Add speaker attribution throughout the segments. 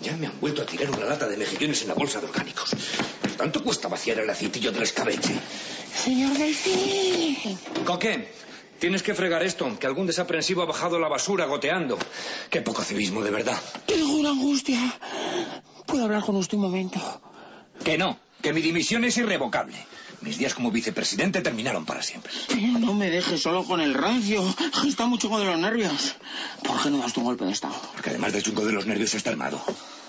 Speaker 1: Ya me han vuelto a tirar una lata de mejillones en la bolsa de orgánicos. Pero tanto cuesta vaciar el aceitillo del escabeche.
Speaker 2: Señor Delfín.
Speaker 1: Coquén, tienes que fregar esto, que algún desaprensivo ha bajado la basura goteando. Qué poco civismo, de verdad.
Speaker 2: Tengo una angustia. ¿Puedo hablar con usted un momento?
Speaker 1: Que no, que mi dimisión es irrevocable. Mis días como vicepresidente terminaron para siempre.
Speaker 2: Señor, no me deje solo con el rancio. Está muy chungo de los nervios. ¿Por qué no das un golpe de estado?
Speaker 1: Porque además de chungo de los nervios está armado.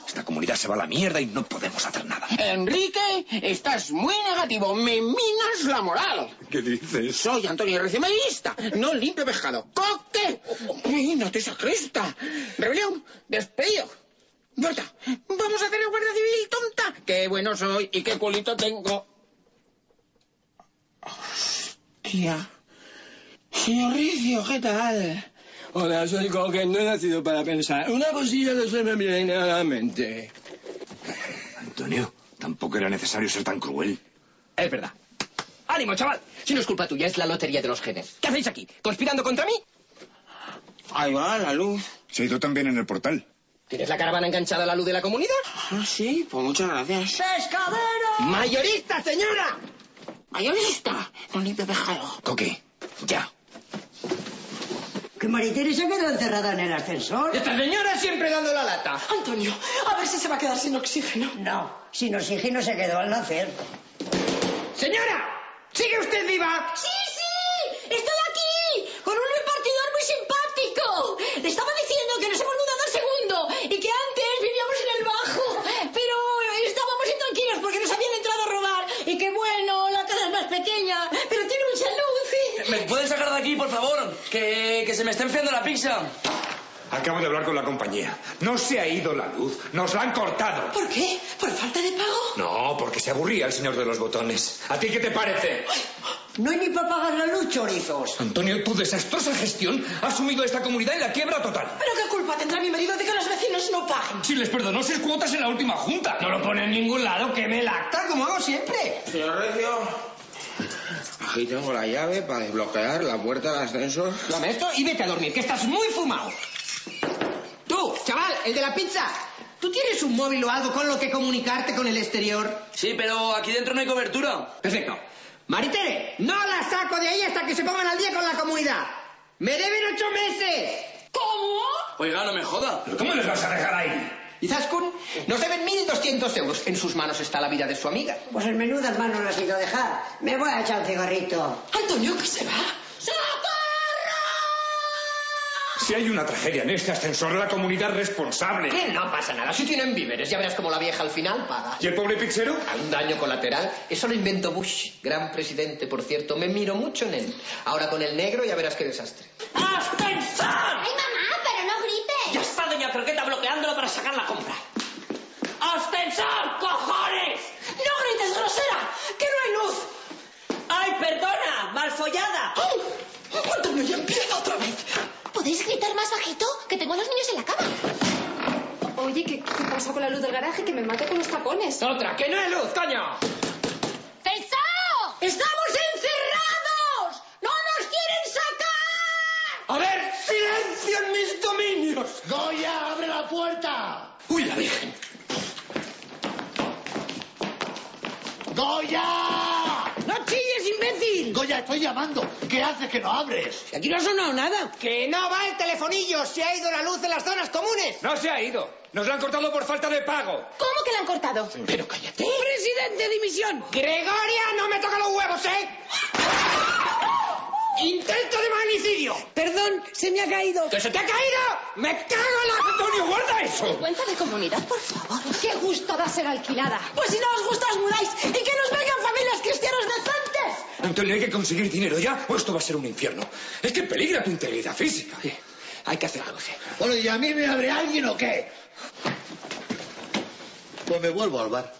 Speaker 1: Esta comunidad se va a la mierda y no podemos hacer nada.
Speaker 2: Enrique, estás muy negativo. Me minas la moral.
Speaker 1: ¿Qué dices?
Speaker 2: Soy Antonio Recimerista, no limpio pescado. ¡Coque! ¡Mínate esa cresta! ¡Rebelión! ¡Despedido! ¡Muerta! ¡Vamos a tener guardia civil, tonta! ¡Qué bueno soy y qué culito tengo! Hostia. Señor Ricio, ¿qué tal?
Speaker 3: Hola, soy Coque, no he nacido para pensar. Una cosilla no se me viene a la mente.
Speaker 1: Antonio, tampoco era necesario ser tan cruel.
Speaker 4: Es verdad. ¡Ánimo, chaval! Si no es culpa tuya, es la lotería de los genes. ¿Qué hacéis aquí? ¿Conspirando contra mí?
Speaker 2: Ahí va, la luz.
Speaker 5: Se ha ido también en el portal.
Speaker 4: ¿Tienes la caravana enganchada a la luz de la comunidad?
Speaker 2: Ah, sí, pues muchas gracias.
Speaker 4: ¡Pescadero! ¡Mayorista, señora!
Speaker 2: ¡Mayorista! No limpio pescado.
Speaker 1: Coque, ya.
Speaker 6: Que Maritere se ha quedado encerrada en el ascensor.
Speaker 4: ¡Esta señora siempre dando la lata!
Speaker 7: Antonio, a ver si se va a quedar sin oxígeno.
Speaker 6: No, sin oxígeno se quedó al nacer.
Speaker 4: ¡Señora! ¿Sigue usted viva?
Speaker 7: ¡Sí, sí! ¡Estoy aquí! Con un repartidor muy simpático. Le estaba diciendo que nos hemos mudado al segundo y que antes vivíamos en el bajo. Pero estábamos intranquilos porque nos habían entrado a robar. Y que bueno, la casa es más pequeña, pero tiene mucha luz. y-
Speaker 8: ¿Me pueden sacar de aquí, por favor? Que, que se me está enfriando la pizza.
Speaker 1: Acabo de hablar con la compañía. No se ha ido la luz, nos la han cortado.
Speaker 7: ¿Por qué? ¿Por falta de pago?
Speaker 1: No, porque se aburría el señor de los botones. ¿A ti qué te parece?
Speaker 6: No hay ni para pagar la luz, chorizos.
Speaker 1: Antonio, tu desastrosa gestión ha sumido a esta comunidad en la quiebra total.
Speaker 7: ¿Pero qué culpa tendrá mi marido de que los vecinos no paguen?
Speaker 1: Si les perdonó sus cuotas en la última junta. No lo pone en ningún lado, que me lacta, como hago siempre.
Speaker 2: Señor Recio. Aquí tengo la llave para desbloquear la puerta del ascensor.
Speaker 4: Dame esto y vete a dormir, que estás muy fumado. Tú, chaval, el de la pizza. ¿Tú tienes un móvil o algo con lo que comunicarte con el exterior?
Speaker 8: Sí, pero aquí dentro no hay cobertura.
Speaker 4: Perfecto. Maritere, no la saco de ahí hasta que se pongan al día con la comunidad. ¡Me deben ocho meses!
Speaker 7: ¿Cómo?
Speaker 8: Oiga, no me joda.
Speaker 1: ¿Pero cómo les vas a dejar ahí?
Speaker 4: Y Zaskun nos deben 1.200 euros. En sus manos está la vida de su amiga.
Speaker 6: Pues el menudo hermano lo has ido a dejar. Me voy a echar un cigarrito.
Speaker 7: Antonio, ¿qué se va?
Speaker 1: Si hay una tragedia en este ascensor, la comunidad responsable.
Speaker 4: Que no pasa nada, si tienen víveres, ya verás como la vieja al final paga.
Speaker 1: ¿Y el pobre pixero?
Speaker 4: A un daño colateral, eso lo inventó Bush, gran presidente, por cierto, me miro mucho en él. Ahora con el negro ya verás qué desastre.
Speaker 8: ¡Ascensor!
Speaker 7: ¡Ay, mamá, pero no grites!
Speaker 8: Ya está Doña Croqueta bloqueándolo para sacar la compra. ¡Ascensor, cojones!
Speaker 7: ¡No grites, grosera! ¡Que no hay luz!
Speaker 8: ¡Ay, perdona! ¡Malfollada!
Speaker 7: ¡Ay! ¡Antonio, ya empieza otra vez! ¿Podéis gritar más bajito? Que tengo a los niños en la cama.
Speaker 9: Oye, ¿qué, ¿qué pasa con la luz del garaje? Que me mato con los tacones.
Speaker 4: ¡Otra, que no hay luz, coño!
Speaker 7: ¡Pesado! ¡Estamos encerrados! ¡No nos quieren sacar!
Speaker 4: A ver, silencio en mis dominios.
Speaker 2: ¡Goya, abre la puerta!
Speaker 4: ¡Uy, la Virgen!
Speaker 2: ¡Goya!
Speaker 4: ¡No chilles, imbécil!
Speaker 2: Goya, estoy llamando. ¿Qué haces que no abres?
Speaker 4: Aquí no ha sonado nada. Que no va el telefonillo, se ha ido la luz de las zonas comunes.
Speaker 1: No se ha ido. Nos la han cortado por falta de pago.
Speaker 7: ¿Cómo que la han cortado?
Speaker 4: Pero cállate. Presidente, dimisión. Gregoria, no me toca los huevos, ¿eh? Intento de magnicidio. Perdón, se me ha caído. ¿Que se te ha caído? Me cago en la... Antonio, guarda eso.
Speaker 7: Cuenta de comunidad, por favor.
Speaker 9: ¡Qué gusto da ser alquilada!
Speaker 7: Pues si no os gusta, os mudáis. Y que nos vengan familias cristianas decentes.
Speaker 1: Antonio, hay que conseguir dinero ya o esto va a ser un infierno. Es que peligra tu integridad física.
Speaker 4: Hay que hacer algo, sí.
Speaker 2: Bueno, ¿y a mí me abre alguien o qué?
Speaker 10: Pues me vuelvo al bar.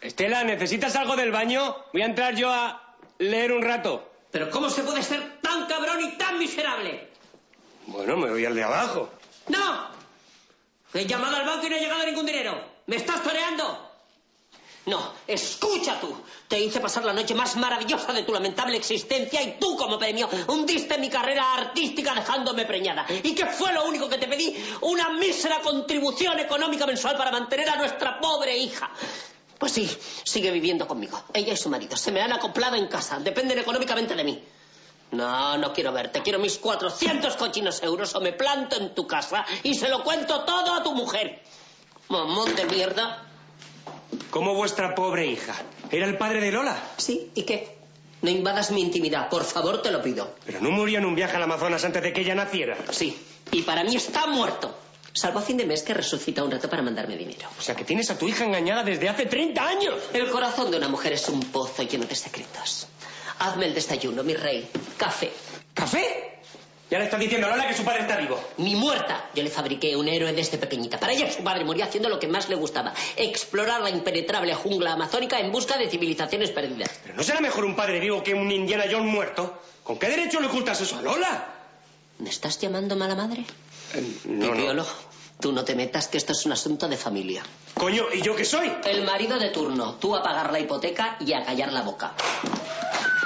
Speaker 11: Estela, ¿necesitas algo del baño? Voy a entrar yo a leer un rato.
Speaker 8: Pero ¿cómo se puede ser tan cabrón y tan miserable?
Speaker 11: Bueno, me voy al de abajo.
Speaker 8: ¡No! He llamado al banco y no ha llegado ningún dinero. ¡Me estás toreando! No, escucha tú. Te hice pasar la noche más maravillosa de tu lamentable existencia y tú, como premio, hundiste mi carrera artística dejándome preñada. ¿Y qué fue lo único que te pedí? Una mísera contribución económica mensual para mantener a nuestra pobre hija. Pues sí, sigue viviendo conmigo. Ella y su marido se me han acoplado en casa. Dependen económicamente de mí. No, no quiero verte. Quiero mis 400 cochinos euros o me planto en tu casa y se lo cuento todo a tu mujer. Mamón de mierda.
Speaker 11: Como vuestra pobre hija. ¿Era el padre de Lola?
Speaker 8: Sí, ¿y qué? No invadas mi intimidad, por favor, te lo pido.
Speaker 11: Pero no murió en un viaje al Amazonas antes de que ella naciera.
Speaker 8: Sí, y para mí está muerto. Salvo a fin de mes que resucita un rato para mandarme dinero.
Speaker 11: O sea que tienes a tu hija engañada desde hace 30 años.
Speaker 8: El corazón de una mujer es un pozo lleno de secretos. Hazme el desayuno, mi rey. Café.
Speaker 11: ¿Café? Ya le estás diciendo a Lola que su padre está vivo.
Speaker 8: Ni muerta. Yo le fabriqué un héroe desde pequeñita. Para ella su padre murió haciendo lo que más le gustaba. Explorar la impenetrable jungla amazónica en busca de civilizaciones perdidas.
Speaker 11: ¿Pero no será mejor un padre vivo que un Indiana Jones muerto? ¿Con qué derecho le ocultas eso a Lola?
Speaker 8: ¿Me estás llamando mala madre?
Speaker 11: Eh, no, no.
Speaker 8: Pipiolo, tú no te metas que esto es un asunto de familia.
Speaker 11: Coño, ¿y yo qué soy?
Speaker 8: El marido de turno. Tú a pagar la hipoteca y a callar la boca.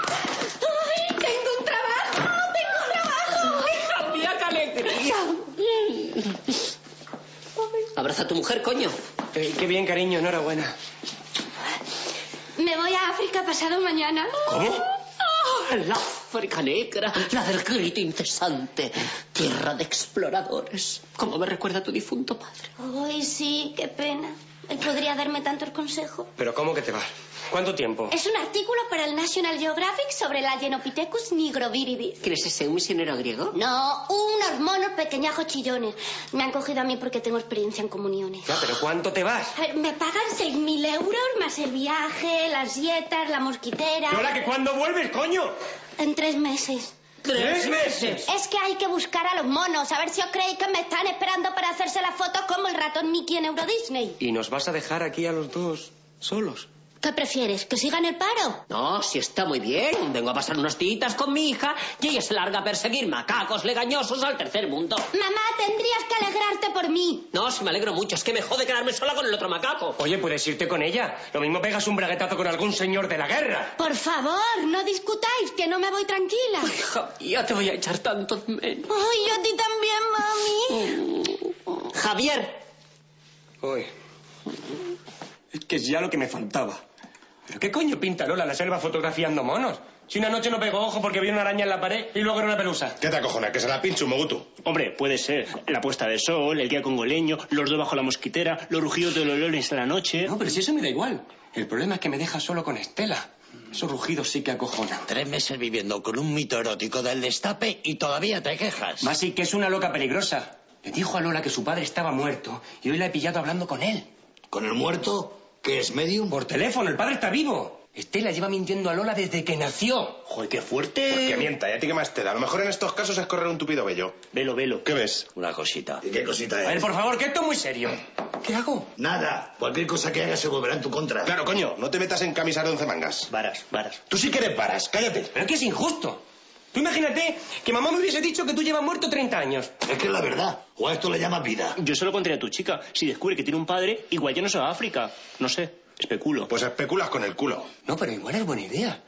Speaker 7: ¡Ay, tengo un trabajo! ¡Tengo un trabajo!
Speaker 8: ¡Hija mía, qué alegría! Abraza a tu mujer, coño.
Speaker 11: Eh, qué bien, cariño, enhorabuena.
Speaker 9: Me voy a África pasado mañana.
Speaker 11: ¿Cómo?
Speaker 8: Ah, La África negra, la del grito incesante, tierra de exploradores, como me recuerda tu difunto padre.
Speaker 12: Ay, sí, qué pena. Él podría darme tantos consejos.
Speaker 11: ¿Pero cómo que te vas? ¿Cuánto tiempo?
Speaker 12: Es un artículo para el National Geographic sobre la Genopithecus nigroviridis.
Speaker 8: ¿Quieres ese un misionero griego?
Speaker 12: No, unos monos pequeñajos chillones. Me han cogido a mí porque tengo experiencia en comuniones.
Speaker 11: Ya, pero ¿cuánto te vas?
Speaker 12: A ver, Me pagan 6.000 euros más el viaje, las dietas, la mosquitera.
Speaker 11: Lola, que cuándo vuelves, coño.
Speaker 12: En tres meses.
Speaker 11: ¡Tres meses!
Speaker 12: Es que hay que buscar a los monos, a ver si os creéis que me están esperando para hacerse las fotos como el ratón Mickey en Euro Disney.
Speaker 11: ¿Y nos vas a dejar aquí a los dos solos?
Speaker 12: ¿Qué prefieres? ¿Que sigan el paro?
Speaker 8: No, si está muy bien. Vengo a pasar unos días con mi hija y ella se larga a perseguir macacos legañosos al tercer mundo.
Speaker 12: Mamá, tendrías que alegrarte por mí.
Speaker 8: No, si me alegro mucho, es que me jode quedarme sola con el otro macaco.
Speaker 11: Oye, puedes irte con ella. Lo mismo pegas un braguetazo con algún señor de la guerra.
Speaker 12: Por favor, no discutáis, que no me voy tranquila.
Speaker 8: Hija mía, te voy a echar tanto de menos.
Speaker 12: Ay, yo a ti también, mami.
Speaker 8: Oh. Javier,
Speaker 11: Uy. Es que es ya lo que me faltaba. ¿Pero qué coño pinta Lola en la selva fotografiando monos? Si una noche no pegó ojo porque vio una araña en la pared y luego era una pelusa.
Speaker 13: ¿Qué te acojona? Que se la pinche un mogutu.
Speaker 14: Hombre, puede ser la puesta de sol, el día congoleño, los dos bajo la mosquitera, los rugidos de los leones en la noche.
Speaker 11: No, pero si eso me da igual. El problema es que me deja solo con Estela. Esos rugidos sí que acojonan.
Speaker 14: Tres meses viviendo con un mito erótico del destape y todavía te quejas.
Speaker 11: Basi, que es una loca peligrosa. Le dijo a Lola que su padre estaba muerto y hoy la he pillado hablando con él.
Speaker 10: ¿Con el muerto? ¿Que es medium?
Speaker 11: Por teléfono, el padre está vivo. Estela lleva mintiendo a Lola desde que nació.
Speaker 14: Joder, qué fuerte.
Speaker 13: Que mienta, ya a ti qué más te da. A lo mejor en estos casos es correr un tupido vello.
Speaker 14: Velo, velo.
Speaker 13: ¿Qué ves?
Speaker 14: Una cosita.
Speaker 10: ¿Y qué cosita
Speaker 11: A ver,
Speaker 10: es?
Speaker 11: por favor, que esto es muy serio. ¿Qué hago?
Speaker 10: Nada. Cualquier cosa que hagas se volverá en tu contra.
Speaker 13: Claro, coño, no te metas en camisa de once mangas.
Speaker 14: Varas, varas.
Speaker 13: Tú sí que eres varas, cállate.
Speaker 11: Pero es que es injusto. Tú imagínate que mamá me hubiese dicho que tú llevas muerto 30 años.
Speaker 10: Es que es la verdad. O a esto le llamas vida.
Speaker 14: Yo solo contaré a tu chica. Si descubre que tiene un padre, igual ya no se va a África. No sé. Especulo.
Speaker 13: Pues especulas con el culo.
Speaker 11: No, pero igual es buena idea.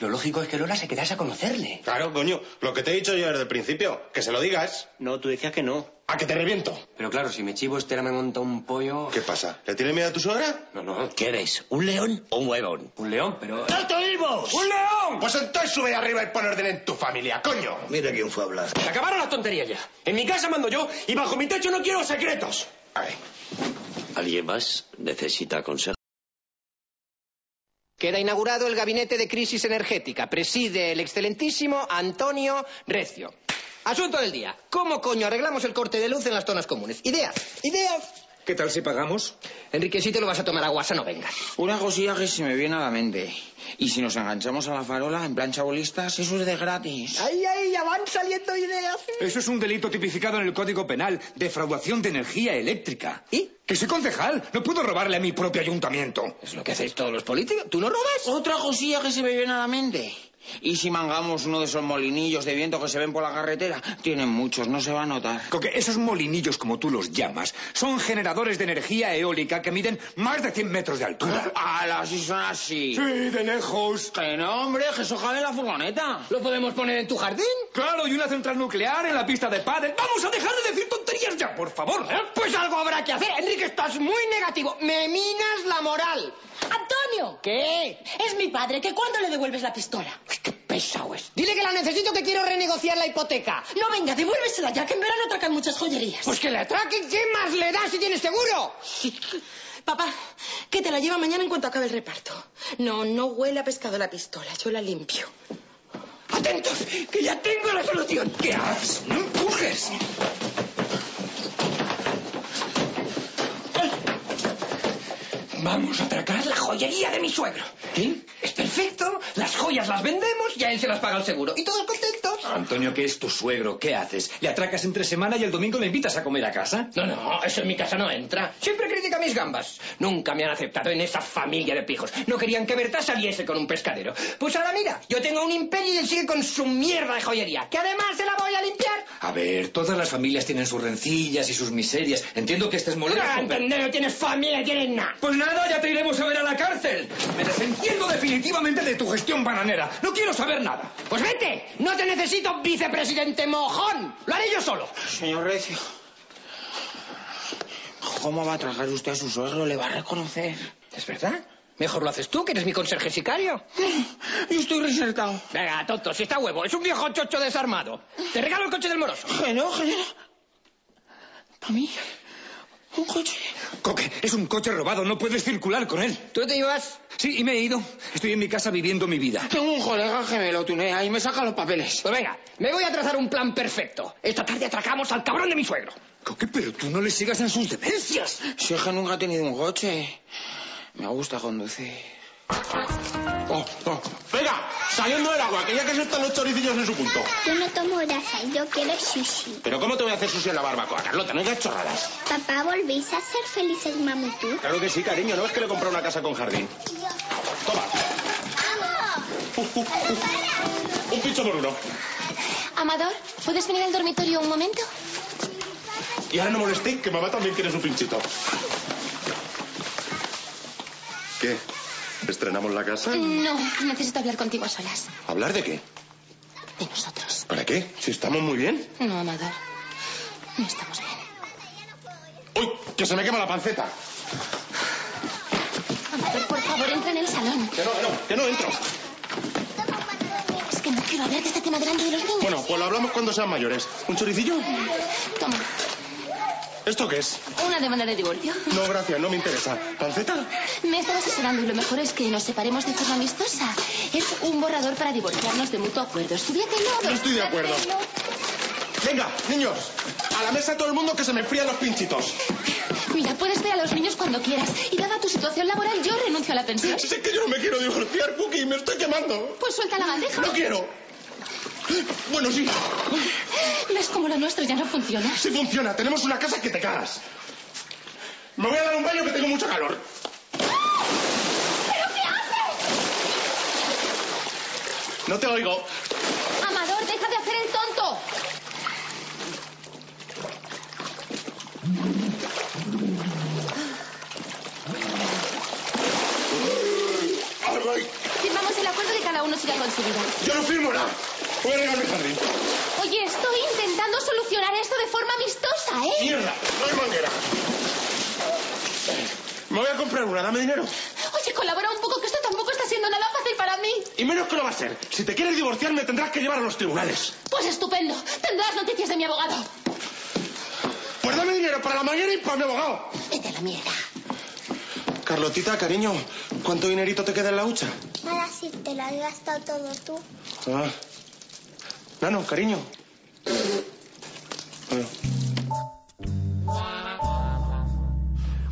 Speaker 11: Lo lógico es que Lola se quedase a conocerle.
Speaker 13: Claro, coño, lo que te he dicho yo desde el principio, que se lo digas.
Speaker 14: No, tú decías que no.
Speaker 13: A que te reviento.
Speaker 11: Pero claro, si me chivo, Estela me monta un pollo.
Speaker 13: ¿Qué pasa? ¿Le tienes miedo a tu suegra?
Speaker 11: No, no.
Speaker 14: ¿Qué eres? ¿Un león o un huevón?
Speaker 11: Un león, pero. eh.
Speaker 14: ¡No te oímos!
Speaker 13: ¡Un león! Pues entonces sube arriba y pon orden en tu familia, coño.
Speaker 10: Mira quién fue a hablar.
Speaker 11: Se acabaron las tonterías ya. En mi casa mando yo y bajo mi techo no quiero secretos.
Speaker 13: A ver.
Speaker 14: ¿Alguien más necesita consejo?
Speaker 4: Queda inaugurado el gabinete de crisis energética. Preside el excelentísimo Antonio Recio. Asunto del día. ¿Cómo coño arreglamos el corte de luz en las zonas comunes? Ideas, ideas.
Speaker 1: ¿Qué tal si pagamos?
Speaker 4: Enrique, si te lo vas a tomar a guasa, no vengas.
Speaker 15: Una cosilla que se me viene a la mente. Y si nos enganchamos a la farola en plancha bolistas, eso es de gratis.
Speaker 16: Ahí, ahí, ya van saliendo ideas.
Speaker 1: Eso es un delito tipificado en el Código Penal, defraudación de energía eléctrica. ¿Y? Que soy concejal, no puedo robarle a mi propio ayuntamiento.
Speaker 4: Es lo que hacéis todos los políticos. ¿Tú no robas?
Speaker 15: Otra cosilla que se me viene a la mente. Y si mangamos uno de esos molinillos de viento que se ven por la carretera, tienen muchos, no se va a notar.
Speaker 1: Coque, esos molinillos, como tú los llamas, son generadores de energía eólica que miden más de 100 metros de altura.
Speaker 15: ¡Hala, si son así!
Speaker 1: Sí, de lejos.
Speaker 15: ¡Que no, hombre, que eso cabe en la furgoneta!
Speaker 4: ¿Lo podemos poner en tu jardín?
Speaker 1: Claro, y una central nuclear en la pista de pádel. ¡Vamos a dejar de decir tonterías ya, por favor!
Speaker 4: Eh, Pues algo habrá que hacer. Enrique, estás muy negativo. Me minas la moral.
Speaker 7: ¡Antonio!
Speaker 4: ¿Qué?
Speaker 7: Es mi padre, que cuándo le devuelves la pistola.
Speaker 4: ¡Qué pesado es! Dile que la necesito, que quiero renegociar la hipoteca.
Speaker 7: No, venga, devuélvesela ya, que en verano atracan muchas joyerías.
Speaker 4: Pues que la atraquen. ¿Qué más le da si tienes seguro?
Speaker 7: Papá, que te la lleva mañana en cuanto acabe el reparto. No, no huele a pescado la pistola, yo la limpio.
Speaker 4: ¡Atentos! ¡Que ya tengo la solución! ¿Qué haces? ¡No empujes! Vamos a atracar la joyería de mi suegro. ¿Qué? Es perfecto. Las joyas las vendemos y a él se las paga el seguro. Y todos contentos.
Speaker 1: Antonio, que es tu suegro, ¿qué haces? ¿Le atracas entre semana y el domingo le invitas a comer a casa?
Speaker 4: No, no, eso en mi casa no entra. Siempre critica mis gambas. Nunca me han aceptado en esa familia de pijos. No querían que Berta saliese con un pescadero. Pues ahora mira, yo tengo un imperio y él sigue con su mierda de joyería, que además se la voy a limpiar.
Speaker 1: A ver, todas las familias tienen sus rencillas y sus miserias. Entiendo que estés molesto.
Speaker 4: Ah,
Speaker 1: pero-
Speaker 4: entender, no tienes familia, no tienes nada.
Speaker 1: Pues nada, ya te iremos a ver a la cárcel. Me desentiendo definitivamente de tu gestión bananera. No quiero saber nada.
Speaker 4: Pues vete, no te necesito, vicepresidente mojón. Lo haré yo solo.
Speaker 15: Señor Recio, ¿cómo va a tragar usted a su suegro? ¿Le va a reconocer?
Speaker 4: ¿Es verdad? Mejor lo haces tú, que eres mi conserje sicario.
Speaker 15: Yo estoy resaltado.
Speaker 4: Venga, tonto, si está huevo, es un viejo chocho desarmado. Te regalo el coche del moroso.
Speaker 15: Que no, que no. ¿Para mí? ¿Un coche?
Speaker 1: Coque, es un coche robado, no puedes circular con él.
Speaker 4: ¿Tú te llevas?
Speaker 1: Sí, y me he ido. Estoy en mi casa viviendo mi vida.
Speaker 15: Tengo un colega que me lo tunea y me saca los papeles.
Speaker 4: Pues venga, me voy a trazar un plan perfecto. Esta tarde atracamos al cabrón de mi suegro.
Speaker 1: Coque, pero tú no le sigas en sus demencias.
Speaker 15: Si es que nunca he tenido un coche. Me gusta conducir. Oh, oh.
Speaker 2: Venga, saliendo del agua, que ya que se están los choricillos en su punto.
Speaker 12: Yo no tomo grasa, yo quiero sushi.
Speaker 2: Pero ¿cómo te voy a hacer sucio en la barbacoa, Carlota? No digas chorradas.
Speaker 12: Papá, ¿volvéis a ser felices, mami, tú?
Speaker 2: Claro que sí, cariño. ¿No es que le compré una casa con jardín? Toma. Uh, Un pincho por uno.
Speaker 9: Amador, ¿puedes venir al dormitorio un momento?
Speaker 2: Y ahora no molestéis, que mamá también quiere su pinchito. ¿Qué? ¿Estrenamos la casa?
Speaker 9: No, necesito hablar contigo a solas.
Speaker 2: ¿Hablar de qué?
Speaker 9: De nosotros.
Speaker 2: ¿Para qué? Si estamos muy bien.
Speaker 9: No, Amador. No estamos bien.
Speaker 2: ¡Uy! ¡Que se me quema la panceta!
Speaker 9: Amador, por favor, entra en el salón.
Speaker 2: ¡Que no, que no! ¡Que no entro!
Speaker 9: Es que no quiero hablar de este tema delante de los niños.
Speaker 2: Bueno, pues lo hablamos cuando sean mayores. ¿Un choricillo?
Speaker 9: Toma,
Speaker 2: ¿Esto qué es?
Speaker 9: una demanda de divorcio.
Speaker 2: No, gracias, no me interesa. ¿Panceta?
Speaker 9: Me estaba asesorando y lo mejor es que nos separemos de forma amistosa. Es un borrador para divorciarnos de mutuo acuerdo. Estudiátelo.
Speaker 2: No estoy de acuerdo. Venga, niños, a la mesa todo el mundo que se me enfrían los pinchitos.
Speaker 9: Mira, puedes ver a los niños cuando quieras. Y dada tu situación laboral, yo renuncio a la pensión.
Speaker 2: Si es que yo no me quiero divorciar, Cookie, me estoy quemando.
Speaker 9: Pues suelta la bandeja.
Speaker 2: No quiero. Bueno, sí,
Speaker 9: ¿Ves cómo lo nuestro ya no funciona?
Speaker 2: sí funciona. Tenemos una casa que te cagas. Me voy a dar un baño que tengo mucho calor.
Speaker 9: ¿Pero qué haces?
Speaker 2: No te oigo.
Speaker 9: Amador, deja de hacer el tonto.
Speaker 2: Ay, ay,
Speaker 9: Firmamos el acuerdo de cada uno siga con su vida.
Speaker 2: Yo no firmo nada. Voy a regar mi jardín.
Speaker 9: Oye, estoy intentando solucionar esto de forma amistosa, ¿eh?
Speaker 2: Mierda, no hay manguera. Me voy a comprar una, dame dinero.
Speaker 9: Oye, colabora un poco, que esto tampoco está siendo nada fácil para mí.
Speaker 2: Y menos que lo va a ser. Si te quieres divorciar, me tendrás que llevar a los tribunales.
Speaker 9: Pues estupendo. Tendrás noticias de mi abogado.
Speaker 2: Pues dame dinero para la manguera y para mi abogado.
Speaker 9: Vete a la mierda.
Speaker 2: Carlotita, cariño, ¿cuánto dinerito te queda en la hucha?
Speaker 12: Ahora sí, te lo has gastado todo tú.
Speaker 2: Ah. Nano, cariño,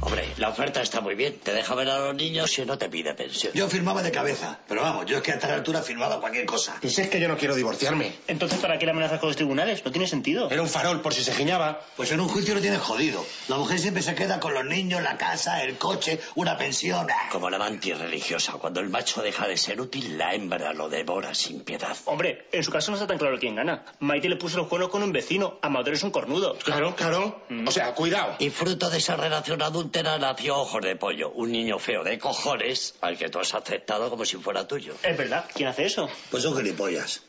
Speaker 10: Hombre, la oferta está muy bien. Te deja ver a los niños si no te pide pensión. Yo firmaba de cabeza. Pero vamos, yo es que a esta altura firmaba cualquier cosa.
Speaker 2: Y si es que yo no quiero divorciarme.
Speaker 14: Entonces, ¿para qué la amenazas con los tribunales? No tiene sentido.
Speaker 2: Era un farol por si se giñaba.
Speaker 10: Pues en un juicio lo tienes jodido. La mujer siempre se queda con los niños, la casa, el coche, una pensión. eh.
Speaker 17: Como la mantis religiosa. Cuando el macho deja de ser útil, la hembra lo devora sin piedad.
Speaker 14: Hombre, en su caso no está tan claro quién gana. Maite le puso los cuernos con un vecino. Amador es un cornudo. Mm.
Speaker 2: Claro, claro. O sea, cuidado.
Speaker 17: Y fruto de esa relación adúltera nació Ojos de Pollo, un niño feo de cojones al que tú has aceptado como si fuera tuyo.
Speaker 14: Es verdad. ¿Quién hace eso?
Speaker 10: Pues son gilipollas.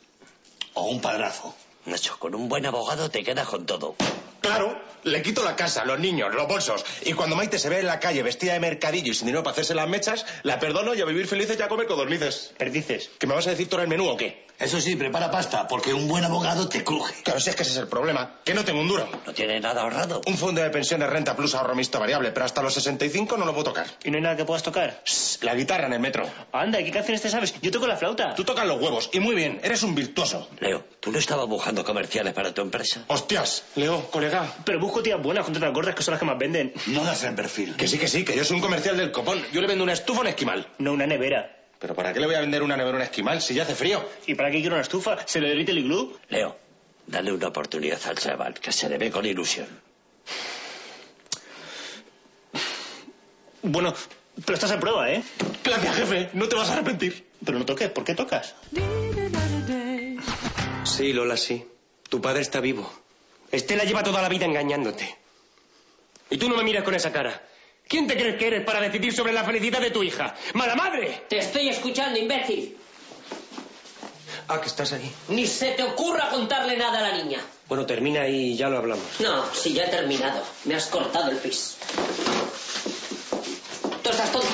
Speaker 10: O un padrazo.
Speaker 17: Nacho, con un buen abogado te quedas con todo.
Speaker 2: Claro, le quito la casa, los niños, los bolsos. Y cuando Maite se ve en la calle vestida de mercadillo y sin dinero para hacerse las mechas, la perdono y a vivir felices y a comer codornices.
Speaker 14: Perdices.
Speaker 2: ¿Que me vas a decir todo el menú o qué?
Speaker 10: Eso sí, prepara pasta, porque un buen abogado te cruje.
Speaker 2: Claro, si es que ese es el problema, que no tengo un duro.
Speaker 17: No tiene nada ahorrado.
Speaker 2: Un fondo de pensiones renta plus ahorro mixto variable, pero hasta los 65 no lo puedo tocar.
Speaker 14: ¿Y no hay nada que puedas tocar?
Speaker 2: Shh, La guitarra en el metro.
Speaker 14: Anda, ¿y qué canciones te sabes? Yo toco la flauta.
Speaker 2: Tú tocas los huevos, y muy bien, eres un virtuoso.
Speaker 17: Leo, ¿tú no estabas buscando comerciales para tu empresa?
Speaker 2: Hostias, Leo, colega.
Speaker 14: Pero busco tías buenas contra las gordas que son las que más venden.
Speaker 10: No das el perfil.
Speaker 2: Que sí, que sí, que yo soy un comercial del copón. Yo le vendo una estufa a un esquimal.
Speaker 14: No una nevera.
Speaker 2: ¿Pero para qué le voy a vender una nevera a un esquimal si ya hace frío?
Speaker 14: ¿Y para qué quiero una estufa? ¿Se le derrite el iglú?
Speaker 17: Leo, dale una oportunidad al chaval, que se le ve con ilusión.
Speaker 14: Bueno, pero estás a prueba, ¿eh?
Speaker 2: Gracias, jefe, no te vas a arrepentir.
Speaker 14: Pero no toques, ¿por qué tocas?
Speaker 11: Sí, Lola, sí. Tu padre está vivo. Estela lleva toda la vida engañándote. Y tú no me miras con esa cara. ¿Quién te crees que eres para decidir sobre la felicidad de tu hija? ¡Mala madre!
Speaker 8: Te estoy escuchando, imbécil.
Speaker 11: Ah, que estás ahí.
Speaker 8: Ni se te ocurra contarle nada a la niña.
Speaker 11: Bueno, termina y ya lo hablamos.
Speaker 8: No, si ya he terminado. Me has cortado el pis. Tú estás tonto.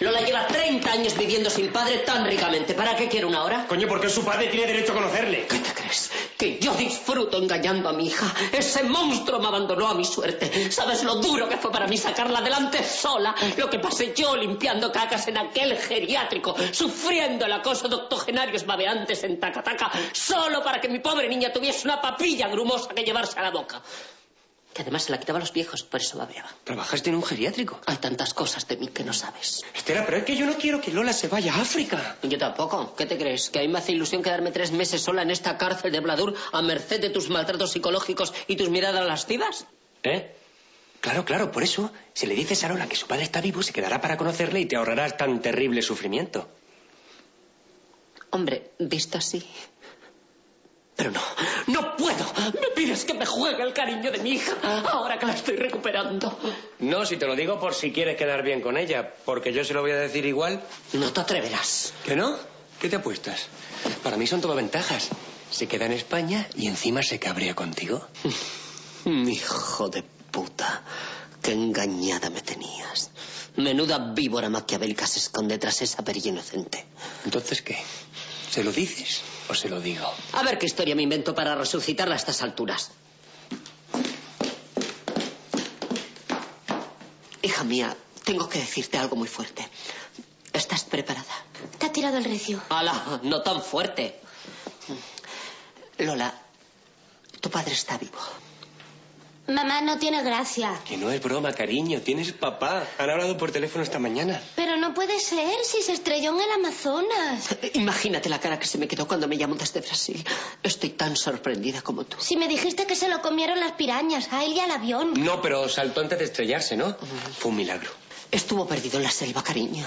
Speaker 8: Lola lleva 30 años viviendo sin padre tan ricamente. ¿Para qué quiere una hora?
Speaker 11: Coño, porque su padre tiene derecho a conocerle.
Speaker 8: ¿Qué te crees? Que yo disfruto engañando a mi hija. Ese monstruo me abandonó a mi suerte. ¿Sabes lo duro que fue para mí sacarla adelante sola? Lo que pasé yo limpiando cacas en aquel geriátrico, sufriendo el acoso de octogenarios babeantes en Tacataca, solo para que mi pobre niña tuviese una papilla grumosa que llevarse a la boca. Que además se la quitaba a los viejos, por eso babeaba.
Speaker 11: ¿Trabajaste en un geriátrico?
Speaker 8: Hay tantas cosas de mí que no sabes.
Speaker 11: Estela, pero es que yo no quiero que Lola se vaya a África.
Speaker 8: Yo tampoco. ¿Qué te crees? Que a mí me hace ilusión quedarme tres meses sola en esta cárcel de Bladur a merced de tus maltratos psicológicos y tus miradas lascivas.
Speaker 11: ¿Eh? Claro, claro, por eso, si le dices a Lola que su padre está vivo, se quedará para conocerle y te ahorrarás tan terrible sufrimiento.
Speaker 8: Hombre, visto así. Pero no, no puedo. Me pides que me juegue el cariño de mi hija ahora que la estoy recuperando.
Speaker 11: No, si te lo digo por si quieres quedar bien con ella, porque yo se lo voy a decir igual.
Speaker 8: No te atreverás.
Speaker 11: ¿Que no? ¿Qué te apuestas? Para mí son todo ventajas. Se queda en España y encima se cabrea contigo.
Speaker 8: Hijo de puta, qué engañada me tenías. Menuda víbora maquiavélica se esconde tras esa perilla inocente.
Speaker 11: Entonces, ¿qué? ¿Se lo dices o se lo digo?
Speaker 8: A ver qué historia me invento para resucitarla a estas alturas. Hija mía, tengo que decirte algo muy fuerte. ¿Estás preparada?
Speaker 12: Te ha tirado el recio.
Speaker 8: ¡Hala! No tan fuerte. Lola, tu padre está vivo.
Speaker 12: Mamá no tiene gracia.
Speaker 11: Que no es broma, cariño. Tienes papá. Han hablado por teléfono esta mañana.
Speaker 12: Pero no puede ser si se estrelló en el Amazonas.
Speaker 8: Imagínate la cara que se me quedó cuando me llamó desde Brasil. Estoy tan sorprendida como tú.
Speaker 12: Si me dijiste que se lo comieron las pirañas, a él y al avión.
Speaker 11: No, pero saltó antes de estrellarse, ¿no? Fue un milagro.
Speaker 8: Estuvo perdido en la selva, cariño.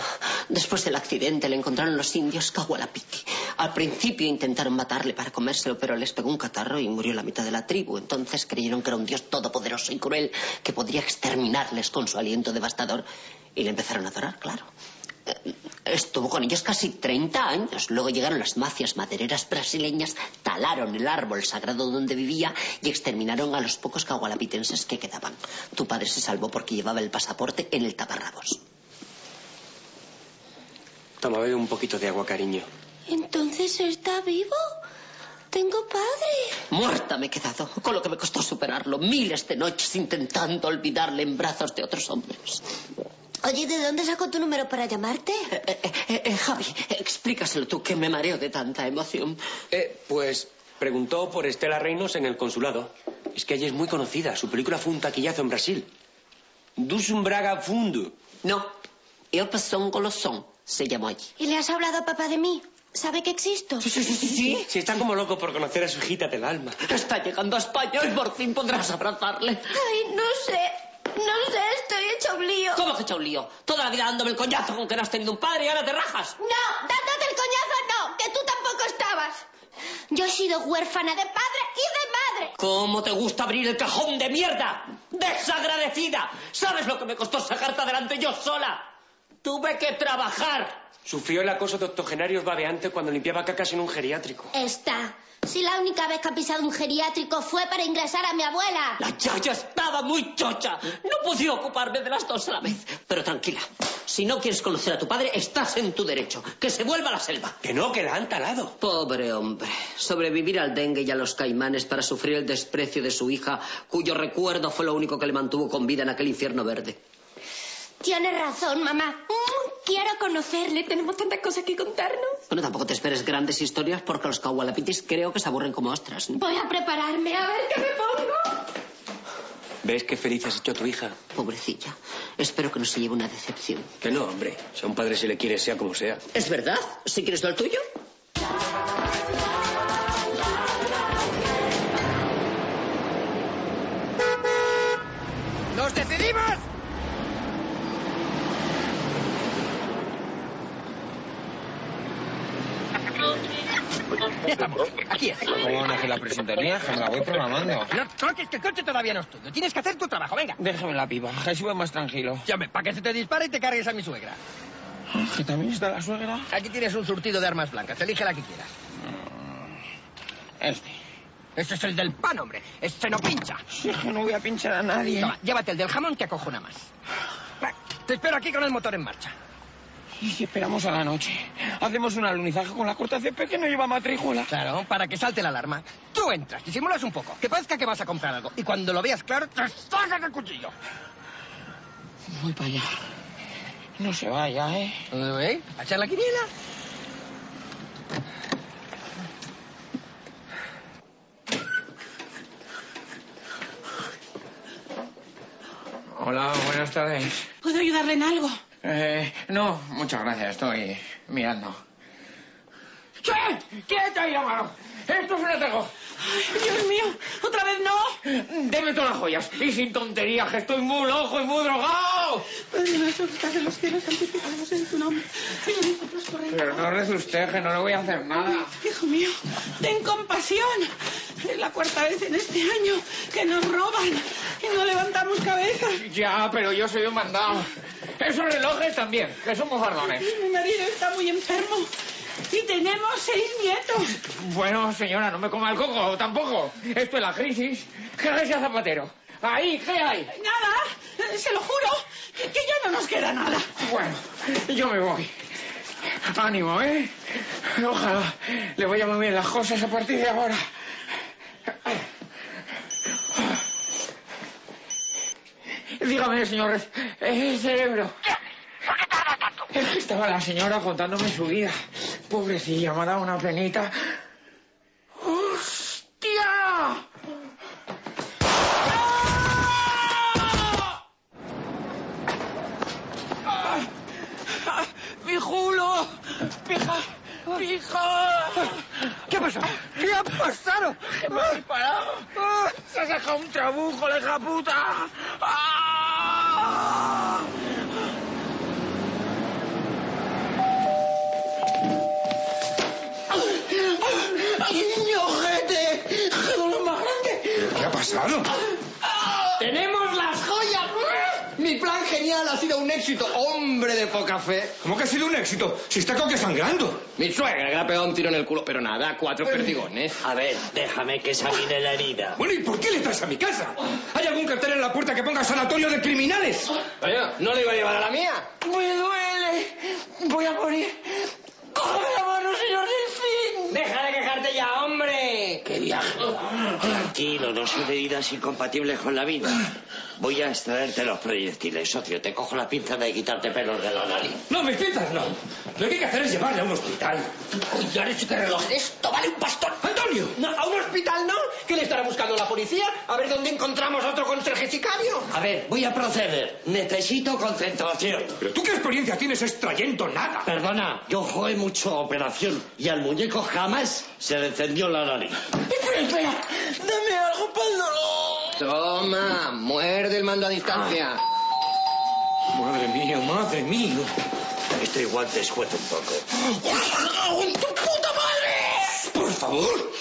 Speaker 8: Después del accidente le encontraron los indios Kawalapiti. Al principio intentaron matarle para comérselo, pero les pegó un catarro y murió la mitad de la tribu. Entonces creyeron que era un dios todopoderoso y cruel que podría exterminarles con su aliento devastador. Y le empezaron a adorar, claro. Eh, Estuvo con ellos casi 30 años. Luego llegaron las mafias madereras brasileñas, talaron el árbol sagrado donde vivía y exterminaron a los pocos cagualapitenses que quedaban. Tu padre se salvó porque llevaba el pasaporte en el taparrabos.
Speaker 11: Toma, bebe un poquito de agua, cariño.
Speaker 12: Entonces está vivo. Tengo padre.
Speaker 8: Muerta me he quedado, con lo que me costó superarlo. Miles de noches intentando olvidarle en brazos de otros hombres.
Speaker 12: Oye, ¿de dónde sacó tu número para llamarte?
Speaker 8: Eh, eh, eh, eh, Javi, explícaselo tú, que me mareo de tanta emoción.
Speaker 11: Eh, pues Preguntó por Estela Reinos en el consulado. Es que ella es muy conocida. Su película fue un taquillazo en Brasil. Dusum Braga Fundo.
Speaker 8: No. El pezón golosón se llamó allí.
Speaker 12: ¿Y le has hablado a papá de mí? ¿Sabe que existo?
Speaker 8: Sí, sí, sí, sí.
Speaker 11: Si está como loco por conocer a su hijita del alma.
Speaker 8: Está llegando a España y por fin podrás abrazarle.
Speaker 12: Ay, no sé. No sé, estoy hecho un lío.
Speaker 8: ¿Cómo has hecho un lío? Toda la vida dándome el coñazo con que no has tenido un padre y ahora te rajas.
Speaker 12: No, dándote el coñazo no, que tú tampoco estabas. Yo he sido huérfana de padre y de madre.
Speaker 8: ¿Cómo te gusta abrir el cajón de mierda? ¡Desagradecida! ¿Sabes lo que me costó sacarte adelante yo sola? Tuve que trabajar.
Speaker 11: Sufrió el acoso de octogenarios babeantes cuando limpiaba cacas en un geriátrico.
Speaker 12: Está. Si la única vez que ha pisado un geriátrico fue para ingresar a mi abuela.
Speaker 8: La chacha estaba muy chocha. No pude ocuparme de las dos a la vez. Pero tranquila, si no quieres conocer a tu padre, estás en tu derecho. Que se vuelva a la selva.
Speaker 11: Que no, que la han talado.
Speaker 8: Pobre hombre. Sobrevivir al dengue y a los caimanes para sufrir el desprecio de su hija, cuyo recuerdo fue lo único que le mantuvo con vida en aquel infierno verde.
Speaker 12: Tienes razón, mamá. Mm, Quiero conocerle. Tenemos tantas cosas que contarnos.
Speaker 8: Bueno, tampoco te esperes grandes historias porque los kawalapitis creo que se aburren como ostras. ¿no?
Speaker 12: Voy a prepararme a ver qué me pongo.
Speaker 11: ¿Ves qué feliz has hecho a tu hija?
Speaker 8: Pobrecilla. Espero que no se lleve una decepción.
Speaker 11: Que no, hombre. Si a un padre se le quiere, sea como sea.
Speaker 8: ¿Es verdad? ¿Si quieres lo tuyo?
Speaker 18: ¡Nos decidimos! Aquí
Speaker 4: ¿Cómo que la presentaría? Que me la voy programando.
Speaker 18: No toques, que el coche todavía no es tuyo. Tienes que hacer tu trabajo, venga.
Speaker 4: Déjame la pipa, que así voy más tranquilo.
Speaker 18: Ya me, para que se te dispare y te cargues a mi suegra.
Speaker 4: ¿Que también está la suegra?
Speaker 18: Aquí tienes un surtido de armas blancas. Elige la que quieras.
Speaker 4: Este.
Speaker 18: Este es el del pan, hombre. Este no pincha.
Speaker 4: Si es que no voy a pinchar a nadie.
Speaker 18: Toma, llévate el del jamón que acojona más. Va, Te espero aquí con el motor en marcha.
Speaker 4: ¿Y si esperamos a la noche? Hacemos un alunizaje con la corta CP que no lleva matrícula.
Speaker 18: Claro, para que salte la alarma. Tú entras, disimulas un poco, que parezca que vas a comprar algo. Y cuando lo veas claro, te sacas el cuchillo.
Speaker 4: Voy para allá. No se vaya, ¿eh?
Speaker 18: ¿Eh? ¿A echar la quiniela?
Speaker 4: Hola, buenas tardes.
Speaker 7: ¿Puedo ayudarle en algo?
Speaker 4: Eh, no, muchas gracias, estoy mirando. ¡Sí! ¡Quieta ahí la mano! ¡Esto es un atajo!
Speaker 7: Dios mío, otra vez no.
Speaker 4: Deme todas las joyas y sin tonterías, que estoy muy loco y muy drogado.
Speaker 7: Padre nuestro que estás en los cielos, santificados en tu nombre. Señor, nosotros
Speaker 4: Pero no reza usted, que no le voy a hacer nada.
Speaker 7: Hijo mío, ten compasión. Es la cuarta vez en este año que nos roban y no levantamos cabeza.
Speaker 4: Ya, pero yo soy un mandado. Esos relojes también, que somos bardones.
Speaker 7: Mi marido está muy enfermo y tenemos seis nietos.
Speaker 4: Bueno, señora, no me coma el coco, tampoco. Esto es la crisis. ¿Qué hace a Zapatero? Ahí, ¿qué hay?
Speaker 7: Nada, eh, se lo juro, que, que ya no nos queda nada.
Speaker 4: Bueno, yo me voy. Ánimo, ¿eh? Ojalá le vaya muy bien las cosas a partir de ahora. Dígame, señor, el cerebro. Es que Estaba la señora contándome su vida. Pobrecilla, me ha dado una penita. ¡Hostia!
Speaker 7: ¡Ah! ¡Mi julo! ¡Pija! ¡Pija!
Speaker 4: ¿Qué ha ¡Ah! pasado?
Speaker 7: ¿Qué ha pasado?
Speaker 4: ¿Qué me has disparado? ¡Se ha sacado un trabuco, la hija puta! ¡Ah!
Speaker 7: ¡Ay, mi ojete! ¡Qué dolor más grande!
Speaker 1: ¿Qué ha pasado?
Speaker 18: ¡Tenemos las joyas! Mi plan genial ha sido un éxito, hombre de poca fe.
Speaker 1: ¿Cómo que ha sido un éxito? Si está con que sangrando.
Speaker 18: Mi suegra que le ha pegado un tiro en el culo, pero nada, cuatro perdigones.
Speaker 19: A ver, déjame que examine la herida.
Speaker 1: Bueno, ¿y por qué le traes a mi casa? ¿Hay algún cartel en la puerta que ponga sanatorio de criminales?
Speaker 18: Vaya, no le iba a llevar a la mía.
Speaker 7: ¡Me duele! Voy a morir. ¡Cógeme la mano, señor Delfín!
Speaker 20: ¡Deja de quejarte ya, hombre!
Speaker 7: ¡Qué viaje!
Speaker 17: Tranquilo, no son heridas incompatibles con la vida. Voy a extraerte los proyectiles, socio. Te cojo la pinza de quitarte pelos de la nariz.
Speaker 4: No, mis pinzas no. Lo que hay que hacer es llevarle a un hospital. Uy, ahora sí que reloj de esto vale un pastón. ¡Antonio! No, ¿A un hospital no? ¿Qué le estará buscando la policía? A ver dónde encontramos otro conserje sicario.
Speaker 17: A ver, voy a proceder. Necesito concentración. ¿Pero tú qué experiencia tienes extrayendo nada? Perdona, yo jugué mucho a operación y al muñeco jamás se le encendió la nariz.
Speaker 21: Espera, espera. Dame algo para el dolor.
Speaker 4: Toma, muerde el mando a distancia.
Speaker 17: Madre mía, madre mía. Este igual te escueta un poco.
Speaker 21: ¡Con tu puta madre!
Speaker 17: Por favor.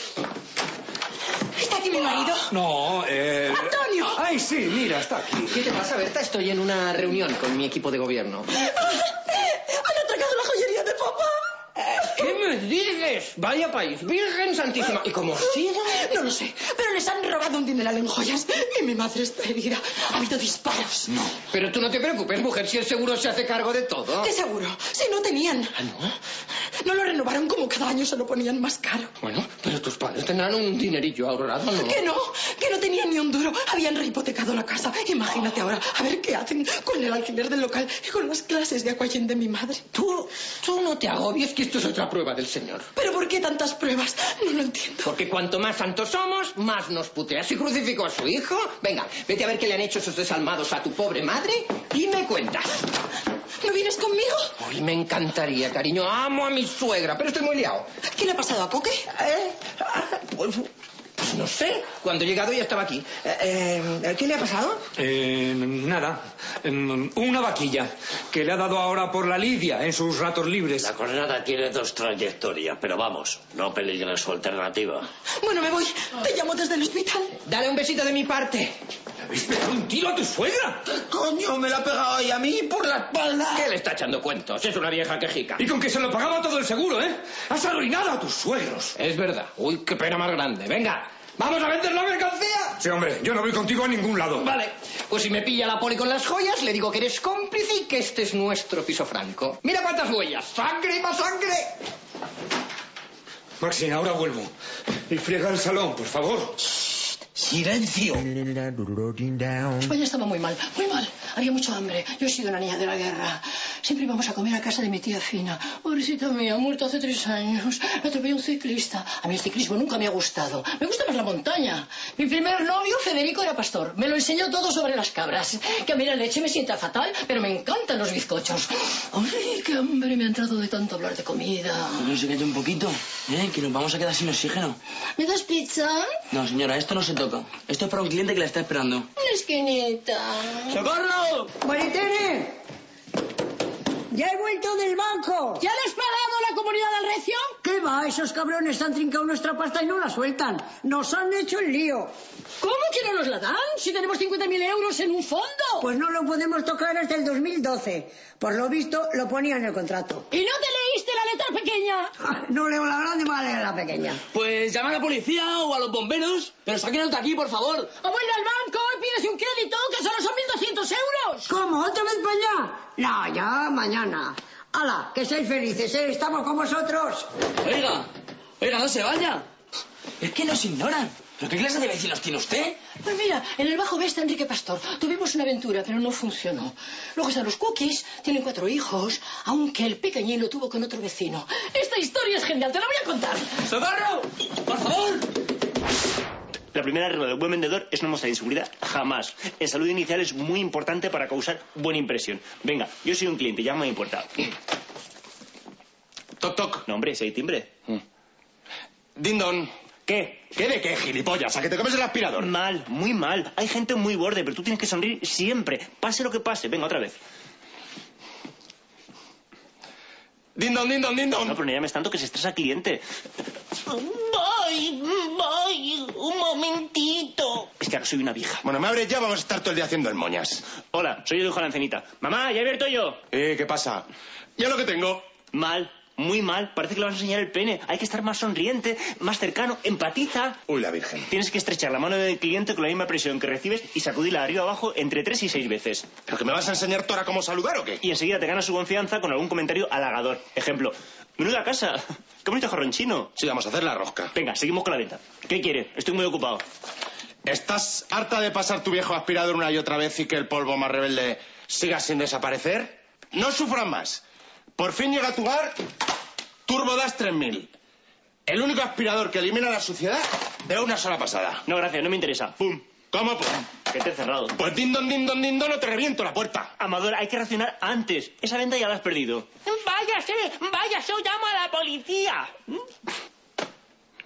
Speaker 22: ¿Está aquí mi marido?
Speaker 1: No, eh...
Speaker 22: ¡Antonio!
Speaker 1: Ay, sí, mira, está aquí.
Speaker 4: ¿Qué te pasa, Berta? Estoy en una reunión con mi equipo de gobierno.
Speaker 22: ¡Han atacado la joyería de papá!
Speaker 4: Eh, ¿Qué me dices? Vaya país, Virgen Santísima. ¿Y cómo sigue?
Speaker 22: No lo sé, pero les han robado un dineral en joyas y mi madre está herida. Ha habido disparos. No.
Speaker 4: Pero tú no te preocupes, mujer, si el seguro se hace cargo de todo. Ah,
Speaker 22: Te seguro, si no tenían. no? lo renovaron como cada año se lo ponían más caro.
Speaker 4: Bueno, pero tus padres tendrán un dinerillo ahorrado, Ah, ¿no?
Speaker 22: Que no, que no tenían ni un duro. Habían rehipotecado la casa. Imagínate ahora, a ver qué hacen con el alquiler del local y con las clases de aquagym de mi madre.
Speaker 4: Tú, tú no te agobies, que esto es otra prueba del Señor.
Speaker 22: ¿Pero por qué tantas pruebas? No lo entiendo.
Speaker 4: Porque cuanto más santos somos, más nos putea. Si crucificó a su hijo, venga, vete a ver qué le han hecho esos desalmados a tu pobre madre y me cuentas.
Speaker 22: ¿No vienes conmigo?
Speaker 4: Uy, me encantaría, cariño. Amo a mi suegra, pero estoy muy liado.
Speaker 22: ¿Qué le ha pasado a Coque?
Speaker 4: Eh, pues no sé. Cuando he llegado ya estaba aquí. Eh, eh, ¿Qué le ha pasado?
Speaker 1: Eh, nada. Mm, Una vaquilla que le ha dado ahora por la lidia en sus ratos libres.
Speaker 17: La coordenada tiene dos trayectorias, pero vamos, no peligra su alternativa.
Speaker 22: Bueno, me voy. Te llamo desde el hospital.
Speaker 4: Dale un besito de mi parte.
Speaker 1: ¿Habéis pegado un tiro a tu suegra?
Speaker 21: ¿Qué coño me la ha pegado hoy a mí por la espalda?
Speaker 4: ¿Qué le está echando cuentos? Es una vieja quejica.
Speaker 1: Y con que se lo pagaba todo el seguro, ¿eh? Has arruinado a tus suegros.
Speaker 4: Es verdad. Uy, qué pena más grande. Venga, vamos a vender la mercancía.
Speaker 1: Sí, hombre, yo no voy contigo a ningún lado.
Speaker 4: Vale, pues si me pilla la poli con las joyas, le digo que eres cómplice y que este es nuestro piso franco. Mira cuántas huellas. Sangre y más sangre.
Speaker 1: Maxine, ahora vuelvo. Y friega el salón, por favor.
Speaker 10: Silencio.
Speaker 22: España estaba muy mal, muy mal. Había mucho hambre. Yo he sido una niña de la guerra. Siempre íbamos a comer a casa de mi tía Fina. Pobrecita mía, muerta hace tres años. La atropelló un ciclista. A mí el ciclismo nunca me ha gustado. Me gusta más la montaña. Mi primer novio, Federico, era pastor. Me lo enseñó todo sobre las cabras. Que a mí la leche me sienta fatal, pero me encantan los bizcochos. ¡Ay, qué hambre me ha entrado de tanto hablar de comida!
Speaker 6: Consíguete un poquito, ¿eh? que nos vamos a quedar sin oxígeno.
Speaker 12: ¿Me das pizza?
Speaker 6: No, señora, esto no se toca. Esto es para un cliente que la está esperando.
Speaker 12: Una esquinita.
Speaker 6: ¡Socorro!
Speaker 23: ¡Maritere! ¡Ya he vuelto del banco!
Speaker 12: ¿Ya les pagado la comunidad al recio?
Speaker 23: ¿Qué va? Esos cabrones han trincado nuestra pasta y no la sueltan. Nos han hecho el lío.
Speaker 12: ¿Cómo que no nos la dan? Si tenemos 50.000 euros en un fondo.
Speaker 23: Pues no lo podemos tocar hasta el 2012. Por lo visto, lo ponía en el contrato.
Speaker 12: ¿Y no te leíste la letra pequeña?
Speaker 23: No leo la grande, más leo la pequeña.
Speaker 6: Pues llama a la policía o a los bomberos, pero sáquenos de aquí, por favor.
Speaker 12: O vuelve al banco y pides un crédito que solo son 1.200 euros.
Speaker 23: ¿Cómo? ¿Otra vez para allá? No, ya mañana. ¡Hala! Que seáis felices, ¿eh? Estamos con vosotros.
Speaker 6: Oiga, oiga, no se vaya. Es que nos ignoran. ¿Pero qué clase de vecinos tiene usted?
Speaker 22: Pues mira, en el bajo B está Enrique Pastor. Tuvimos una aventura, pero no funcionó. Luego están los cookies, tienen cuatro hijos, aunque el pequeñín lo tuvo con otro vecino. Esta historia es genial, te la voy a contar.
Speaker 6: ¡Socorro! ¡Por favor!
Speaker 14: La primera regla de buen vendedor es no mostrar inseguridad jamás. El saludo inicial es muy importante para causar buena impresión. Venga, yo soy un cliente, ya me importa.
Speaker 2: Toc, toc.
Speaker 14: No, hombre, si hay timbre.
Speaker 2: Dindon.
Speaker 14: ¿Qué?
Speaker 2: ¿Qué de qué, gilipollas? ¿A que te comes el aspirador?
Speaker 14: Mal, muy mal. Hay gente muy borde, pero tú tienes que sonreír siempre. Pase lo que pase. Venga, otra vez.
Speaker 2: Dindon, dindon, dindon.
Speaker 14: No, pero no llames tanto que se estresa el cliente.
Speaker 12: Voy, voy, un momentito.
Speaker 14: Es que ahora soy una vieja.
Speaker 2: Bueno, me abres ya, vamos a estar todo el día haciendo el moñas.
Speaker 14: Hola, soy el hijo de la encenita. Mamá, ya he abierto yo.
Speaker 2: Eh, ¿qué pasa? Ya lo que tengo.
Speaker 14: Mal, muy mal, parece que le vas a enseñar el pene. Hay que estar más sonriente, más cercano, empatiza.
Speaker 2: Uy, la Virgen.
Speaker 14: Tienes que estrechar la mano del cliente con la misma presión que recibes y sacudirla arriba abajo entre tres y seis veces.
Speaker 2: ¿Pero que me vas a enseñar Tora cómo saludar o qué?
Speaker 14: Y enseguida te ganas su confianza con algún comentario halagador. Ejemplo, menuda casa, qué bonito jarrón chino.
Speaker 2: Sí, vamos a hacer la rosca.
Speaker 14: Venga, seguimos con la venta. ¿Qué quiere? Estoy muy ocupado.
Speaker 2: ¿Estás harta de pasar tu viejo aspirador una y otra vez y que el polvo más rebelde siga sin desaparecer? No sufran más. Por fin llega a tu hogar Turbo Das 3000. El único aspirador que elimina la suciedad de una sola pasada.
Speaker 14: No, gracias, no me interesa. ¡Pum!
Speaker 2: ¿Cómo pum?
Speaker 14: Que te he cerrado.
Speaker 2: Pues din don, din don, din don, o te reviento la puerta.
Speaker 14: Amador, hay que racionar antes. Esa venta ya la has perdido.
Speaker 8: ¡Váyase! ¡Váyase o llamo a la policía!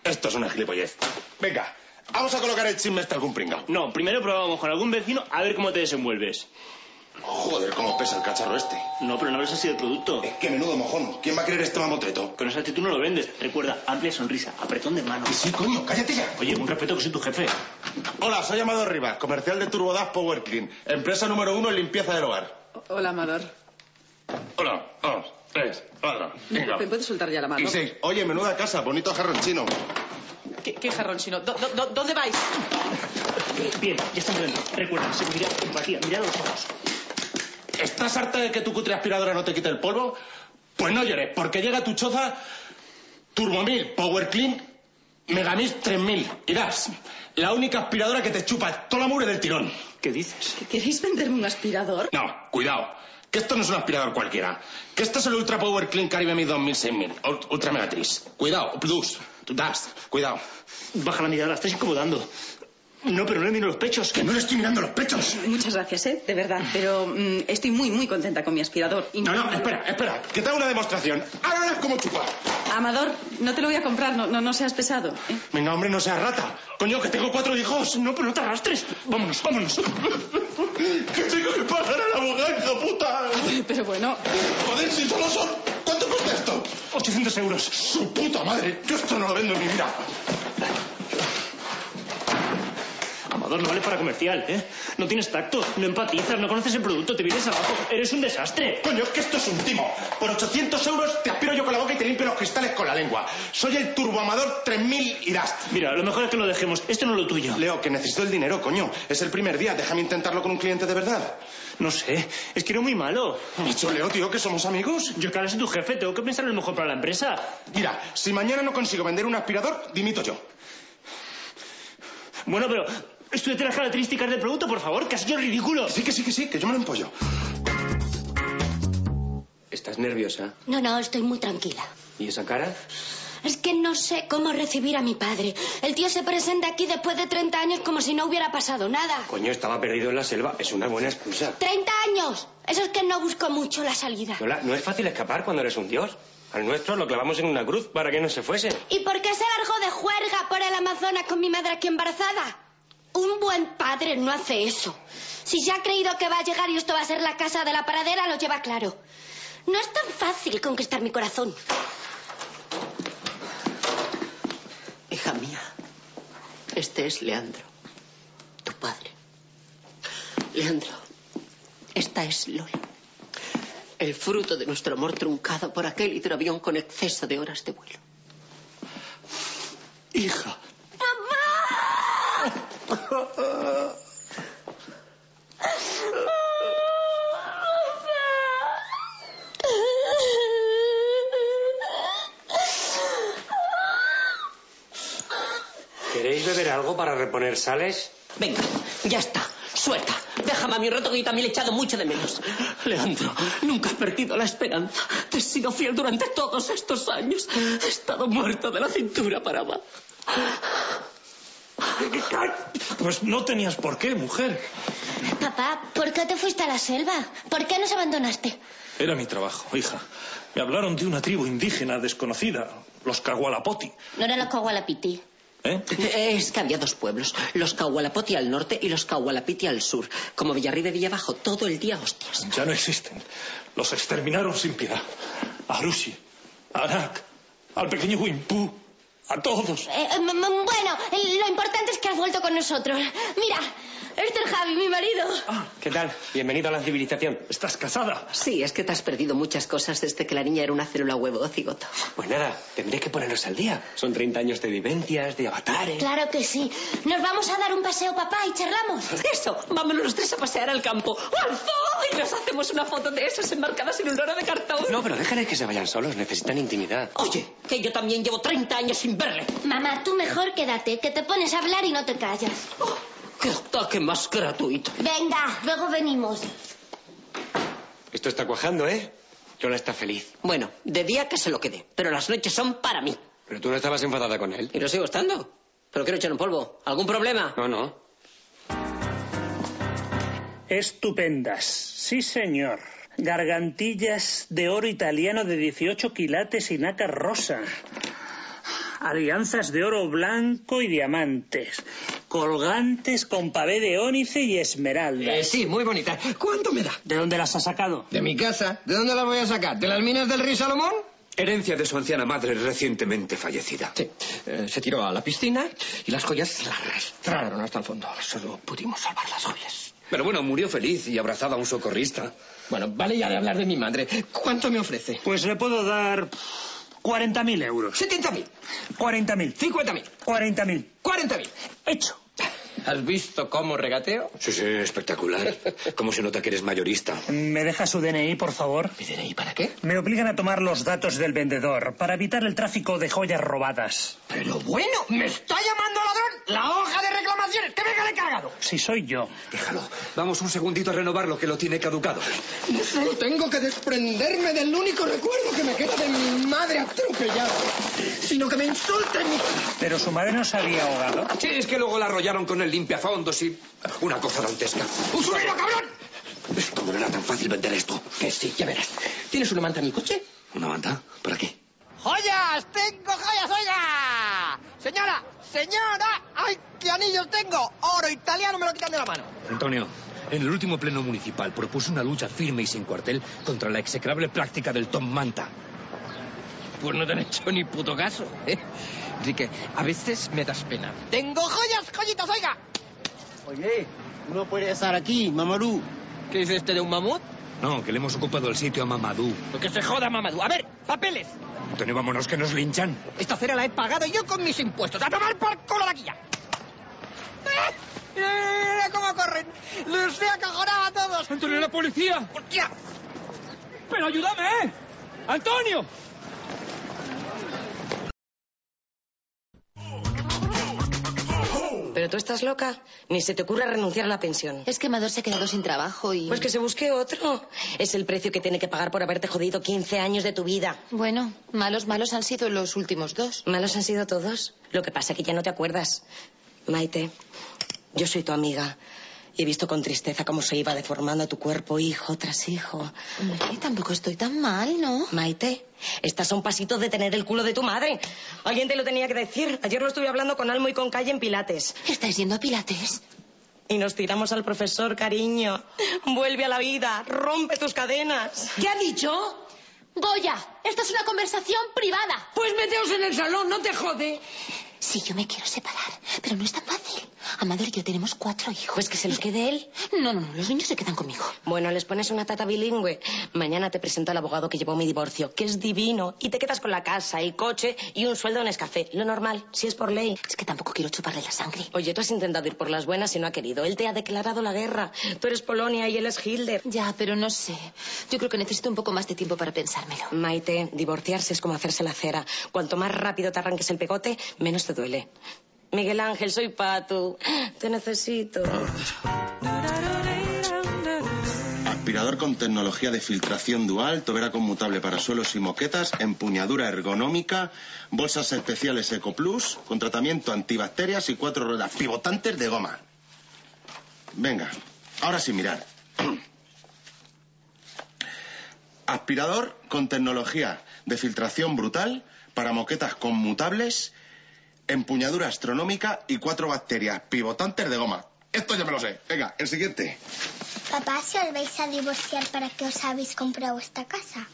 Speaker 2: Esto es una gilipollez. Venga, vamos a colocar el chisme hasta algún pringao.
Speaker 14: No, primero probamos con algún vecino a ver cómo te desenvuelves.
Speaker 2: Joder, cómo pesa el cacharro este.
Speaker 14: No, pero no ves así el producto.
Speaker 2: Es que menudo mojón. ¿Quién va a querer este mamotreto?
Speaker 14: Con esa actitud no lo vendes. Recuerda, amplia sonrisa, apretón de mano.
Speaker 2: Sí, coño, cállate ya.
Speaker 14: Oye, un respeto que soy tu jefe.
Speaker 2: Hola, soy Amado Rivas, comercial de TurboDash Power Clean, empresa número uno en limpieza del hogar.
Speaker 16: Hola, Amador.
Speaker 2: Hola, dos, tres, cuatro, cinco.
Speaker 16: ¿Me puedes soltar ya la mano?
Speaker 2: Y seis. Oye, menuda casa, bonito jarrón chino.
Speaker 16: ¿Qué, qué jarrón chino? ¿Dó- dó- dó- ¿Dónde vais?
Speaker 14: Bien, ya estás dentro. Recuerda, seguridad, empatía, mirad a los ojos.
Speaker 2: ¿Estás harta de que tu cutre aspiradora no te quite el polvo? Pues no llores, porque llega a tu choza Turbomil, Power Clean, Megamix 3000 y DAPS. La única aspiradora que te chupa toda la mugre del tirón.
Speaker 14: ¿Qué dices?
Speaker 16: ¿Queréis venderme un aspirador?
Speaker 2: No, cuidado. Que esto no es un aspirador cualquiera. Que esto es el Ultra Power Clean Caribe Mi 2000 6000. Ult- Ultra Megatriz. Cuidado, Plus. DAPS. Cuidado.
Speaker 14: Baja la mirada, la estás incomodando. No, pero no le miro los pechos.
Speaker 2: Que no le estoy mirando los pechos.
Speaker 16: Muchas gracias, ¿eh? De verdad. Pero mm, estoy muy, muy contenta con mi aspirador. Y-
Speaker 2: No, no, espera, espera. Que te hago una demostración. Ahora verás cómo chupar.
Speaker 16: Amador, no te lo voy a comprar. No, no, no seas pesado. ¿eh?
Speaker 2: Venga, hombre, no seas rata. Coño, que tengo cuatro hijos. No, pero no te arrastres. Vámonos, vámonos. que tengo que pagar a la abogada, hijo puta.
Speaker 16: Pero bueno...
Speaker 2: Joder, si solo son... ¿Cuánto cuesta esto?
Speaker 14: 800 euros.
Speaker 2: Su puta madre. Yo esto no lo vendo en mi vida.
Speaker 14: Amador, no vale para comercial, ¿eh? No tienes tacto, no empatizas, no conoces el producto, te vienes abajo. Eres un desastre.
Speaker 2: Coño, que esto es un timo. Por 800 euros te aspiro yo con la boca y te limpio los cristales con la lengua. Soy el turboamador 3000 y Dust.
Speaker 14: Mira, lo mejor es que lo dejemos. Esto no es lo tuyo.
Speaker 2: Leo, que necesito el dinero, coño. Es el primer día. Déjame intentarlo con un cliente de verdad.
Speaker 14: No sé, es que eres muy malo.
Speaker 2: Dicho Leo, tío, que somos amigos.
Speaker 14: Yo que ahora soy tu jefe, tengo que pensar en lo mejor para la empresa.
Speaker 2: Mira, si mañana no consigo vender un aspirador, dimito yo.
Speaker 14: Bueno, pero estudiate las características del producto, por favor, que has hecho el ridículo.
Speaker 2: Sí, que sí, que sí, que yo me lo empollo.
Speaker 11: Estás nerviosa.
Speaker 12: No, no, estoy muy tranquila.
Speaker 11: ¿Y esa cara?
Speaker 12: Es que no sé cómo recibir a mi padre. El tío se presenta aquí después de 30 años como si no hubiera pasado nada.
Speaker 11: Coño, estaba perdido en la selva. Es una buena excusa.
Speaker 12: ¡30 años! Eso es que no busco mucho la salida.
Speaker 11: Lola, no es fácil escapar cuando eres un dios. Al nuestro lo clavamos en una cruz para que no se fuese.
Speaker 12: ¿Y por qué se largó de juerga por el Amazonas con mi madre aquí embarazada? Un buen padre no hace eso. Si ya ha creído que va a llegar y esto va a ser la casa de la paradera, lo lleva claro. No es tan fácil conquistar mi corazón.
Speaker 23: Hija mía, este es Leandro, tu padre. Leandro, esta es Lola. El fruto de nuestro amor truncado por aquel hidroavión con exceso de horas de vuelo. Hija.
Speaker 11: ¿Queréis beber algo para reponer sales?
Speaker 8: Venga, ya está. Suelta. Déjame a mi rato que yo también le he echado mucho de menos. Leandro, nunca has perdido la esperanza. Te he sido fiel durante todos estos años. He estado muerto de la cintura para abajo.
Speaker 17: Pues no tenías por qué, mujer.
Speaker 12: Papá, ¿por qué te fuiste a la selva? ¿Por qué nos abandonaste?
Speaker 17: Era mi trabajo, hija. Me hablaron de una tribu indígena desconocida, los Cagualapoti.
Speaker 12: No eran los Coahualapití.
Speaker 17: ¿Eh?
Speaker 23: Es que había dos pueblos, los Cahualapoti al norte y los Cahualapiti al sur. Como Villarriba y Villabajo, todo el día hostias.
Speaker 17: Ya no existen. Los exterminaron sin piedad. A Arushi, a Anak, al pequeño Wimpú, a todos.
Speaker 12: Eh, eh, m- m- bueno, lo importante es que has vuelto con nosotros. Mira, Este es Javi, mi marido.
Speaker 8: Ah,
Speaker 11: ¿Qué tal? Bienvenido a la civilización. ¿Estás casada?
Speaker 23: Sí, es que te has perdido muchas cosas desde que la niña era una célula huevo cigoto.
Speaker 11: Pues nada, tendré que ponernos al día. Son 30 años de vivencias, de avatares.
Speaker 12: Claro que sí. Nos vamos a dar un paseo, papá, y charlamos.
Speaker 8: Eso, vámonos los tres a pasear al campo o al zoo y nos hacemos una foto de esas enmarcadas en un loro de cartón.
Speaker 11: No, pero déjales que se vayan solos, necesitan intimidad.
Speaker 8: Oye, que yo también llevo 30 años sin verle.
Speaker 12: Mamá, tú mejor quédate, que te pones a hablar y no te callas.
Speaker 8: ¡Qué ataque más gratuito!
Speaker 12: Venga, luego venimos.
Speaker 11: Esto está cuajando, ¿eh? Lola está feliz.
Speaker 8: Bueno, de día que se lo quede, pero las noches son para mí.
Speaker 11: Pero tú no estabas enfadada con él.
Speaker 8: Y lo sigo estando. Pero quiero echar un polvo. ¿Algún problema?
Speaker 11: No, no.
Speaker 24: Estupendas. Sí, señor. Gargantillas de oro italiano de 18 quilates y nácar rosa. Alianzas de oro blanco y diamantes. Colgantes con pavé de ónice y esmeralda.
Speaker 4: Eh, sí, muy bonita. ¿Cuánto me da?
Speaker 24: ¿De dónde las ha sacado?
Speaker 4: De mi casa. ¿De dónde las voy a sacar? ¿De las minas del río Salomón?
Speaker 1: Herencia de su anciana madre recientemente fallecida.
Speaker 4: Sí. Eh, se tiró a la piscina y las joyas se la arrastraron hasta el fondo. Solo pudimos salvar las joyas.
Speaker 1: Pero bueno, murió feliz y abrazaba a un socorrista.
Speaker 4: Bueno, vale ya de hablar de mi madre. ¿Cuánto me ofrece?
Speaker 24: Pues le puedo dar 40.000 euros.
Speaker 4: 70.000.
Speaker 24: 40.000.
Speaker 4: 50.000.
Speaker 24: 40.000.
Speaker 4: 40.000.
Speaker 24: Hecho.
Speaker 4: ¿Has visto cómo regateo?
Speaker 1: Sí, sí, espectacular. ¿Cómo se nota que eres mayorista?
Speaker 24: ¿Me deja su DNI, por favor?
Speaker 4: ¿Mi DNI para qué?
Speaker 24: Me obligan a tomar los datos del vendedor para evitar el tráfico de joyas robadas.
Speaker 4: Pero bueno, me está llamando ladrón la hoja de reclamaciones. ¡Que venga de cargado!
Speaker 24: Si soy yo.
Speaker 1: Déjalo. Vamos un segundito a renovarlo, que lo tiene caducado.
Speaker 4: Solo tengo que desprenderme del único recuerdo que me queda de mi madre atropellada. Sino que me insulta en mi...
Speaker 24: Pero su madre no se había ahogado.
Speaker 1: Sí, es que luego la arrollaron con el limpiafondos y... Una cosa dantesca.
Speaker 4: ¡Usurero, cabrón!
Speaker 1: ¿Cómo no era tan fácil vender esto?
Speaker 4: Que sí, ya verás. ¿Tienes una manta en mi coche?
Speaker 1: ¿Una manta? ¿Para qué?
Speaker 25: ¡Joyas! ¡Tengo joyas, oiga! Señora, señora, ¡ay, qué anillos tengo! Oro italiano me lo quitan de la mano.
Speaker 26: Antonio, en el último pleno municipal propuse una lucha firme y sin cuartel contra la execrable práctica del Tom Manta.
Speaker 4: Pues no te han hecho ni puto caso, ¿eh? Enrique, a veces me das pena.
Speaker 25: ¡Tengo joyas, joyitas, oiga!
Speaker 27: Oye, tú no puedes estar aquí, Mamarú.
Speaker 4: ¿Qué dice este de un mamut?
Speaker 26: No, que le hemos ocupado el sitio a Mamadou.
Speaker 4: Lo que se joda, Mamadou. A ver, papeles.
Speaker 1: Antonio, vámonos que nos linchan.
Speaker 25: Esta cera la he pagado yo con mis impuestos. ¡A tomar por culo de aquí ya! ¡Ah! ¡Mira, mira, mira cómo corren! ¡Los he acojonado a todos!
Speaker 6: ¡Antonio, la policía!
Speaker 25: ¡Hostia!
Speaker 6: ¡Pero ayúdame, eh! ¡Antonio!
Speaker 23: ¿Pero tú estás loca? Ni se te ocurra renunciar a la pensión.
Speaker 9: Es que Amador se ha quedado sin trabajo y...
Speaker 23: Pues que se busque otro. Es el precio que tiene que pagar por haberte jodido 15 años de tu vida.
Speaker 9: Bueno, malos, malos han sido los últimos dos.
Speaker 23: Malos han sido todos. Lo que pasa es que ya no te acuerdas. Maite, yo soy tu amiga. Y he visto con tristeza cómo se iba deformando tu cuerpo hijo tras hijo.
Speaker 9: Hombre, tampoco estoy tan mal, ¿no?
Speaker 23: Maite, estás a un pasito de tener el culo de tu madre. Alguien te lo tenía que decir. Ayer lo estuve hablando con Almo y con Calle en Pilates.
Speaker 9: ¿Estáis yendo a Pilates?
Speaker 23: Y nos tiramos al profesor, cariño. Vuelve a la vida, rompe tus cadenas.
Speaker 25: ¿Qué ha dicho?
Speaker 12: Goya, esta es una conversación privada.
Speaker 25: Pues meteos en el salón, no te jode.
Speaker 9: Sí, yo me quiero separar, pero no es tan fácil. Amador y yo tenemos cuatro hijos.
Speaker 23: Pues que se los quede él.
Speaker 9: No, no, no, los niños se quedan conmigo.
Speaker 23: Bueno, les pones una tata bilingüe. Mañana te presento al abogado que llevó mi divorcio, que es divino. Y te quedas con la casa, el coche y un sueldo en escafé. Lo normal, si es por ley.
Speaker 9: Es que tampoco quiero chuparle la sangre.
Speaker 23: Oye, tú has intentado ir por las buenas y no ha querido. Él te ha declarado la guerra. Tú eres Polonia y él es Hitler.
Speaker 9: Ya, pero no sé. Yo creo que necesito un poco más de tiempo para pensármelo.
Speaker 23: Maite, divorciarse es como hacerse la cera. Cuanto más rápido te arranques el pegote, menos te duele. Miguel Ángel, soy Pato. Te necesito.
Speaker 2: Aspirador con tecnología de filtración dual, tobera conmutable para suelos y moquetas, empuñadura ergonómica, bolsas especiales EcoPlus, con tratamiento antibacterias y cuatro ruedas pivotantes de goma. Venga, ahora sí mirar. Aspirador con tecnología de filtración brutal para moquetas conmutables empuñadura astronómica y cuatro bacterias pivotantes de goma. Esto ya me lo sé. Venga, el siguiente.
Speaker 28: Papá, si os vais a divorciar, ¿para qué os habéis comprado esta casa?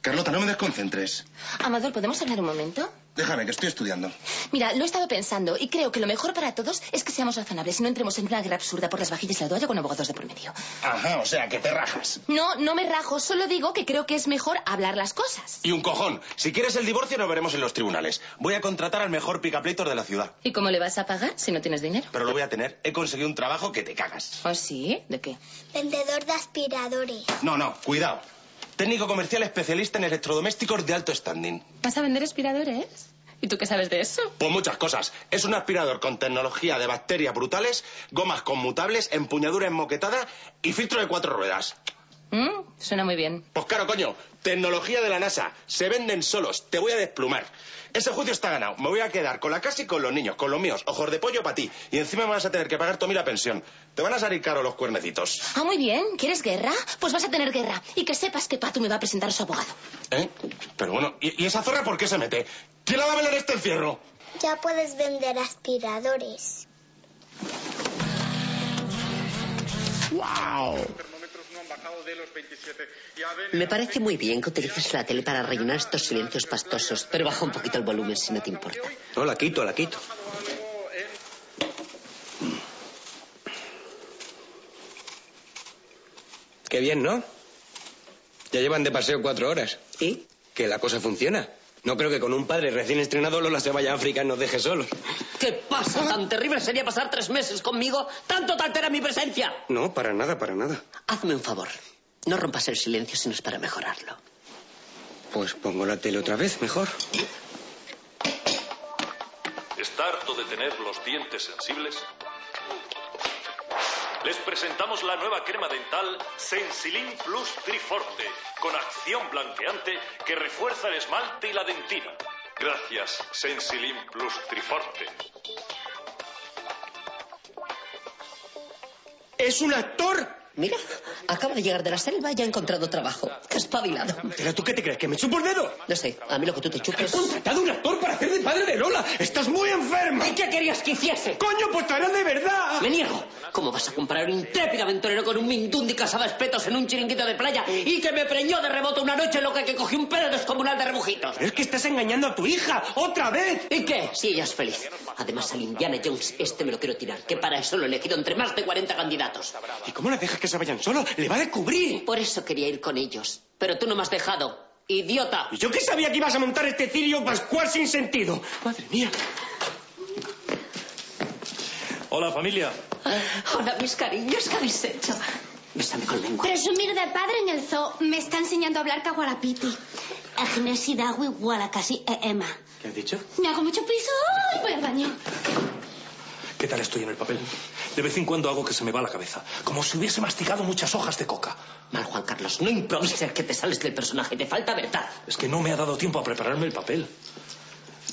Speaker 2: Carlota, no me desconcentres.
Speaker 9: Amador, ¿podemos hablar un momento?
Speaker 2: Déjame, que estoy estudiando.
Speaker 9: Mira, lo he estado pensando y creo que lo mejor para todos es que seamos razonables y no entremos en una guerra absurda por las vajillas de la toalla con abogados de por medio.
Speaker 2: Ajá, o sea, que te rajas.
Speaker 9: No, no me rajo, solo digo que creo que es mejor hablar las cosas.
Speaker 2: Y un cojón. Si quieres el divorcio, nos veremos en los tribunales. Voy a contratar al mejor picapleitor de la ciudad.
Speaker 9: ¿Y cómo le vas a pagar si no tienes dinero?
Speaker 2: Pero lo voy a tener. He conseguido un trabajo que te cagas.
Speaker 9: ¿Oh, sí? ¿De qué?
Speaker 28: Vendedor de aspiradores.
Speaker 2: No, no, cuidado. Técnico comercial especialista en electrodomésticos de alto standing.
Speaker 9: ¿Vas a vender aspiradores? ¿Y tú qué sabes de eso?
Speaker 2: Pues muchas cosas. Es un aspirador con tecnología de bacterias brutales, gomas conmutables, empuñadura enmoquetada y filtro de cuatro ruedas.
Speaker 9: Mm, Suena muy bien.
Speaker 2: Pues claro, coño, tecnología de la NASA. Se venden solos, te voy a desplumar. Ese juicio está ganado. Me voy a quedar con la casa y con los niños, con los míos. Ojos de pollo para ti. Y encima me vas a tener que pagar Tommy la pensión. Te van a salir caro los cuernecitos.
Speaker 9: Ah, muy bien. ¿Quieres guerra? Pues vas a tener guerra. Y que sepas que Pato me va a presentar a su abogado.
Speaker 2: ¿Eh? Pero bueno, ¿y, y esa zorra por qué se mete? ¿Quién la va a velar este encierro?
Speaker 28: Ya puedes vender aspiradores.
Speaker 29: ¡Wow!
Speaker 13: Me parece muy bien que utilices la tele para rellenar estos silencios pastosos, pero baja un poquito el volumen si no te importa.
Speaker 29: No, la quito, la quito. Qué bien, ¿no? Ya llevan de paseo cuatro horas.
Speaker 13: ¿Y?
Speaker 29: Que la cosa funciona. No creo que con un padre recién estrenado Lola se vaya a África y nos deje solos.
Speaker 8: ¿Qué pasa? Tan terrible sería pasar tres meses conmigo. Tanto te altera mi presencia.
Speaker 29: No, para nada, para nada.
Speaker 13: Hazme un favor. No rompas el silencio si no es para mejorarlo.
Speaker 29: Pues pongo la tele otra vez, mejor.
Speaker 30: ¿Está harto de tener los dientes sensibles? Les presentamos la nueva crema dental Sensilin Plus Triforte, con acción blanqueante que refuerza el esmalte y la dentina. Gracias, Sensilin Plus Triforte.
Speaker 13: ¿Es un actor? Mira, acaba de llegar de la selva y ha encontrado trabajo. ¡Qué espabilado!
Speaker 29: ¿Pero tú qué te crees? ¿Que me chupo el dedo?
Speaker 13: No sé, a mí lo que tú te chupes...
Speaker 29: contratado un actor para hacer de padre de Lola! ¡Estás muy enferma!
Speaker 8: ¿Y qué querías que hiciese?
Speaker 29: ¡Coño, pues te harán de verdad!
Speaker 8: Me niego. ¿Cómo vas a comparar un intrépido aventurero con un mindundi que asaba espetos en un chiringuito de playa y que me preñó de rebote una noche en lo que, que cogí un pedo descomunal de rebujitos?
Speaker 29: ¡Es que estás engañando a tu hija! ¡Otra vez!
Speaker 8: ¿Y qué? Si ella es feliz. Además, al Indiana Jones este me lo quiero tirar, que para eso lo he elegido entre más de 40 candidatos.
Speaker 29: ¿Y cómo la dejas que se vayan solo? ¡Le va a descubrir!
Speaker 8: Por eso quería ir con ellos. Pero tú no me has dejado. ¡Idiota!
Speaker 29: Yo que sabía que ibas a montar este cirio pascual sin sentido. Madre mía.
Speaker 30: Hola, familia.
Speaker 8: Ah, Hola, mis cariños, ¿qué habéis hecho? Bésame con lengua.
Speaker 12: Presumir de padre en el zoo me está enseñando a hablar caguarapiti. Agnesi dawi walakasi e ema.
Speaker 29: ¿Qué has dicho?
Speaker 12: Me hago mucho piso y voy al baño.
Speaker 30: ¿Qué tal estoy en el papel? De vez en cuando hago que se me va la cabeza, como si hubiese masticado muchas hojas de coca.
Speaker 8: Mal, Juan Carlos, no improvises que te sales del personaje, te falta verdad.
Speaker 30: Es que no me ha dado tiempo a prepararme el papel.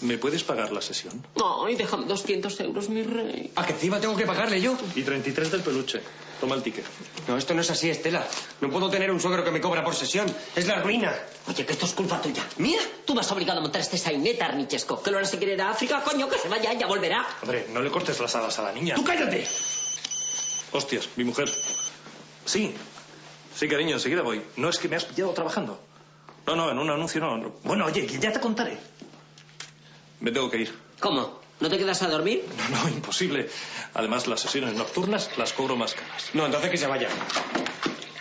Speaker 30: ¿Me puedes pagar la sesión?
Speaker 8: Ay, déjame 200 euros, mi rey.
Speaker 29: ¿A que encima tengo que pagarle yo?
Speaker 30: Y 33 del peluche. Toma el ticket.
Speaker 29: No, esto no es así, Estela. No puedo tener un suegro que me cobra por sesión. Es la ruina.
Speaker 8: Oye, que esto es culpa tuya. Mira, tú me has obligado a montar este sainete arnichesco. Que Lola se quiere ir a África, coño, que se vaya, ya volverá.
Speaker 30: Hombre, no le cortes las alas a la niña.
Speaker 29: ¡Tú cállate!
Speaker 30: Hostias, mi mujer. Sí. Sí, cariño, enseguida voy. No es que me has pillado trabajando. No, no, en un anuncio no. no. Bueno, oye, que ya te contaré. Me tengo que ir.
Speaker 8: ¿Cómo? ¿No te quedas a dormir?
Speaker 30: No, no, imposible. Además, las sesiones nocturnas las cobro más caras.
Speaker 29: No, entonces que se vaya.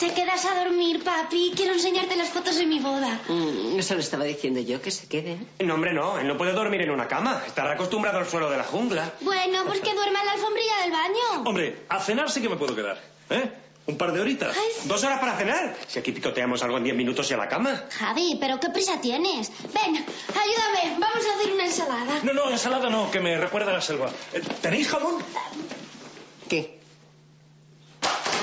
Speaker 12: Te quedas a dormir, papi. Quiero enseñarte las fotos de mi boda.
Speaker 8: Mm, eso le estaba diciendo yo, que se quede.
Speaker 29: No, hombre, no. Él no puede dormir en una cama. Estará acostumbrado al suelo de la jungla.
Speaker 12: Bueno, pues que duerma en la alfombrilla del baño.
Speaker 30: Hombre, a cenar sí que me puedo quedar. ¿Eh? Un par de horitas.
Speaker 29: ¿Dos horas para cenar? Si aquí picoteamos algo en diez minutos y a la cama.
Speaker 12: Javi, pero qué prisa tienes. Ven, ayúdame. Vamos a hacer una ensalada.
Speaker 30: No, no, ensalada no, que me recuerda a la selva. Eh, ¿Tenéis jamón?
Speaker 13: ¿Qué?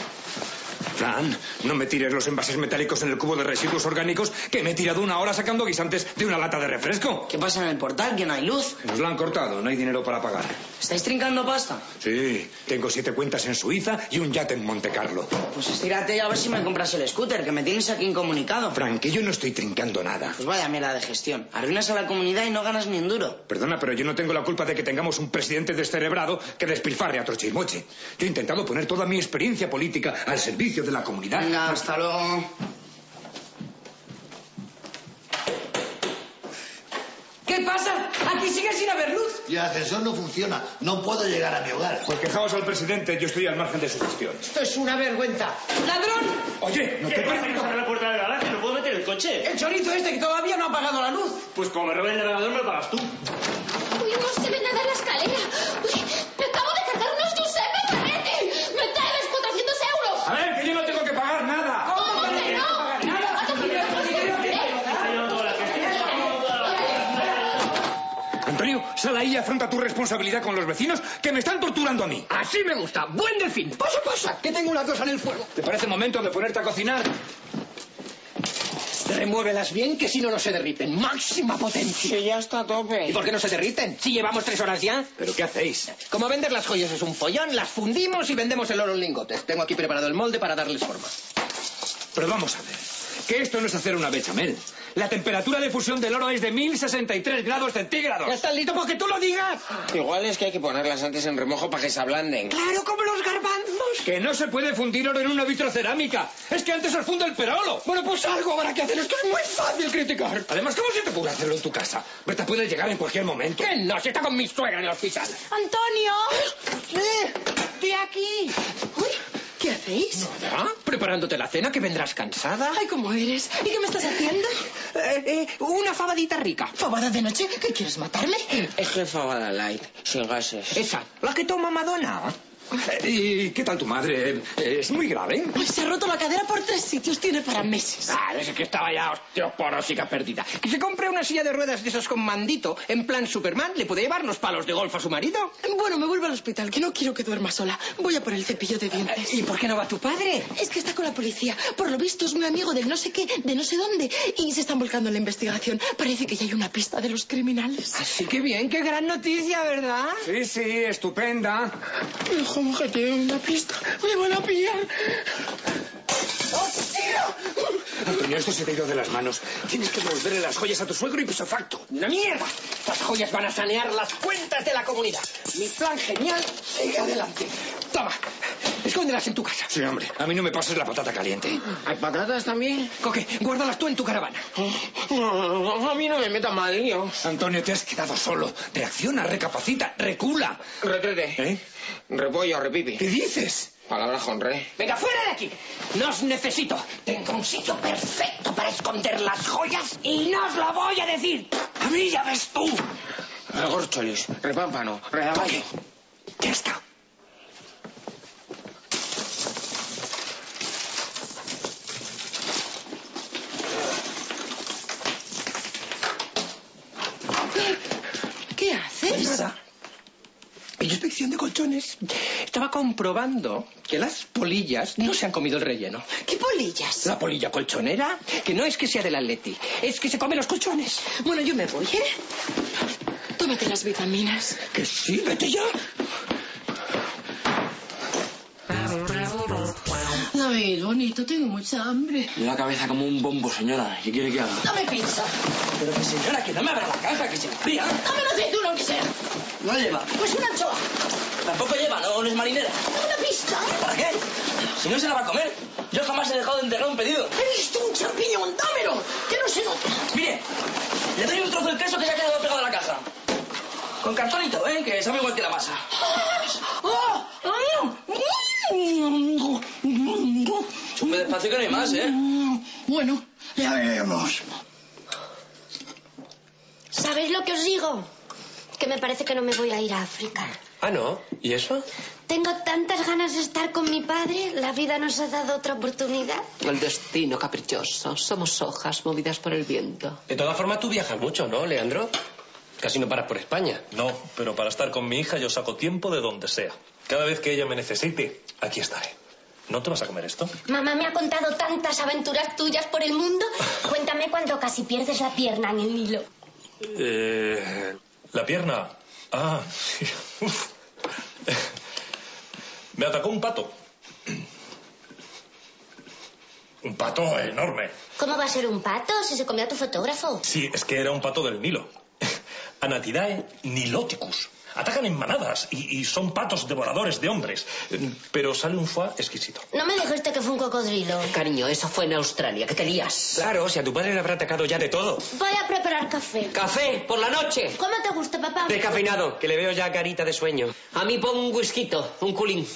Speaker 1: Fran, no me tires los envases metálicos en el cubo de residuos orgánicos que me he tirado una hora sacando guisantes de una lata de refresco.
Speaker 8: ¿Qué pasa en el portal? ¿Que no hay luz?
Speaker 1: Nos la han cortado, no hay dinero para pagar.
Speaker 8: ¿Estáis trincando pasta?
Speaker 1: Sí, tengo siete cuentas en Suiza y un yate en Monte Carlo.
Speaker 8: Pues estírate y a ver si me compras el scooter, que me tienes aquí incomunicado.
Speaker 1: Fran, que yo no estoy trincando nada.
Speaker 8: Pues vaya mierda de gestión. Arruinas a la comunidad y no ganas ni un duro.
Speaker 1: Perdona, pero yo no tengo la culpa de que tengamos un presidente descerebrado que despilfarre a Trochimoche. Yo he intentado poner toda mi experiencia política al servicio de la comunidad.
Speaker 8: Venga, hasta luego. ¿Qué pasa?
Speaker 11: y el ascensor no funciona. No puedo llegar a mi hogar.
Speaker 1: Pues quejaos al presidente, yo estoy al margen de su gestión.
Speaker 11: Esto es una vergüenza. ¡Ladrón!
Speaker 1: Oye, no te
Speaker 14: Tengo que cerrar la puerta del garaje, no puedo meter el coche.
Speaker 11: El chorizo este que todavía no ha apagado la luz.
Speaker 14: Pues como me roben el navegador, me lo pagas tú.
Speaker 9: Uy, no se ve nada en la escalera. Uy, me acabo de cargar unos Giuseppe Ferretti. ¡Me debes 400 euros!
Speaker 1: A ver, que yo no tengo que pagar nada.
Speaker 9: ¿Cómo que no?
Speaker 1: Antonio, sal ahí y afronta tu responsabilidad con los vecinos que me están torturando a mí. Pues,
Speaker 4: Así me gusta. Buen delfín. Pasa, pasa, que tengo una cosa en el fuego.
Speaker 1: ¿Te parece momento de ponerte a cocinar?
Speaker 4: Remuévelas bien, que si no, no se derriten. Máxima potencia.
Speaker 31: ya está a tope.
Speaker 4: ¿Y por qué no se derriten? Si llevamos tres horas ya.
Speaker 1: ¿Pero qué hacéis?
Speaker 4: Como vender las joyas es un follón, las fundimos y vendemos el oro en lingotes. Tengo aquí preparado el molde para darles forma.
Speaker 1: Pero vamos a ver. Que esto no es hacer una bechamel. La temperatura de fusión del oro es de 1063 grados centígrados.
Speaker 4: Ya está listo porque tú lo digas.
Speaker 31: Igual es que hay que ponerlas antes en remojo para que se ablanden.
Speaker 4: Claro, como los garbanzos.
Speaker 1: Que no se puede fundir oro en una vitrocerámica. Es que antes se funde el perolo.
Speaker 4: Bueno, pues algo habrá que hacer. Es que es muy fácil criticar.
Speaker 1: Además, ¿cómo se te ocurre hacerlo en tu casa? Berta puede llegar en cualquier momento.
Speaker 4: ¿Qué no? Si está con mi suegra en el hospital.
Speaker 7: ¡Antonio! ¡Eh! ¡De aquí! Uy, ¿Qué hacéis?
Speaker 4: ¿Ah? ¿Preparándote la cena que vendrás cansada?
Speaker 7: Ay, ¿cómo eres? ¿Y qué me estás haciendo?
Speaker 4: Eh, eh, una fabadita rica.
Speaker 7: ¿Fabada de noche? ¿Qué quieres matarme?
Speaker 31: Esto es fabada light, sin gases.
Speaker 4: Esa, la que toma Madonna.
Speaker 1: Eh, ¿Y qué tal tu madre? Eh, Es muy grave.
Speaker 7: Pues Se ha roto la cadera por tres sitios, tiene para meses.
Speaker 4: Ah, es que estaba ya osteoporósica perdida. Que se compre una silla de ruedas de esas con mandito, en plan Superman, ¿le puede llevar los palos de golf a su marido?
Speaker 7: Bueno, me vuelvo al hospital, que no quiero que duerma sola. Voy a por el cepillo de dientes.
Speaker 4: ¿Y por qué no va tu padre?
Speaker 7: Es que está con la policía. Por lo visto es un amigo del no sé qué, de no sé dónde. Y se están volcando en la investigación. Parece que ya hay una pista de los criminales.
Speaker 4: Así que bien, qué gran noticia, ¿verdad?
Speaker 1: Sí, sí, estupenda.
Speaker 7: Como que tiene una pista. Me van a pillar. ¡Hostia!
Speaker 1: Antonio, esto se te ha ido de las manos. Tienes que volverle las joyas a tu suegro y pesofacto.
Speaker 4: ¡Una mierda! Estas joyas van a sanear las cuentas de la comunidad. Mi plan genial sigue adelante. Toma, escóndelas en tu casa.
Speaker 1: Sí, hombre, a mí no me pases la patata caliente.
Speaker 31: ¿Hay patatas también?
Speaker 4: Coque, guárdalas tú en tu caravana.
Speaker 31: No, a mí no me metan mal lío.
Speaker 1: Antonio, te has quedado solo. Reacciona, recapacita, recula.
Speaker 31: Retrete.
Speaker 1: ¿Eh?
Speaker 31: Repollo, repipi.
Speaker 1: ¿Qué dices?
Speaker 31: Palabras con re.
Speaker 4: Venga, fuera de aquí. No os necesito. Tengo un sitio perfecto para esconder las joyas y no os lo voy a decir. A mí ya ves tú.
Speaker 31: Agorcholis, repámpano, redaballo.
Speaker 4: Ya está.
Speaker 7: ¿Qué haces?
Speaker 4: Nada. En la inspección de colchones estaba comprobando que las polillas no se han comido el relleno.
Speaker 7: ¿Qué polillas?
Speaker 4: La polilla colchonera, que no es que sea del Atleti, es que se come los colchones.
Speaker 7: Bueno, yo me voy, ¿eh? Tómate las vitaminas.
Speaker 4: Que sí, vete ya.
Speaker 8: Ay, bonito, tengo mucha hambre.
Speaker 11: La cabeza como un bombo, señora. ¿Qué quiere que haga?
Speaker 8: Dame pizza.
Speaker 4: Pero que señora, que no me abra la caja, que se enfría.
Speaker 8: Dame una aceituna, aunque
Speaker 12: eh.
Speaker 8: sea.
Speaker 11: No lleva.
Speaker 8: Pues una anchoa.
Speaker 11: Tampoco lleva, no, no es marinera.
Speaker 8: Dame una pista.
Speaker 12: ¿eh?
Speaker 11: ¿Para qué? Si no se la va a comer. Yo jamás he dejado de enterrar un pedido.
Speaker 8: He visto un champiñón. Dámelo. Que no se nota.
Speaker 11: Mire, le doy un trozo de queso que se ha quedado pegado a la caja. Con cartonito, ¿eh? Que sabe igual que la masa. Sube despacio que no hay más, ¿eh?
Speaker 12: Mm,
Speaker 8: Bueno, ya veremos.
Speaker 12: ¿Sabéis lo que os digo? Que me parece que no me voy a ir a África.
Speaker 11: Ah, ¿no? ¿Y eso?
Speaker 12: Tengo tantas ganas de estar con mi padre. La vida nos ha dado otra oportunidad.
Speaker 8: El destino caprichoso. Somos hojas movidas por el viento.
Speaker 11: De todas formas, tú viajas Pues mucho, ¿no, Leandro? Casi no paras por España.
Speaker 30: No, pero para estar con mi hija yo saco tiempo de donde sea. Cada vez que ella me necesite, aquí estaré. ¿No te vas a comer esto?
Speaker 12: Mamá me ha contado tantas aventuras tuyas por el mundo. Cuéntame cuando casi pierdes la pierna en el hilo.
Speaker 30: Eh, la pierna. Ah, sí. Uf. Me atacó un pato. Un pato enorme.
Speaker 12: ¿Cómo va a ser un pato si se comió a tu fotógrafo?
Speaker 30: Sí, es que era un pato del Nilo. Anatidae niloticus. Atacan en manadas y, y son patos devoradores de hombres. Eh, Pero sale un foie exquisito.
Speaker 12: No me dijiste que fue un cocodrilo.
Speaker 8: Cariño, eso fue en Australia, que te lías.
Speaker 11: Claro, si a tu padre le habrá atacado ya de todo.
Speaker 12: Voy a preparar café.
Speaker 32: Café, por la noche.
Speaker 12: ¿Cómo te gusta, papá?
Speaker 11: Descafeinado, que le veo ya carita de sueño.
Speaker 32: A mí pon un whisky, un culín.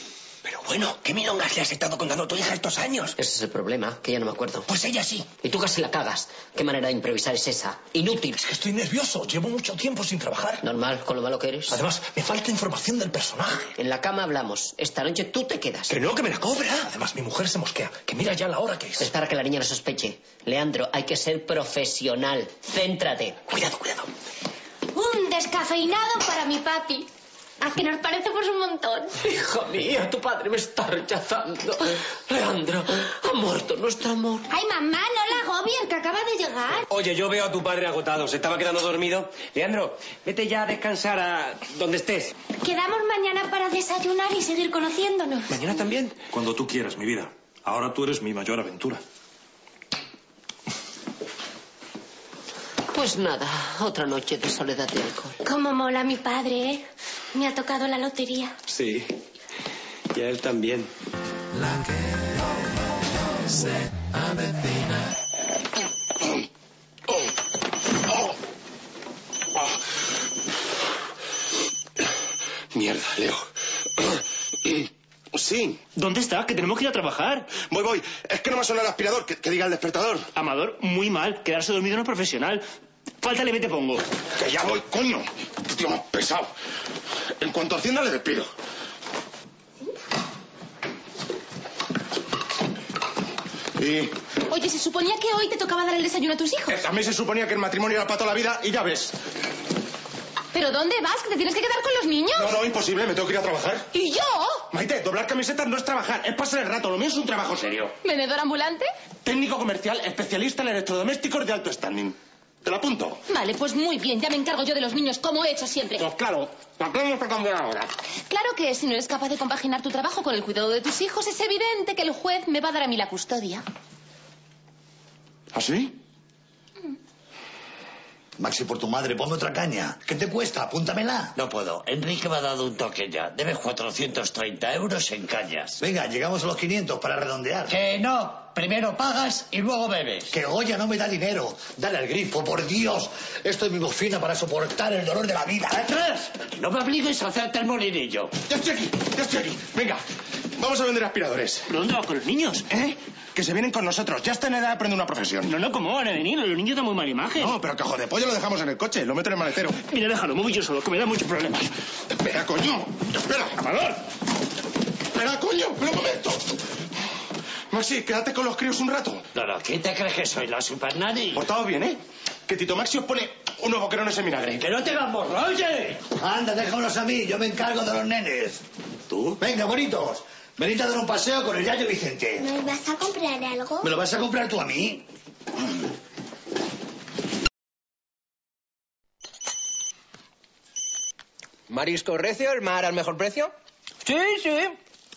Speaker 8: Pero bueno, ¿qué milongas le has estado contando a tu hija estos años? Ese es el problema, que ya no me acuerdo. Pues ella sí. Y tú casi la cagas. ¿Qué manera de improvisar es esa? Inútil. Es que estoy nervioso. Llevo mucho tiempo sin trabajar. Normal, con lo malo que eres. Además, me falta información del personaje. En la cama hablamos. Esta noche tú te quedas.
Speaker 11: Que no, que me la cobra.
Speaker 8: Ah,
Speaker 11: Además, mi mujer se mosquea. Que mira ya la hora que es.
Speaker 8: Es para que la niña no sospeche. Leandro, hay que ser profesional. Céntrate. Cuidado, cuidado.
Speaker 12: Un descafeinado para mi papi. A que nos parecemos un montón.
Speaker 32: Hija mía, tu padre me está rechazando. Leandro, ha muerto nuestro amor.
Speaker 12: Ay, mamá, no la agobien, que acaba de llegar.
Speaker 11: Oye, yo veo a tu padre agotado. Se estaba quedando dormido. Leandro, vete ya a descansar a donde estés.
Speaker 12: Quedamos mañana para desayunar y seguir conociéndonos.
Speaker 11: ¿Mañana también?
Speaker 30: Cuando tú quieras, mi vida. Ahora tú eres mi mayor aventura.
Speaker 8: Pues nada, otra noche de soledad y alcohol.
Speaker 12: Cómo mola mi padre, ¿eh? Me ha tocado la lotería.
Speaker 11: Sí. Y a él también.
Speaker 2: Mierda, Leo. Sí.
Speaker 14: ¿Dónde está? Que tenemos que ir a trabajar.
Speaker 2: Voy, voy. Es que no me suena el aspirador. Que, que diga el despertador.
Speaker 14: Amador, muy mal. Quedarse dormido no es profesional. Falta le te pongo.
Speaker 2: Que ya voy, coño. Este tío más pesado. En cuanto a Hacienda le despido. Y
Speaker 9: Oye, se suponía que hoy te tocaba dar el desayuno a tus hijos.
Speaker 2: que también se suponía que el matrimonio era para toda la vida y ya ves.
Speaker 9: ¿Pero dónde vas? ¿Que te tienes que quedar con los niños?
Speaker 2: No, no, imposible. Me tengo que ir a trabajar.
Speaker 9: ¿Y yo?
Speaker 2: Maite, doblar camisetas no es trabajar, es pasar el rato. Lo mío es un trabajo serio.
Speaker 9: ¿Vendedor ambulante?
Speaker 2: Técnico comercial, especialista en electrodomésticos de alto standing. Te lo apunto.
Speaker 9: Vale, pues muy bien, ya me encargo yo de los niños, como he hecho siempre.
Speaker 2: Pues claro, la plan está cambiando ahora.
Speaker 9: Claro que si no eres capaz de compaginar tu trabajo con el cuidado de tus hijos, es evidente que el juez me va a dar a mí la custodia.
Speaker 2: ¿Ah, sí?
Speaker 17: Maxi, por tu madre, ponme otra caña. ¿Qué te cuesta? Apúntamela.
Speaker 33: No puedo. Enrique me ha dado un toque ya. Debes 430 euros en cañas.
Speaker 17: Venga, llegamos a los 500 para redondear.
Speaker 33: Que no. Primero pagas y luego bebes.
Speaker 17: Que Goya no me da dinero. Dale al grifo, por Dios. Esto es mi bofina para soportar el dolor de la vida. ¿eh?
Speaker 33: ¡Atrás! No me obligues a hacerte el molinillo.
Speaker 2: Ya estoy aquí, ya estoy aquí. Venga, vamos a vender aspiradores.
Speaker 14: ¿Pero dónde vas con los niños?
Speaker 2: ¿Eh? Que se vienen con nosotros. Ya está en edad de aprender una profesión.
Speaker 14: No, no, ¿cómo van a venir? Los niños dan muy mala imagen.
Speaker 2: No, pero cajo de pollo lo dejamos en el coche, lo meto en el maletero.
Speaker 14: Mira, déjalo, me voy yo solo, que me da muchos problemas.
Speaker 2: Espera, coño. Espera.
Speaker 14: ¡Amador!
Speaker 2: Espera, coño. Pero un momento. Maxi, quédate con los críos un rato.
Speaker 33: No, no, ¿qué te crees que soy? ¿La super nanny?
Speaker 2: Portaos bien, ¿eh? Que Tito Maxi os pone unos boquerones en vinagre.
Speaker 33: ¡Que no te vamos, oye!
Speaker 17: Anda, déjamelos a mí, yo me encargo de los nenes. ¿Tú? Venga, bonitos. Venid a dar un paseo con el Yayo Vicente.
Speaker 12: ¿Nos vas a comprar algo?
Speaker 17: ¿Me lo vas a comprar tú a mí?
Speaker 4: ¿Marisco recio, el mar al mejor precio? Sí, sí.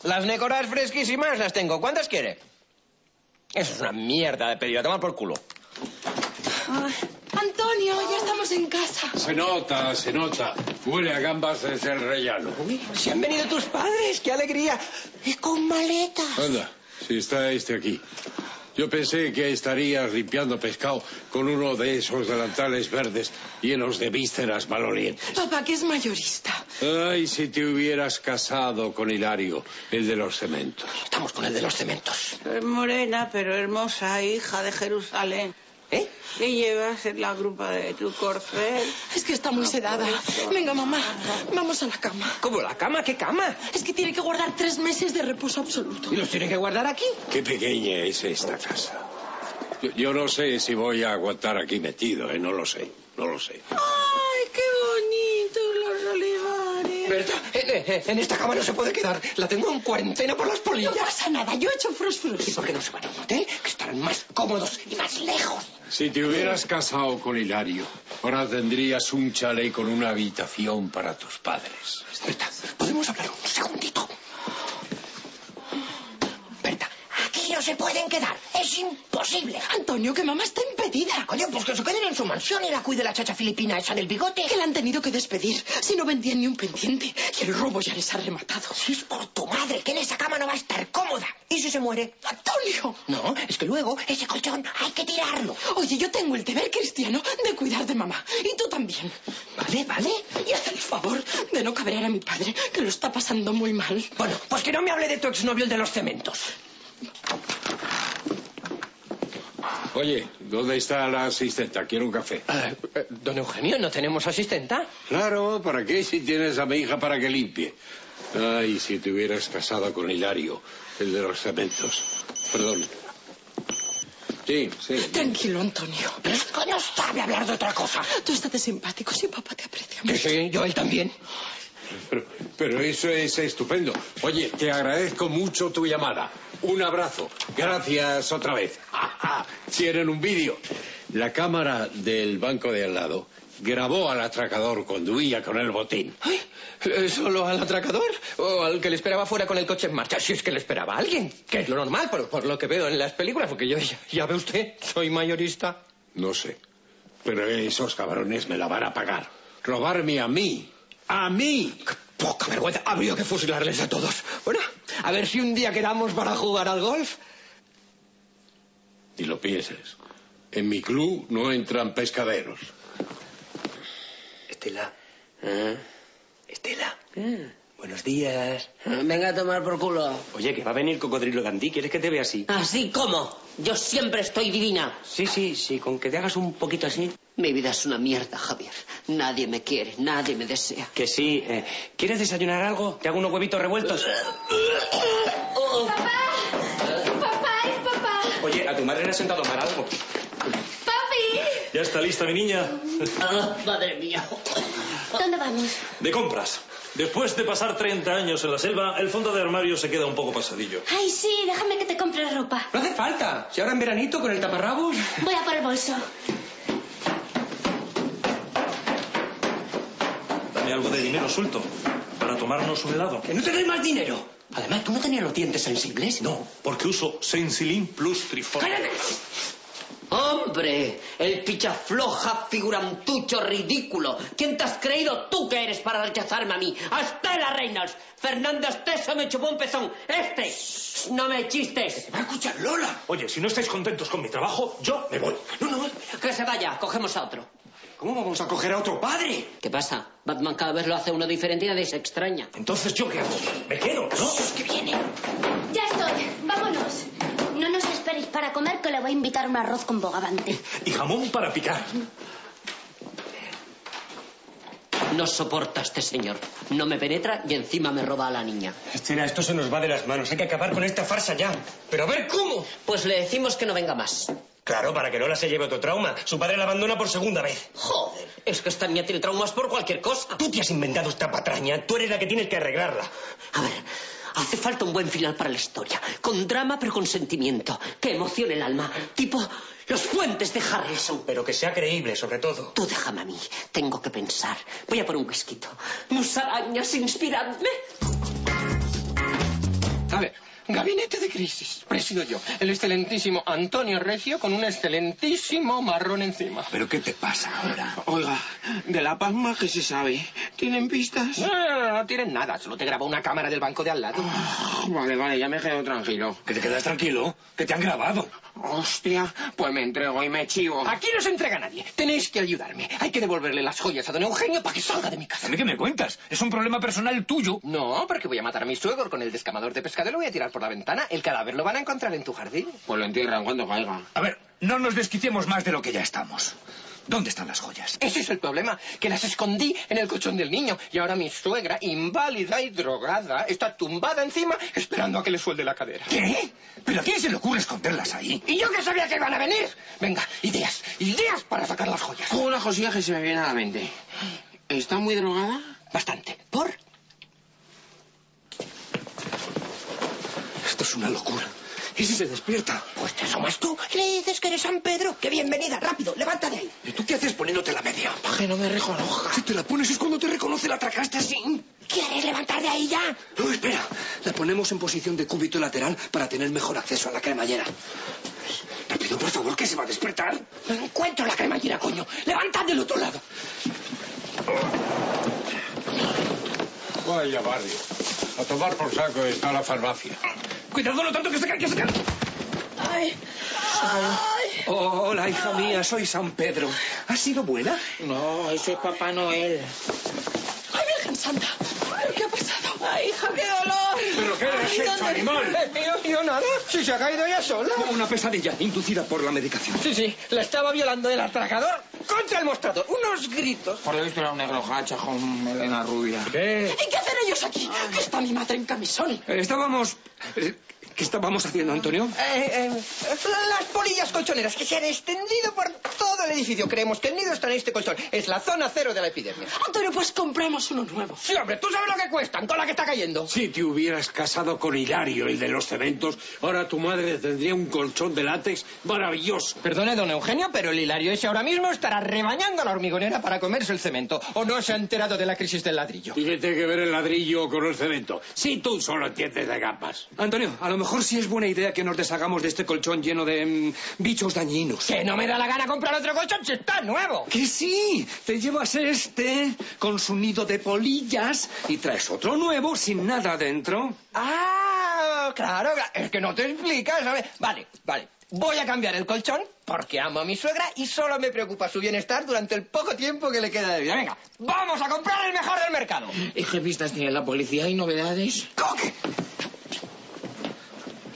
Speaker 4: Las nécoras fresquísimas las tengo. ¿Cuántas quiere? Eso es una mierda de pedido. A tomar por culo.
Speaker 9: Antonio, ya estamos en casa.
Speaker 10: Se nota, se nota. Huele a gambas desde el rellano.
Speaker 4: Si han venido tus padres, qué alegría. Y con maleta.
Speaker 10: Anda, si está este aquí. Yo pensé que estarías limpiando pescado con uno de esos delantales verdes llenos de vísceras malolientes.
Speaker 7: Papá, que es mayorista.
Speaker 10: Ay, si te hubieras casado con Hilario, el de los cementos.
Speaker 4: Estamos con el de los cementos.
Speaker 34: Es morena, pero hermosa, hija de Jerusalén.
Speaker 4: ¿Eh?
Speaker 34: ¿Qué llevas en la grupa de tu corcel?
Speaker 7: Es que está muy sedada. Venga, mamá, vamos a la cama.
Speaker 4: ¿Cómo la cama? ¿Qué cama?
Speaker 7: Es que tiene que guardar tres meses de reposo absoluto.
Speaker 4: ¿Y los tiene que guardar aquí?
Speaker 10: Qué pequeña es esta casa. Yo, yo no sé si voy a aguantar aquí metido, ¿eh? No lo sé, no lo sé.
Speaker 34: ¡Ay, qué bonito los olivares!
Speaker 4: Berta, en, en- en esta cama no se puede quedar. La tengo en cuarentena por las polillas.
Speaker 7: No pasa nada, yo he hecho frus frus.
Speaker 4: ¿Y por qué no se van a un hotel? Que estarán más cómodos y más lejos.
Speaker 10: Si te hubieras casado con Hilario, ahora tendrías un chalet con una habitación para tus padres.
Speaker 4: Berta, ¿podemos hablar un segundito? Berta, aquí os
Speaker 7: se pueden quedar. Es imposible. Antonio, que mamá está impedida. Coño, pues que se queden en su mansión y la cuide la chacha filipina esa del bigote. Que la han tenido que despedir. Si no vendían ni un pendiente. Y el robo ya les ha rematado. Si es por tu madre, que en esa cama no va a estar cómoda. ¿Y si se muere? ¡Antonio! No, es que luego ese colchón hay que tirarlo. Oye, yo tengo el deber cristiano de cuidar de mamá. Y tú también. Vale, vale. Y haz el favor de no cabrear a mi padre, que lo está pasando muy mal. Bueno,
Speaker 11: Pues que no me hable de tu exnovio el de los cementos.
Speaker 10: Oye, ¿dónde está la asistenta? Quiero un café.
Speaker 4: Don Eugenio, ¿no tenemos asistenta?
Speaker 10: Ah, Claro, ¿para qué si tienes a mi hija para que limpie? Ay, si te hubieras casado con Hilario, el de los cementos. Perdón. Sí, sí.
Speaker 7: Tranquilo, Antonio. Pero es que no sabe hablar de otra cosa. Tú estate simpático, si papá te aprecia mucho.
Speaker 10: Sí, yo él también. Pero, pero eso es estupendo. Oye, te agradezco mucho tu llamada. Un abrazo. Gracias otra vez. Ajá. Tienen un vídeo. La cámara del banco de al lado grabó al atracador cuando huía con el botín.
Speaker 4: Eh, ¿Solo al atracador? ¿O al que le esperaba fuera con el coche en marcha? Si es que le esperaba a alguien, que es lo normal por, por lo que veo en las películas, porque yo, ya, ya ve usted, soy mayorista.
Speaker 10: No sé. Pero esos cabrones me la van a pagar. Robarme a mí. ¡A mí!
Speaker 4: Poca vergüenza, habría que fusilarles a todos. Bueno, a ver si un día quedamos para jugar al golf.
Speaker 10: Y lo pienses. En mi club no entran pescaderos.
Speaker 11: Estela. Estela. Buenos días. Venga a tomar por culo.
Speaker 35: Oye, que va a venir Cocodrilo Dandy. ¿Quieres que te vea así?
Speaker 11: ¿Así cómo?
Speaker 35: Yo siempre estoy divina. Sí, sí, sí. Con que te hagas un poquito así.
Speaker 8: Mi vida es una mierda, Javier. Nadie me quiere, nadie me desea.
Speaker 35: Que sí. eh, ¿Quieres desayunar algo? ¿Te hago unos huevitos revueltos?
Speaker 12: Papá, es papá.
Speaker 30: Oye, a tu madre le has sentado mal algo.
Speaker 12: Papi.
Speaker 30: ¿Ya está lista mi niña?
Speaker 8: madre mía.
Speaker 12: ¿Dónde vamos?
Speaker 30: De compras. Después de pasar 30 años en la selva, el fondo de armario se queda un poco pasadillo.
Speaker 12: Ay, sí, déjame que te compre ropa.
Speaker 4: No hace falta. Si ahora en veranito con el taparrabos.
Speaker 12: Voy a por el bolso.
Speaker 30: Dame algo de dinero suelto para tomarnos un helado.
Speaker 11: ¡Que no te doy más dinero! Además, ¿tú no tenías los dientes sensibles? No.
Speaker 30: Porque uso Sensilin Plus Trifol.
Speaker 11: ¡Cállate!
Speaker 8: ¡Hombre! El pichafloja, figurantucho, ridículo. ¿Quién te has creído tú que eres para rechazarme a mí? ¡Hasta Reynolds! Fernando Esteso me chupó un pezón. ¡Este! ¡No me chistes!
Speaker 30: ¡Va a escuchar Lola! Oye, si no estáis contentos con mi trabajo, yo me voy. No, no,
Speaker 8: ¡Que se vaya! Cogemos a otro.
Speaker 30: ¿Cómo vamos a coger a otro padre?
Speaker 8: ¿Qué pasa? Batman cada vez lo hace uno diferente y nadie se extraña.
Speaker 30: Entonces, ¿yo qué hago? Me quedo, ¿no?
Speaker 8: que viene!
Speaker 12: Ya estoy. Vámonos. No nos esperéis para comer que le voy a invitar un arroz con bogavante.
Speaker 30: Y jamón para picar.
Speaker 8: No soporta a este señor. No me penetra y encima me roba a la niña.
Speaker 11: Estela, esto se nos va de las manos. Hay que acabar con esta farsa ya. Pero a ver cómo.
Speaker 8: Pues le decimos que no venga más.
Speaker 11: Claro, para que Lola se lleve otro trauma. Su padre la abandona por segunda vez.
Speaker 8: Joder, es que esta niña tiene traumas por cualquier cosa.
Speaker 11: Tú te has inventado esta patraña. Tú eres la que tienes que arreglarla.
Speaker 8: A ver, hace falta un buen final para la historia. Con drama pero con sentimiento. Que emocione el alma. Tipo los puentes de Harrison.
Speaker 11: Pero que sea creíble, sobre todo.
Speaker 8: Tú déjame a mí. Tengo que pensar. Voy a por un whisky. Musarañas, inspiradme.
Speaker 4: A ver, gabinete de crisis. Presido yo. El excelentísimo Antonio Recio con un excelentísimo marrón encima.
Speaker 11: ¿Pero qué te pasa ahora? Oiga, de La Palma, ¿qué se sabe? ¿Tienen pistas?
Speaker 4: No, no, no, no tienen nada. Solo te grabó una cámara del banco de al lado.
Speaker 11: Ah, Vale, vale, ya me quedo tranquilo.
Speaker 4: ¿Que te quedas tranquilo? Que te han grabado.
Speaker 11: Hostia, pues me entrego y me chivo.
Speaker 4: Aquí no se entrega nadie. Tenéis que ayudarme. Hay que devolverle las joyas a don Eugenio para que salga de mi casa.
Speaker 11: ¿A mí qué me cuentas? Es un problema personal tuyo.
Speaker 4: No, porque voy a matar a mi suegro con el descamador de pescadero. Lo voy a tirar por la ventana. El cadáver lo van a encontrar en tu jardín.
Speaker 11: Pues lo entierran cuando caiga.
Speaker 1: A ver, no nos desquiciemos más de lo que ya estamos. ¿Dónde están las joyas?
Speaker 4: Ese es el problema, que las escondí en el colchón del niño y ahora mi suegra, inválida y drogada, está tumbada encima esperando a que le suelde la cadera.
Speaker 1: ¿Qué? ¿Pero a quién se le ocurre esconderlas ahí?
Speaker 4: ¿Y yo que sabía que iban a venir? Venga, ideas, ideas para sacar las joyas.
Speaker 11: Una cosilla que se me viene a la mente. ¿Está muy drogada?
Speaker 4: Bastante. ¿Por?
Speaker 1: Esto es una locura. ¿Y si se despierta?
Speaker 11: Pues te asomas tú.
Speaker 4: Le dices que eres San Pedro. ¡Qué bienvenida! ¡Rápido! ¡Levántate! ahí!
Speaker 1: ¿Y tú qué haces poniéndote la media?
Speaker 11: Que no me reconozca.
Speaker 1: Si te la pones es cuando te reconoce la atracaste así.
Speaker 11: ¿Quieres levantar de ahí ya?
Speaker 1: No, espera.
Speaker 36: La ponemos en posición de cúbito lateral para tener mejor acceso a la cremallera. Rápido, por favor, que se va a despertar. No encuentro la cremallera, coño. Levantad del otro lado.
Speaker 10: Vaya barrio. A tomar por saco está la farmacia.
Speaker 1: Cuidado lo tanto que se cae, que se cae. hola, hija mía, soy San Pedro. ¿Has sido buena?
Speaker 37: No, eso es Papá Noel.
Speaker 1: ¡Ay, Virgen Santa!
Speaker 37: ¿Qué ha pasado?
Speaker 1: ¡Ay, hija, qué dolor! ¿Pero qué le has
Speaker 37: Ay,
Speaker 1: hecho,
Speaker 37: ¿dónde-
Speaker 1: animal?
Speaker 37: Mío, mío, nada. Si se ha caído ella sola.
Speaker 1: Una pesadilla inducida por la medicación.
Speaker 37: Sí, sí, la estaba violando el atracador contra el mostrador. Unos gritos.
Speaker 21: Por lo visto era un negro hacha con melena rubia.
Speaker 1: ¿Qué? Eh,
Speaker 37: ¿Y qué hacen ellos aquí? ¿Qué está mi madre en camisón?
Speaker 1: Estábamos... eh, ¿Qué estábamos haciendo, Antonio?
Speaker 37: Eh, eh, las polillas colchoneras que se han extendido por todo el edificio. Creemos que el nido está en este colchón. Es la zona cero de la epidemia. Antonio, pues compramos uno nuevo.
Speaker 4: Sí, hombre, tú sabes lo que cuestan con la que está cayendo.
Speaker 10: Si te hubieras casado con Hilario, el de los cementos, ahora tu madre tendría un colchón de látex maravilloso.
Speaker 4: Perdone, don Eugenio, pero el hilario ese ahora mismo estará rebañando a la hormigonera para comerse el cemento. ¿O no se ha enterado de la crisis del ladrillo?
Speaker 10: ¿Y qué tiene que ver el ladrillo con el cemento? Si tú solo entiendes de gambas.
Speaker 1: Antonio, a lo mejor sí es buena idea que nos deshagamos de este colchón lleno de mm, bichos dañinos.
Speaker 4: Que no me da la gana comprar otro colchón si está nuevo.
Speaker 1: Que sí, te llevas este con su nido de polillas y traes otro nuevo sin nada dentro.
Speaker 4: Ah, claro, claro. es que no te explicas, ¿sabes? Vale, vale. Voy a cambiar el colchón porque amo a mi suegra y solo me preocupa su bienestar durante el poco tiempo que le queda de vida. Venga, vamos a comprar el mejor del mercado.
Speaker 37: ¿Y qué pistas tiene la policía? ¿Hay novedades?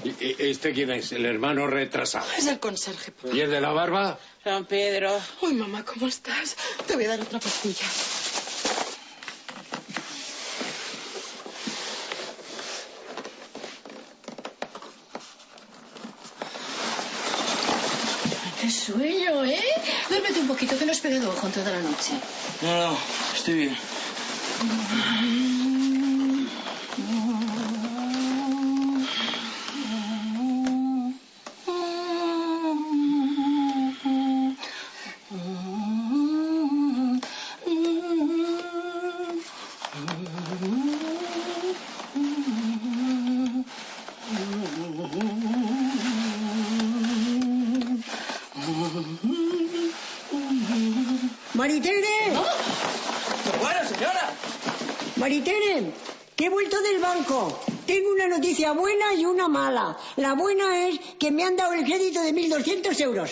Speaker 10: ¿Y- y ¿Este quién es? El hermano retrasado.
Speaker 7: Es el conserje.
Speaker 10: ¿Y el de la barba?
Speaker 7: San Pedro. Uy, mamá, ¿cómo estás? Te voy a dar otra pastilla.
Speaker 38: Qué sueño, ¿eh? Duérmete un poquito, que no has pegado ojo en toda la noche.
Speaker 21: No, no, estoy bien.
Speaker 6: Maritere.
Speaker 21: Bueno, señora.
Speaker 6: Maritere, que he vuelto del banco. Tengo una noticia buena y una mala. La buena es que me han dado el crédito de 1.200 euros.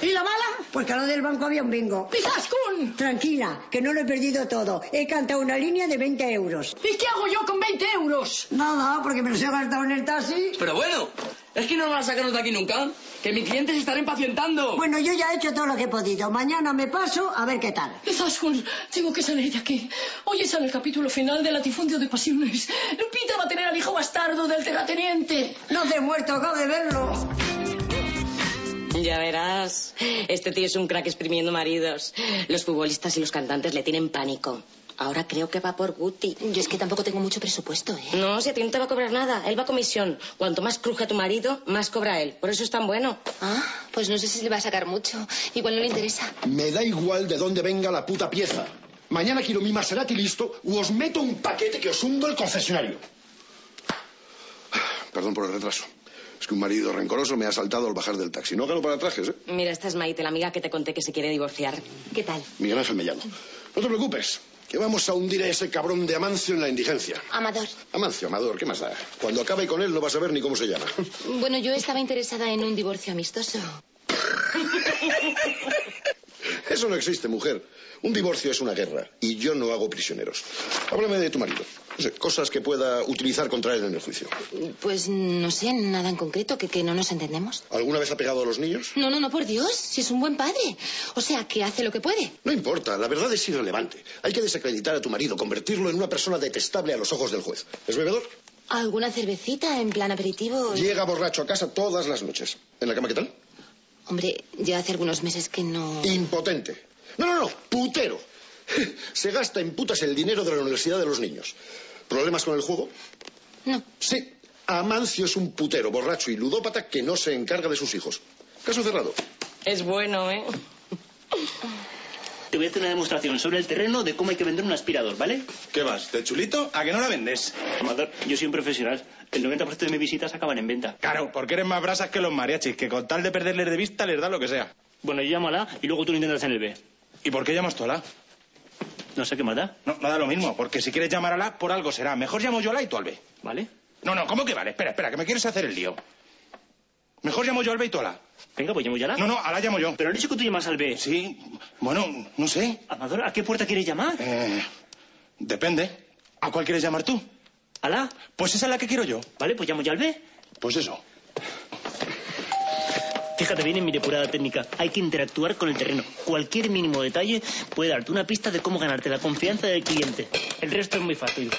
Speaker 6: ¿Y la mala? Porque al lado del banco había un bingo. ¡Pizascún! Tranquila, que no lo he perdido todo. He cantado una línea de 20 euros. ¿Y qué hago yo con 20 euros? Nada, porque me los he gastado en el taxi. Pero bueno, es que no van a sacarnos de aquí nunca. Que mis clientes se estarán impacientando. Bueno, yo ya he hecho todo lo que he podido. Mañana me paso a ver qué tal.
Speaker 22: Zascon, tengo que salir de aquí. Hoy es el capítulo final de Latifundio de Pasiones. Lupita va a tener al hijo bastardo del terrateniente.
Speaker 6: No te he muerto, acabo de verlo.
Speaker 23: Ya verás. Este tío es un crack exprimiendo maridos. Los futbolistas y los cantantes le tienen pánico. Ahora creo que va por Guti. Yo es que tampoco tengo mucho presupuesto, ¿eh? No, si a ti no te va a cobrar nada. Él va a comisión. Cuanto más cruje tu marido, más cobra él. Por eso es tan bueno. Ah, pues no sé si le va a sacar mucho. Igual no le interesa.
Speaker 39: Me da igual de dónde venga la puta pieza. Mañana quiero mi Maserati listo u os meto un paquete que os hundo el concesionario. Perdón por el retraso. Es que un marido rencoroso me ha asaltado al bajar del taxi. No gano para trajes, ¿eh?
Speaker 23: Mira, esta es Maite, la amiga que te conté que se quiere divorciar. ¿Qué tal?
Speaker 39: Miguel Ángel me llamo. No te preocupes, que vamos a hundir a ese cabrón de Amancio en la indigencia.
Speaker 23: Amador.
Speaker 39: Amancio, Amador, ¿qué más da? Cuando acabe con él no vas a ver ni cómo se llama.
Speaker 23: Bueno, yo estaba interesada en un divorcio amistoso.
Speaker 39: Eso no existe, mujer. Un divorcio es una guerra y yo no hago prisioneros. Háblame de tu marido. No sé, cosas que pueda utilizar contra él en el juicio.
Speaker 23: Pues no sé, nada en concreto, que, que no nos entendemos.
Speaker 39: ¿Alguna vez ha pegado a los niños?
Speaker 23: No, no, no, por Dios, si es un buen padre. O sea, que hace lo que puede.
Speaker 39: No importa, la verdad es irrelevante. Hay que desacreditar a tu marido, convertirlo en una persona detestable a los ojos del juez. ¿Es bebedor?
Speaker 23: ¿Alguna cervecita en plan aperitivo?
Speaker 39: Llega borracho a casa todas las noches. ¿En la cama qué tal?
Speaker 23: Hombre, ya hace algunos meses que no...
Speaker 39: Impotente. No, no, no, putero. Se gasta en putas el dinero de la universidad de los niños. ¿Problemas con el juego?
Speaker 23: No.
Speaker 39: Sí. Amancio es un putero, borracho y ludópata que no se encarga de sus hijos. Caso cerrado.
Speaker 23: Es bueno, ¿eh?
Speaker 39: ¿Qué
Speaker 14: te voy a hacer una demostración sobre el terreno de cómo hay que vender un aspirador, ¿vale? ¿Qué vas? ¿De chulito? ¿A que no la vendes? Amador, yo soy un profesional. El 90% de mis visitas acaban en venta.
Speaker 2: Claro, porque eres más brasas que los mariachis, que con tal de perderles de vista les da lo que sea.
Speaker 14: Bueno, yo llamo a la y luego tú lo intentas en el B.
Speaker 2: ¿Y por qué llamas tú a la?
Speaker 14: No sé qué más da.
Speaker 2: No, no da lo mismo, porque si quieres llamar a la, por algo será. Mejor llamo yo a la y tú al B.
Speaker 14: ¿Vale?
Speaker 2: No, no, ¿cómo que vale? Espera, espera, que me quieres hacer el lío. Mejor llamo yo al B y tú a la.
Speaker 14: Venga, pues llamo yo a la.
Speaker 2: No, no, a la llamo yo.
Speaker 14: Pero no he dicho que tú llamas al B.
Speaker 2: Sí, bueno, no sé.
Speaker 14: Amador, ¿a qué puerta quieres llamar?
Speaker 2: Eh, depende. ¿A cuál quieres llamar tú?
Speaker 14: ¿A la?
Speaker 2: Pues esa es la que quiero yo.
Speaker 14: Vale, pues llamo yo al B.
Speaker 2: Pues eso.
Speaker 14: Fíjate bien en mi depurada técnica. Hay que interactuar con el terreno. Cualquier mínimo detalle puede darte una pista de cómo ganarte la confianza del cliente. El resto es muy fácil.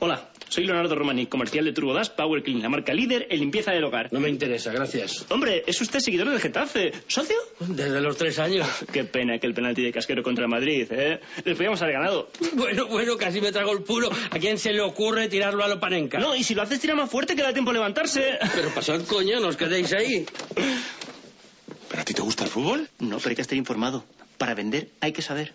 Speaker 14: Hola, soy Leonardo Romani, comercial de TurboDash Power Clean, la marca líder en limpieza del hogar.
Speaker 11: No me interesa, gracias.
Speaker 14: Hombre, ¿es usted seguidor del Getafe? ¿Socio?
Speaker 11: Desde los tres años.
Speaker 14: Qué pena que el penalti de casquero contra Madrid, ¿eh? Les podíamos haber ganado.
Speaker 11: Bueno, bueno, casi me trago el puro. ¿A quién se le ocurre tirarlo a lo panenca?
Speaker 14: No, y si lo haces tira más fuerte que da tiempo a levantarse.
Speaker 11: Pero pasad, coño, no os quedéis ahí.
Speaker 14: ¿Pero a ti te gusta el fútbol? No, pero hay que estar informado. Para vender hay que saber.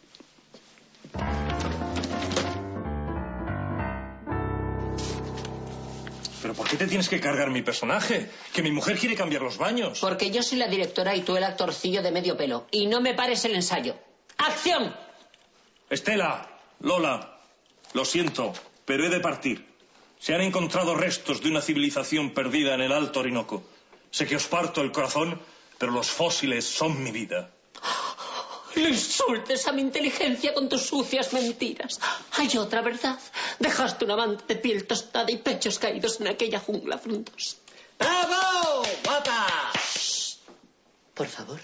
Speaker 30: ¿Pero por qué te tienes que cargar mi personaje? Que mi mujer quiere cambiar los baños.
Speaker 8: Porque yo soy la directora y tú el actorcillo de medio pelo. Y no me pares el ensayo. ¡Acción!
Speaker 30: Estela, Lola, lo siento, pero he de partir. Se han encontrado restos de una civilización perdida en el Alto Orinoco. Sé que os parto el corazón, pero los fósiles son mi vida.
Speaker 8: No insultes a mi inteligencia con tus sucias mentiras. Hay otra verdad. Dejaste un amante de piel tostada y pechos caídos en aquella jungla frondosa.
Speaker 11: ¡Bravo! ¡Guapa!
Speaker 8: Por favor.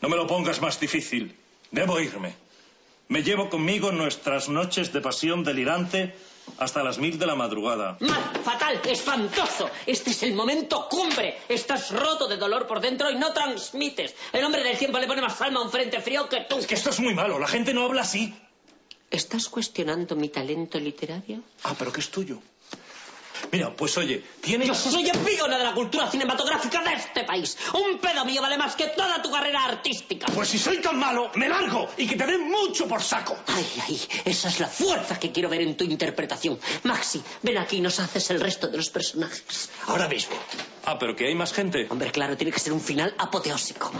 Speaker 30: No me lo pongas más difícil. Debo irme. Me llevo conmigo nuestras noches de pasión delirante hasta las mil de la madrugada.
Speaker 8: Mal, fatal, espantoso. Este es el momento cumbre. Estás roto de dolor por dentro y no transmites. El hombre del tiempo le pone más alma a un frente frío que tú.
Speaker 30: Es que esto es muy malo. La gente no habla así.
Speaker 8: ¿Estás cuestionando mi talento literario?
Speaker 30: Ah, pero que es tuyo. Mira, pues oye, tienes...
Speaker 8: Yo soy epígona de la cultura cinematográfica de este país. Un pedo mío vale más que toda tu carrera artística.
Speaker 30: Pues si soy tan malo, me largo y que te den mucho por saco.
Speaker 8: Ay, ay, esa es la fuerza que quiero ver en tu interpretación. Maxi, ven aquí y nos haces el resto de los personajes. Ahora mismo.
Speaker 30: Ah, pero que hay más gente.
Speaker 8: Hombre, claro, tiene que ser un final apoteósico.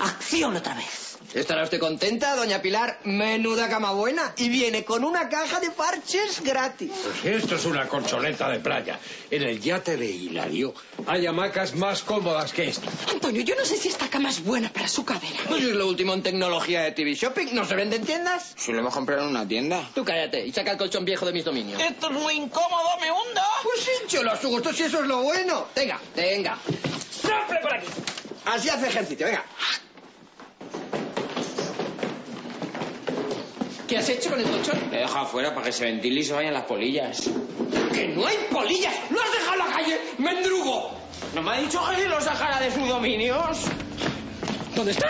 Speaker 8: Acción otra vez.
Speaker 4: ¿Estará usted contenta, doña Pilar? Menuda cama buena. Y viene con una caja de parches gratis.
Speaker 10: Pues esto es una corcholeta de playa. En el yate de Hilario hay hamacas más cómodas que esta.
Speaker 40: Antonio, yo no sé si esta cama es buena para su cadera.
Speaker 4: Pues es lo último en tecnología de TV Shopping. ¿No se vende en tiendas?
Speaker 41: Si lo hemos comprado en una tienda.
Speaker 4: Tú cállate y saca el colchón viejo de mis dominios.
Speaker 42: Esto es muy incómodo, me hundo.
Speaker 4: Pues sí, cholo, a su gusto, si eso es lo bueno. Venga, venga.
Speaker 42: ¡Sople por aquí!
Speaker 4: Así hace ejercicio, venga. ¿Qué has hecho con el colchón?
Speaker 41: Le deja afuera para que se ventile y se vayan las polillas.
Speaker 4: ¡Que no hay polillas! ¡Lo has dejado en la calle, mendrugo!
Speaker 41: ¿No me ha dicho que se lo sacara de sus dominios?
Speaker 4: ¿Dónde está?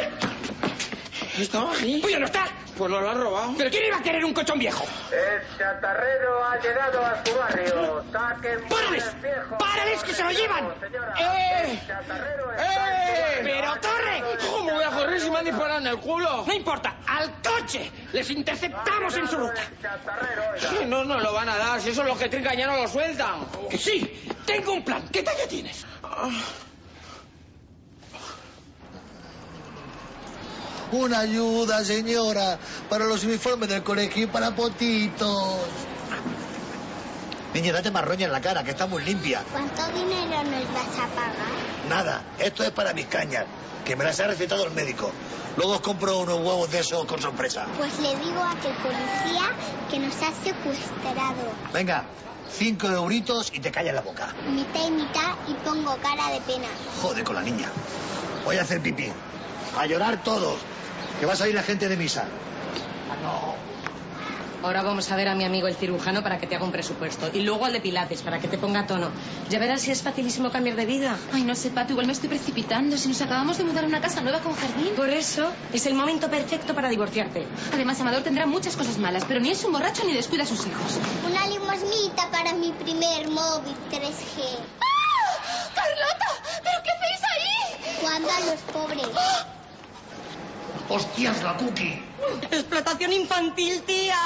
Speaker 41: ¿Está aquí?
Speaker 4: ¡Pues ya no está!
Speaker 41: Pues lo han robado.
Speaker 4: ¿Pero quién iba a querer un colchón viejo?
Speaker 7: El chatarrero ha llegado a su barrio. Saquen
Speaker 4: ¡Párales! ¡Párales que se lo llevan!
Speaker 7: ¡Eh! ¡Eh!
Speaker 4: ¡Pero corre!
Speaker 41: ¿Cómo voy a correr si me han disparado en el culo?
Speaker 4: No importa, al coche. Les interceptamos en su ruta.
Speaker 41: Si no, no lo van a dar. Si esos los que trincan ya no lo sueltan.
Speaker 4: Que sí, tengo un plan. ¿Qué talla tienes?
Speaker 43: Ah.
Speaker 21: Una ayuda, señora, para los uniformes del colegio y para potitos. Niña, date más roña en la cara, que está muy limpia.
Speaker 28: ¿Cuánto dinero nos vas a pagar?
Speaker 21: Nada, esto es para mis cañas, que me las ha recetado el médico. Luego os compro unos huevos de esos con sorpresa.
Speaker 28: Pues le digo a aquel policía que nos ha secuestrado.
Speaker 21: Venga, cinco euritos y te callas la boca.
Speaker 28: Mitad y mitad y pongo cara de pena.
Speaker 21: Jode con la niña. Voy a hacer pipí. A llorar todos, que va a salir la gente de misa. Ah, no.
Speaker 23: Ahora vamos a ver a mi amigo el cirujano para que te haga un presupuesto. Y luego al de Pilates para que te ponga a tono. Ya verás si es facilísimo cambiar de vida.
Speaker 9: Ay, no sé, Pato, igual me estoy precipitando. Si nos acabamos de mudar a una casa nueva con jardín.
Speaker 23: Por eso es el momento perfecto para divorciarte.
Speaker 9: Además, Amador tendrá muchas cosas malas, pero ni es un borracho ni descuida a sus hijos.
Speaker 28: Una limosnita para mi primer móvil 3G. ¡Ah! ¡Carlota! ¿Pero qué hacéis ahí? ¡Ah!
Speaker 9: jugando a los pobres.
Speaker 17: ¡Hostias, la cookie!
Speaker 23: Explotación infantil, tía.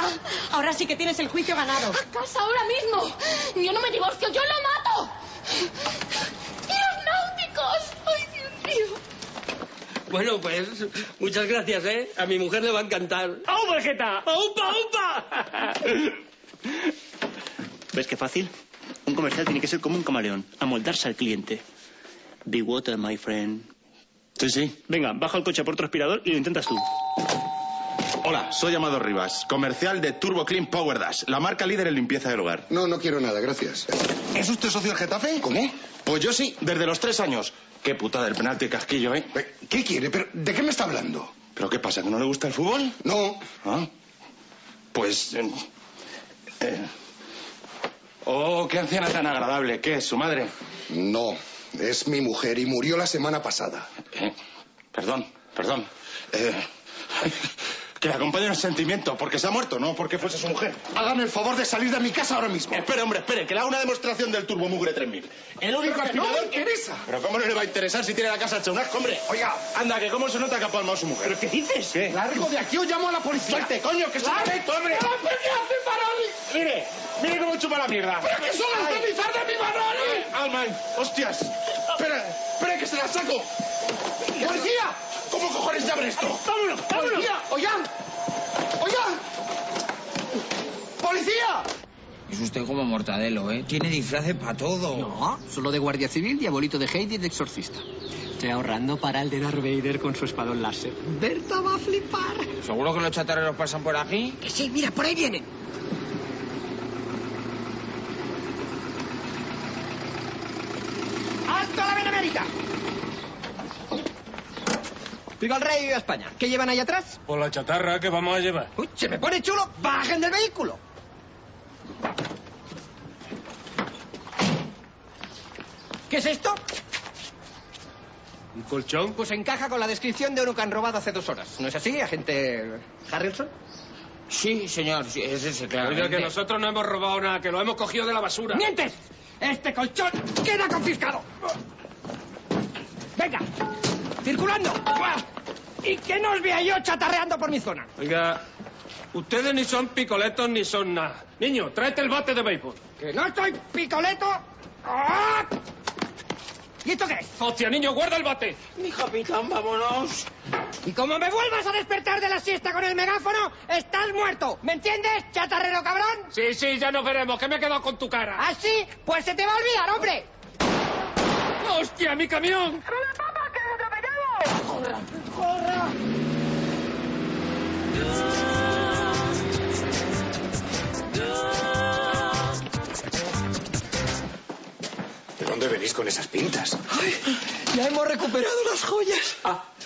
Speaker 23: Ahora sí que tienes el juicio ganado.
Speaker 9: A casa ahora mismo. Yo no me divorcio, yo lo mato. ¡Tíos náuticos! ¡Ay, Dios mío!
Speaker 11: Bueno, pues muchas gracias, ¿eh? A mi mujer le va a encantar.
Speaker 4: ¡Eh!
Speaker 11: ¡Au, Marqueta! ¡Aupa, aupa!
Speaker 14: ¿Ves qué fácil? Un comercial tiene que ser como un camaleón, amoldarse al cliente. Be water, my friend. Sí, sí. Venga, baja el coche por otro aspirador y lo intentas tú.
Speaker 2: Hola, soy Amado Rivas, comercial de Turbo Clean Power Dash, la marca líder en limpieza del hogar.
Speaker 7: No, no quiero nada, gracias.
Speaker 2: ¿Es usted socio del Getafe? ¿Cómo? Pues yo sí, desde los tres años. Qué putada el penalti casquillo, ¿eh? ¿Qué quiere? ¿Pero ¿De qué me está hablando? ¿Pero qué pasa? ¿Que no le gusta el fútbol? No. Pues. eh, eh. Oh, qué anciana tan agradable. ¿Qué es? ¿Su madre?
Speaker 7: No, es mi mujer y murió la semana pasada.
Speaker 2: Eh, perdón, perdón. Eh, que le acompañe en el sentimiento, porque se ha muerto, no porque fuese su mujer. Hágame el favor de salir de mi casa ahora mismo. Espere, hombre, espere, que le haga una demostración del Turbo Mugre 3000. El único
Speaker 7: Pero que no
Speaker 2: aspirador...
Speaker 7: me interesa.
Speaker 2: Pero ¿cómo no le va a interesar si tiene la casa hecha un asco, hombre? Oiga, anda, que cómo se nota que ha palmado su mujer. ¿Pero qué dices? ¿Qué?
Speaker 7: Largo de aquí o llamo a la policía.
Speaker 2: Suelte, coño, que se
Speaker 7: Largo.
Speaker 2: conecto, hombre.
Speaker 7: ¡No, pues, ¿qué hace Manoli?
Speaker 2: Mire, mire cómo chupa la mierda.
Speaker 7: ¡Pero que son las
Speaker 2: Ay.
Speaker 7: cenizas de mi Manoli!
Speaker 2: Alman, hostias. Espera, espera, que se la saco.
Speaker 7: ¡Policía! ¿Cómo cojones se abre
Speaker 4: Ah,
Speaker 7: esto?
Speaker 2: ¡Vámonos, vámonos!
Speaker 7: ¡Oigan! ¡Oigan! ¡Policía!
Speaker 43: Es usted como Mortadelo, ¿eh? Tiene disfraces para todo. No, solo de Guardia Civil, Diabolito de Heidi y de Exorcista. Estoy ahorrando para el de Darth Vader con su espadón láser.
Speaker 6: Berta va a flipar.
Speaker 43: ¿Seguro que los chatarreros pasan por aquí?
Speaker 6: Que sí, mira, por ahí vienen.
Speaker 4: ¡Alto la Benemérita! Viva el rey y viva España. ¿Qué llevan ahí atrás?
Speaker 10: Por la chatarra que vamos a llevar.
Speaker 4: Uy, se me pone chulo. Bajen del vehículo. ¿Qué es esto?
Speaker 10: ¿Un colchón?
Speaker 4: Pues encaja con la descripción de uno que han robado hace dos horas. ¿No es así, agente Harrelson?
Speaker 43: Sí, señor, sí, es ese, claro. Este
Speaker 10: Oiga, que nosotros no hemos robado nada, que lo hemos cogido de la basura.
Speaker 4: ¡Mientes! Este colchón queda confiscado. Venga, circulando. Y que no os vea yo chatarreando por mi zona.
Speaker 10: Oiga, ustedes ni son picoletos ni son nada. Niño, tráete el bate de béisbol.
Speaker 4: Que no estoy picoleto. ¡Ah! ¿Y esto qué es?
Speaker 10: ¡Hostia, niño, guarda el bate!
Speaker 4: Mi capitán, vámonos. Y como me vuelvas a despertar de la siesta con el megáfono, estás muerto. ¿Me entiendes, chatarrero cabrón?
Speaker 10: Sí, sí, ya nos veremos, que me he quedado con tu cara.
Speaker 4: Así, pues se te va a olvidar, hombre.
Speaker 10: ¡Hostia, mi camión!
Speaker 4: ¡Corra!
Speaker 1: ¿De dónde venís con esas pintas? Ah,
Speaker 4: Ya hemos recuperado las joyas.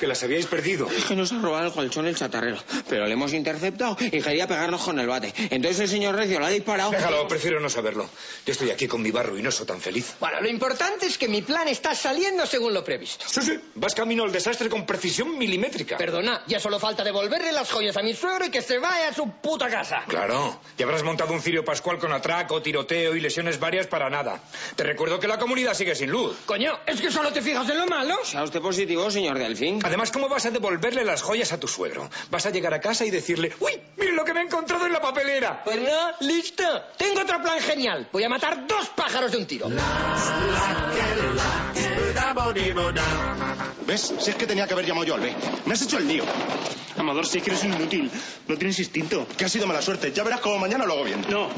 Speaker 1: Que las habíais perdido.
Speaker 43: Es que nos ha robado el colchón el chatarrero, pero le hemos interceptado y quería pegarnos con el bate. Entonces el señor Recio lo ha disparado.
Speaker 1: Déjalo, prefiero no saberlo. Yo estoy aquí con mi barro y no soy tan feliz.
Speaker 4: Bueno, lo importante es que mi plan Ah, está saliendo según lo previsto.
Speaker 1: Sí, sí, vas camino al desastre con precisión milimétrica.
Speaker 4: Perdona, ya solo falta devolverle las joyas a mi suegro y que se vaya a su puta casa.
Speaker 1: Claro, ya habrás montado un cirio pascual con atraco, tiroteo y lesiones varias para nada. Te recuerdo que la comunidad sigue sin luz.
Speaker 4: Coño, es que solo te fijas en lo malo.
Speaker 43: ¿Sea usted positivo, señor Delfín?
Speaker 1: Además, ¿cómo vas a devolverle las joyas a tu suegro? Vas a llegar a casa y decirle, ¡Uy! ¡Mire lo que me he encontrado en la papelera!
Speaker 4: Pues no, listo. Tengo otro plan genial. Voy a matar dos pájaros de un tiro.
Speaker 2: ¿Ves? Si es que tenía que haber llamado yo al B. Me has hecho el lío.
Speaker 14: Amador, si es que eres un inútil. No tienes instinto.
Speaker 2: Que ha sido mala suerte. Ya verás como mañana lo hago bien.
Speaker 14: No.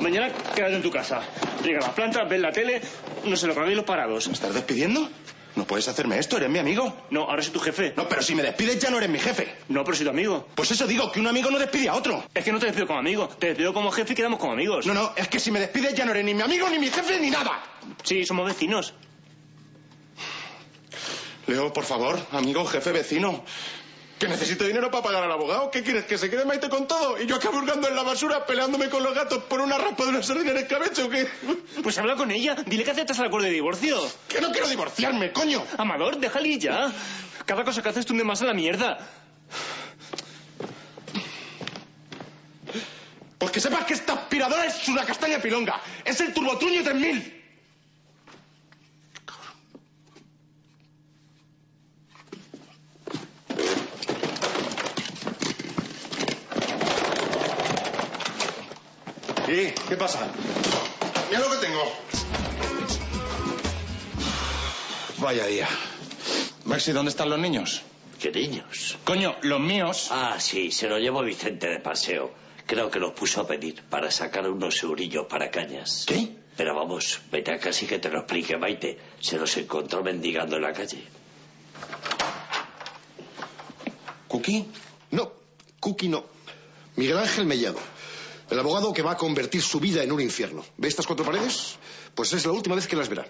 Speaker 14: Mañana quédate en tu casa. Llega a las plantas, ves la tele, no se lo cambiéis los parados.
Speaker 2: ¿Me estás despidiendo? No puedes hacerme esto, eres mi amigo.
Speaker 14: No, ahora soy tu jefe.
Speaker 2: No, pero si me despides ya no eres mi jefe.
Speaker 14: No, pero soy tu amigo.
Speaker 2: Pues eso digo, que un amigo no despide a otro.
Speaker 14: Es que no te despido como amigo, te despido como jefe y quedamos como amigos.
Speaker 2: No, no, es que si me despides ya no eres ni mi amigo, ni mi jefe, ni nada.
Speaker 14: Sí, somos vecinos.
Speaker 2: Leo, por favor, amigo, jefe, vecino. Que necesito dinero para pagar al abogado. ¿Qué quieres? ¿Que se quede maite con todo? Y yo acabo hurgando en la basura peleándome con los gatos por una raspa de una sardina en escabeche, ¿o qué?
Speaker 14: Pues habla con ella, dile que aceptas el acuerdo de divorcio.
Speaker 2: ¡Que no quiero divorciarme, coño!
Speaker 14: Amador, déjale ir ya. Cada cosa que haces tunde más a la mierda.
Speaker 2: Pues que sepas que esta aspiradora es una castaña pilonga. Es el turbotruño 3000. ¿Qué? ¿Qué pasa? Mira lo que tengo. Vaya día. Maxi, ¿dónde están los niños?
Speaker 17: ¿Qué niños?
Speaker 2: Coño, los míos.
Speaker 17: Ah, sí, se los llevó Vicente de paseo. Creo que los puso a pedir para sacar unos eurillos para cañas. ¿Qué? Pero vamos, vete a casi que te lo explique, Maite. Se los encontró mendigando en la calle.
Speaker 39: ¿Cookie? No, Cookie no. Miguel Ángel Mellado. El abogado que va a convertir su vida en un infierno. ¿Ve estas cuatro paredes? Pues es la última vez que las verá.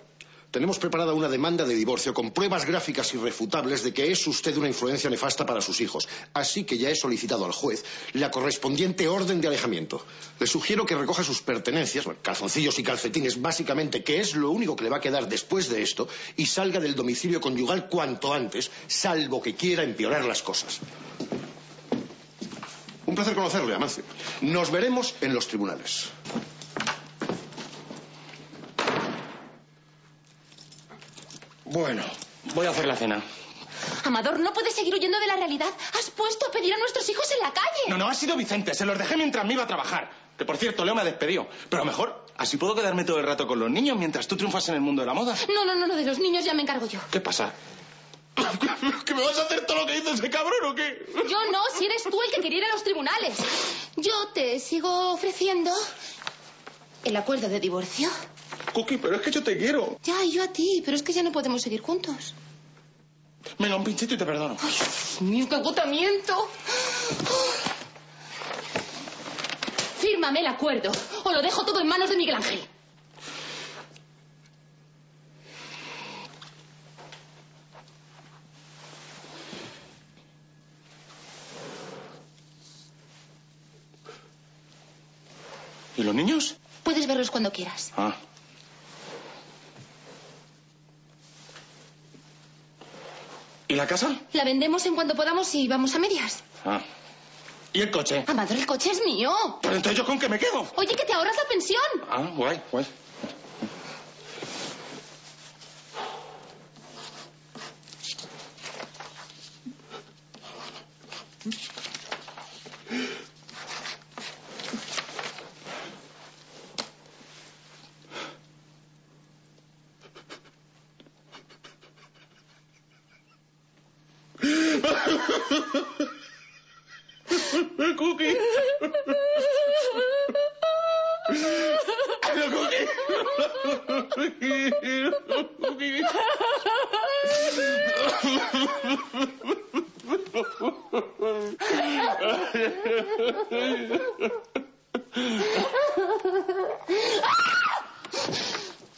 Speaker 39: Tenemos preparada una demanda de divorcio con pruebas gráficas irrefutables de que es usted una influencia nefasta para sus hijos. Así que ya he solicitado al juez la correspondiente orden de alejamiento. Le sugiero que recoja sus pertenencias, bueno, calzoncillos y calcetines, básicamente, que es lo único que le va a quedar después de esto, y salga del domicilio conyugal cuanto antes, salvo que quiera empeorar las cosas. Un placer conocerle, Amancio. Nos veremos en los tribunales.
Speaker 2: Bueno, voy a hacer la cena.
Speaker 9: Amador, no puedes seguir huyendo de la realidad. Has puesto a pedir a nuestros hijos en la calle.
Speaker 2: No, no, ha sido Vicente. Se los dejé mientras me iba a trabajar. Que por cierto, Leo me ha despedido. Pero a lo mejor, así puedo quedarme todo el rato con los niños mientras tú triunfas en el mundo de la moda.
Speaker 9: No, no, no, no, de los niños ya me encargo yo.
Speaker 2: ¿Qué pasa? ¿Que me vas a hacer todo lo que dice ese cabrón o qué?
Speaker 9: Yo no, si eres tú el que quería ir a los tribunales. Yo te sigo ofreciendo el acuerdo de divorcio.
Speaker 2: Cookie, pero es que yo te quiero.
Speaker 9: Ya, y yo a ti, pero es que ya no podemos seguir juntos.
Speaker 2: Venga, un pinchito y te perdono.
Speaker 9: ¡Mío, qué agotamiento! Fírmame el acuerdo o lo dejo todo en manos de Miguel Ángel.
Speaker 2: ¿Y los niños?
Speaker 9: Puedes verlos cuando quieras.
Speaker 2: Ah. ¿Y la casa?
Speaker 9: La vendemos en cuanto podamos y vamos a medias.
Speaker 2: Ah. ¿Y el coche?
Speaker 9: Amador, el coche es mío.
Speaker 2: Pero entonces yo con qué me quedo.
Speaker 9: Oye, que te ahorras la pensión.
Speaker 2: Ah, guay, guay.
Speaker 7: Cookie. Hello, Cookie. Cookie.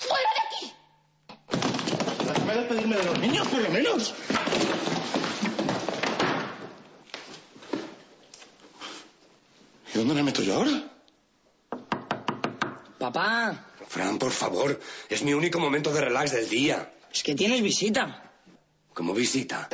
Speaker 9: ¡Fuera de aquí!
Speaker 2: Déjame Pues despedirme de los niños, por lo menos. ¿Y dónde me meto yo ahora?
Speaker 21: Ah.
Speaker 23: Papá,
Speaker 2: Fran, por favor, es mi único momento de relax del día.
Speaker 23: es que tienes visita.
Speaker 2: Como visita.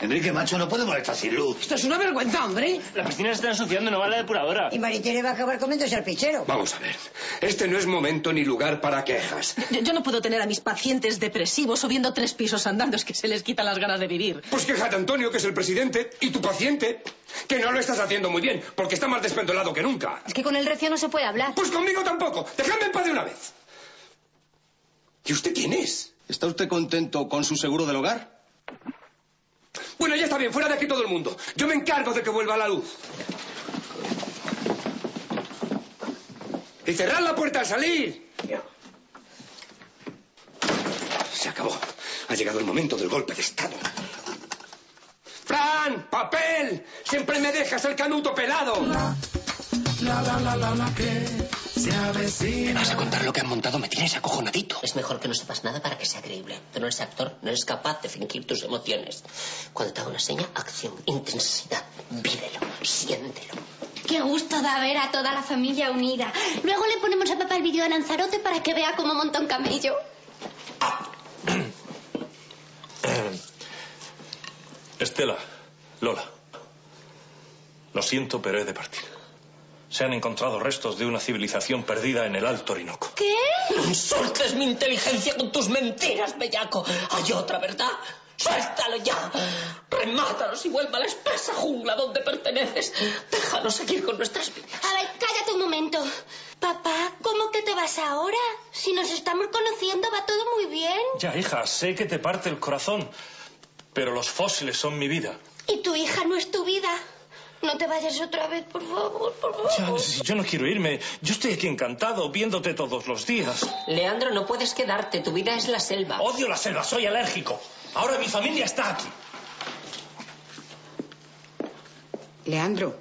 Speaker 11: Enrique, macho, no podemos estar sin luz.
Speaker 23: Esto es una vergüenza, hombre.
Speaker 14: La piscina se está ensuciando, no va la depuradora.
Speaker 44: Y Maritere va a acabar comiéndose al pichero.
Speaker 1: Vamos a ver. Este no es momento ni lugar para quejas.
Speaker 23: Yo, yo no puedo tener a mis pacientes depresivos subiendo tres pisos andando, es que se les quitan las ganas de vivir.
Speaker 1: Pues quéjate, Antonio, que es el presidente, y tu paciente, que no lo estás haciendo muy bien, porque está más despendolado que nunca.
Speaker 4: Es que con el recio no se puede hablar.
Speaker 1: Pues conmigo tampoco. Dejadme en paz de una vez. ¿Y usted quién es?
Speaker 2: ¿Está usted contento con su seguro del hogar?
Speaker 1: Bueno, ya está bien, fuera de aquí todo el mundo. Yo me encargo de que vuelva a la luz. Y cerrar la puerta al salir. Se acabó. Ha llegado el momento del golpe de Estado. ¡Fran! ¡Papel! ¡Siempre me dejas el canuto pelado!
Speaker 7: La la la la la que se avecina.
Speaker 8: vas a contar lo que han montado? Me tienes acojonadito. Es mejor que no sepas nada para que sea creíble. Tú no eres actor, no eres capaz de fingir tus emociones. Cuando te hago una seña, acción, intensidad, vívelo, siéntelo.
Speaker 9: Qué gusto da ver a toda la familia unida. Luego le ponemos a papá el vídeo de Lanzarote para que vea cómo monta un camello.
Speaker 30: Eh, Estela, Lola. Lo siento, pero he de partir. Se han encontrado restos de una civilización perdida en el Alto Orinoco.
Speaker 9: ¿Qué?
Speaker 8: No insultes mi inteligencia con tus mentiras, bellaco. Hay otra, ¿verdad? ¡Suéltalo ya! ¡Remátanos y vuelva a la espesa jungla donde perteneces! ¡Déjanos seguir con nuestras vidas!
Speaker 9: A ver, cállate un momento. Papá,
Speaker 12: Si nos estamos conociendo, va todo muy bien.
Speaker 30: Ya, hija, sé que te parte el corazón, pero los fósiles son mi vida.
Speaker 12: Y tu hija no es tu vida. No te vayas otra vez, por favor, por favor.
Speaker 30: Ya, si yo no quiero irme. Yo estoy aquí encantado, viéndote todos los días.
Speaker 8: Leandro, no puedes quedarte. Tu vida es la selva.
Speaker 30: Odio la selva, soy alérgico. Ahora mi familia está aquí.
Speaker 7: Leandro,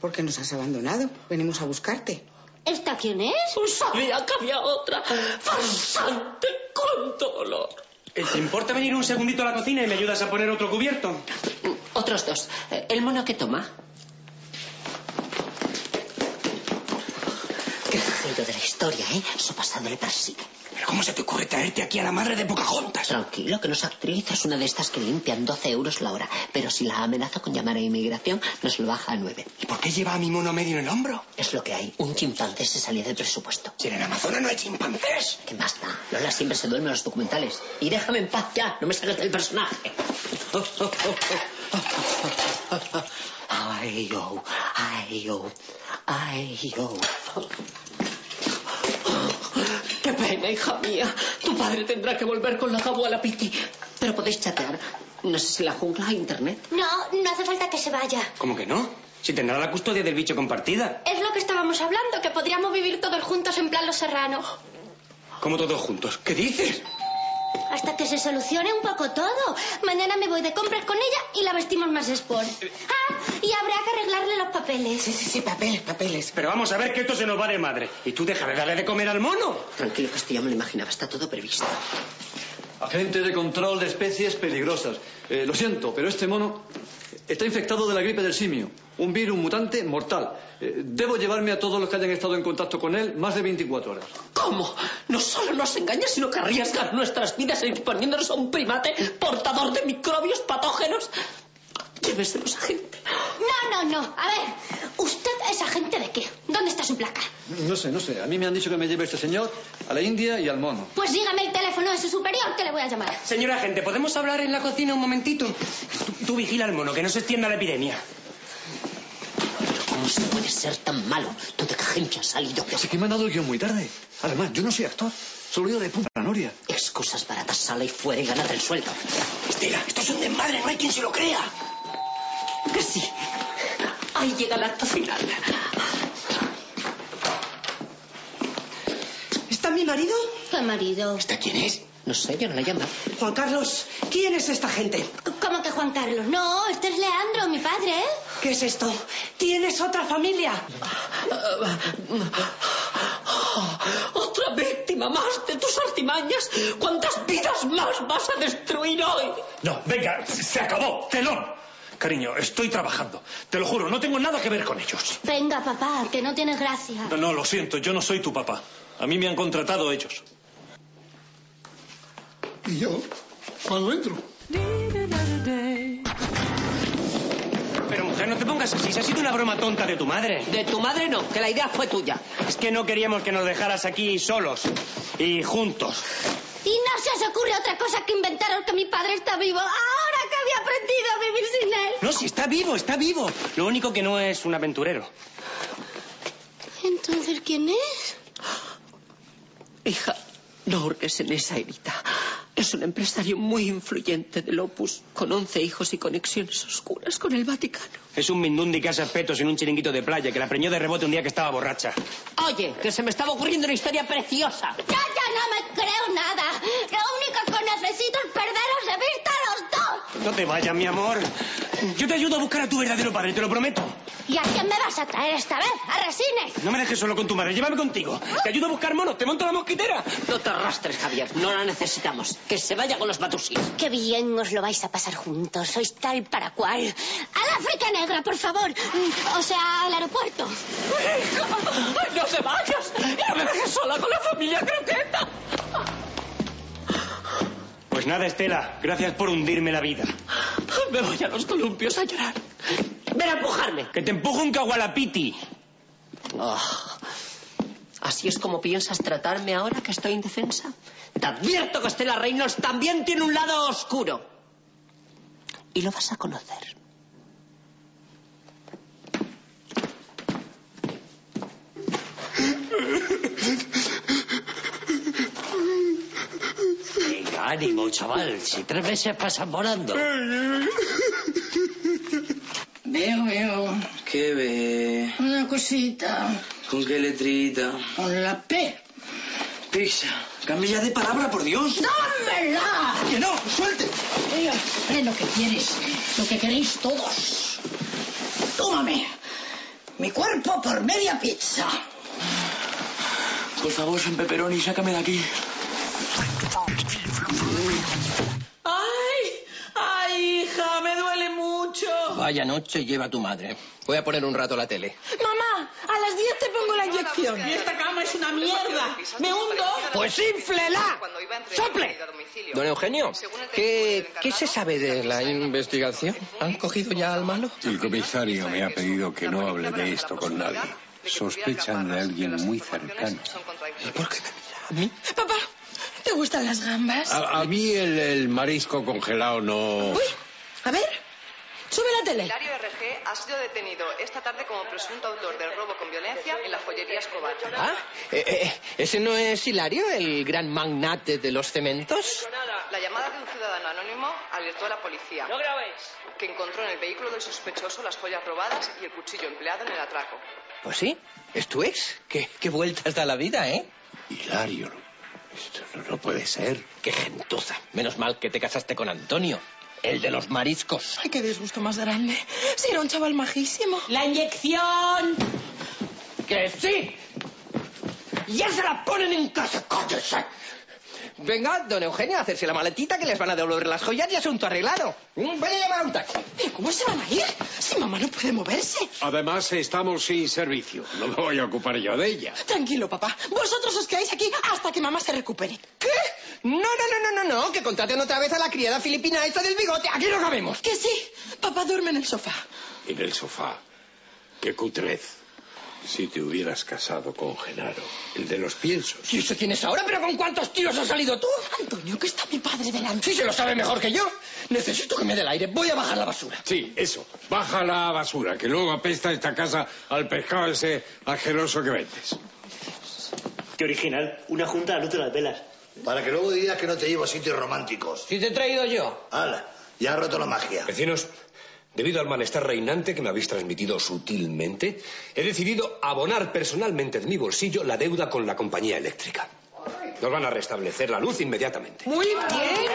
Speaker 7: ¿por qué nos has abandonado? Venimos a buscarte.
Speaker 12: ¿Esta quién es?
Speaker 8: Sabía que había otra. Farsante con dolor.
Speaker 11: Eh, ¿Te importa venir un segundito a la cocina y me ayudas a poner otro cubierto?
Speaker 8: Otros dos. Eh, El mono que toma. Qué giro de la historia, ¿eh? Su pasado le persigue. ¿Pero cómo se te ocurre traerte aquí a la madre de Pocahontas? Tranquilo, que no es actriz, es una de estas que limpian 12 euros la hora. Pero si la amenazo con llamar a inmigración, nos lo baja a 9. ¿Y por qué lleva a mi mono medio en el hombro? Es lo que hay. Un chimpancé se salía del presupuesto. Si en el Amazonas no hay chimpancés. Que basta. Lola siempre se duerme en los documentales. Y déjame en paz ya, no me saques del personaje. Ay, yo, ay, yo, ay, yo. Qué pena, hija mía. Tu padre tendrá que volver con la abuela Piti. Pero podéis chatear. No sé si en la jungla hay internet.
Speaker 12: No, no hace falta que se vaya.
Speaker 11: ¿Cómo que no? Si tendrá la custodia del bicho compartida.
Speaker 12: Es lo que estábamos hablando, que podríamos vivir todos juntos en plan los serranos.
Speaker 11: Como todos juntos. ¿Qué dices?
Speaker 12: Hasta que se solucione un poco todo. Mañana me voy de compras con ella y la vestimos más sport. Ah, y habrá que arreglarle los papeles. Sí, sí, sí, papeles, papeles.
Speaker 11: Pero vamos a ver que esto se nos va de madre. Y tú deja de darle de comer al mono.
Speaker 8: Tranquilo, que esto ya me lo imaginaba. Está todo previsto.
Speaker 1: Agente de control de especies peligrosas. Eh, lo siento, pero este mono está infectado de la gripe del simio. Un virus mutante mortal. Eh, debo llevarme a todos los que hayan estado en contacto con él más de 24 horas.
Speaker 8: ¿Cómo? No solo nos engañas, sino que arriesgas nuestras vidas exponiéndonos a un primate portador de microbios patógenos. Lléveselos, agente.
Speaker 12: No, no, no. A ver, ¿usted es agente de qué? ¿Dónde está su placa?
Speaker 1: No sé, no sé. A mí me han dicho que me lleve este señor a la India y al mono.
Speaker 12: Pues dígame el teléfono de su superior que le voy a llamar.
Speaker 11: Señora gente, ¿podemos hablar en la cocina un momentito? Tú, tú vigila al mono, que no se extienda la epidemia.
Speaker 8: ¿Cómo se puede ser tan malo? Tú de cajencia has salido.
Speaker 1: Así que me han dado el guión muy tarde. Además, yo no soy actor. Solo yo de puta noria.
Speaker 8: Excusas baratas, sala y fuera y ganate el sueldo. Estela, esto es un desmadre, no hay quien se lo crea. Que sí. Ahí llega el acto final.
Speaker 45: ¿Está mi marido?
Speaker 12: ¿Qué marido?
Speaker 8: ¿Está quién es? No sé, yo no la llamo.
Speaker 45: Juan Carlos, ¿quién es esta gente?
Speaker 12: ¿Cómo que Juan Carlos? No, este es Leandro, mi padre. ¿eh?
Speaker 45: ¿Qué es esto? ¿Tienes otra familia?
Speaker 8: Ah, Otra víctima más de tus artimañas. ¿Cuántas vidas más vas a destruir hoy?
Speaker 30: No, venga, se acabó, telón. Cariño, estoy trabajando. Te lo juro, no tengo nada que ver con ellos.
Speaker 12: Venga, papá, que no tienes gracia.
Speaker 30: No, no, lo siento, yo no soy tu papá. A mí me han contratado ellos.
Speaker 46: Y yo, cuando entro.
Speaker 11: Pero mujer, no te pongas así. Se ha sido una broma tonta de tu madre.
Speaker 8: De tu madre no, que la idea fue tuya.
Speaker 11: Es que no queríamos que nos dejaras aquí solos y juntos.
Speaker 12: Y no se os ocurre otra cosa que inventaros que mi padre está vivo. Ahora que había aprendido a vivir sin él.
Speaker 11: No, si está vivo, está vivo. Lo único que no es un aventurero.
Speaker 12: Entonces, ¿quién es?
Speaker 8: Hija, no hurgues en esa herida. Es un empresario muy influyente del Opus, con once hijos y conexiones oscuras con el Vaticano.
Speaker 11: Es un mindundi que hace petos en un chiringuito de playa que la preñó de rebote un día que estaba borracha.
Speaker 8: Oye, que se me estaba ocurriendo una historia preciosa.
Speaker 12: Ya, ya no me creo nada. Lo único que necesito es perderos de vista a los dos.
Speaker 11: No te vayas, mi amor. Yo te ayudo a buscar a tu verdadero padre, te lo prometo.
Speaker 12: ¿Y a quién me vas a traer esta vez? ¿A Resines?
Speaker 11: No me dejes solo con tu madre, llévame contigo. Te ayudo a buscar monos, te monto la mosquitera.
Speaker 8: No te arrastres, Javier. No la necesitamos. Que se vaya con los batusíes.
Speaker 12: Qué bien os lo vais a pasar juntos. Sois tal para cual. ¡Al África Negra, por favor! Mm, O sea, al aeropuerto.
Speaker 8: ¡Ay, no se vayas! ¡No me dejes sola con la familia croqueta!
Speaker 11: Pues nada, Estela, gracias por hundirme la vida.
Speaker 8: Me voy a los columpios a llorar. Ven a empujarme.
Speaker 11: Que te empujo un cagualapiti.
Speaker 8: Oh. ¿Así es como piensas tratarme ahora que estoy indefensa? Te advierto que Estela Reynolds también tiene un lado oscuro. Y lo vas a conocer.
Speaker 17: Ánimo, chaval, si tres meses pasan volando.
Speaker 7: Veo, veo.
Speaker 11: ¿Qué ve?
Speaker 7: Una cosita.
Speaker 11: ¿Con qué letrita?
Speaker 7: Con la P.
Speaker 11: Pizza. Cambia ya de palabra, por Dios.
Speaker 7: ¡Dámela!
Speaker 11: ¡Que no! ¡Suelte!
Speaker 7: Mira, es lo que quieres. Lo que queréis todos. Tómame. Mi cuerpo por media pizza.
Speaker 11: Por favor, San Pepperoni, sácame de aquí.
Speaker 30: ¡Ay! ¡Ay, hija! ¡Me duele mucho!
Speaker 4: Vaya noche lleva tu madre. Voy a poner un rato la tele.
Speaker 30: ¡Mamá! A las 10 te pongo la inyección.
Speaker 47: eh.
Speaker 30: Y esta cama es una mierda. ¡Me hundo!
Speaker 4: Pues ínflela. ¡Sople! Don Eugenio, ¿qué, ¿qué se sabe de la investigación? ¿Han cogido ya al malo?
Speaker 10: El comisario me ha pedido que no hable de esto con nadie. Sospechan de alguien muy cercano.
Speaker 7: Papá, ¿te gustan las gambas?
Speaker 10: A, a mí el, el marisco congelado no...
Speaker 7: A ver, sube la
Speaker 4: Eh,
Speaker 7: tele.
Speaker 47: Hilario RG ha sido detenido esta tarde como presunto autor del robo con violencia en la joyería Escobar.
Speaker 4: ¿Ah? Eh, eh, ¿Ese no es Hilario, el gran magnate de los cementos?
Speaker 47: La llamada de un ciudadano anónimo alertó a la policía. ¡No grabéis! Que encontró en el vehículo del sospechoso las joyas robadas y el cuchillo empleado en el atraco.
Speaker 4: Pues sí, es tu ex. ¿Qué, qué vueltas da la vida, ¿eh?
Speaker 10: Hilario, esto no, no puede ser.
Speaker 4: Qué gentuza. Menos mal que te casaste con Antonio, el de los mariscos.
Speaker 7: Ay, qué disgusto más grande. Si era un chaval majísimo.
Speaker 30: ¡La inyección!
Speaker 4: ¡Que sí! ¡Ya se la ponen en casa, cállese! Venga, don Eugenio, a hacerse la maletita que les van a devolver las joyas y asunto arreglado. Mm, Voy a llamar a un taxi.
Speaker 7: ¿Cómo se van a ir? Si mamá no puede moverse.
Speaker 10: Además, estamos sin servicio. No me voy a ocupar yo de ella.
Speaker 7: Tranquilo, papá. Vosotros os quedáis aquí hasta que mamá se recupere.
Speaker 4: ¿Qué? No, no, no, no, no, no, que contraten otra vez a la criada filipina esta del bigote. Aquí no cabemos.
Speaker 7: Que sí. Papá duerme en el sofá.
Speaker 10: En el sofá. Qué cutrez. Si te hubieras casado con Genaro, el de los piensos.
Speaker 4: ¿Y eso quién es Pues ahora? ¿Pero con cuántos tiros has salido tú?
Speaker 7: Antonio, que está mi padre delante.
Speaker 4: Sí, se lo sabe mejor que yo. Necesito que me dé el aire. Voy a bajar la basura.
Speaker 10: Sí, eso. Baja la basura, que luego apesta esta casa al pescado ese asqueroso que vendes.
Speaker 48: Qué original. Una junta a la luz de las velas.
Speaker 14: Para que luego digas que no te llevo a sitios románticos.
Speaker 4: Si te he traído yo.
Speaker 14: ¡Hala! Ya ha roto la magia.
Speaker 1: Vecinos, debido al malestar reinante que me habéis transmitido sutilmente, he decidido abonar personalmente de mi bolsillo la deuda con la compañía eléctrica. Nos van a restablecer la luz inmediatamente.
Speaker 30: Muy bien.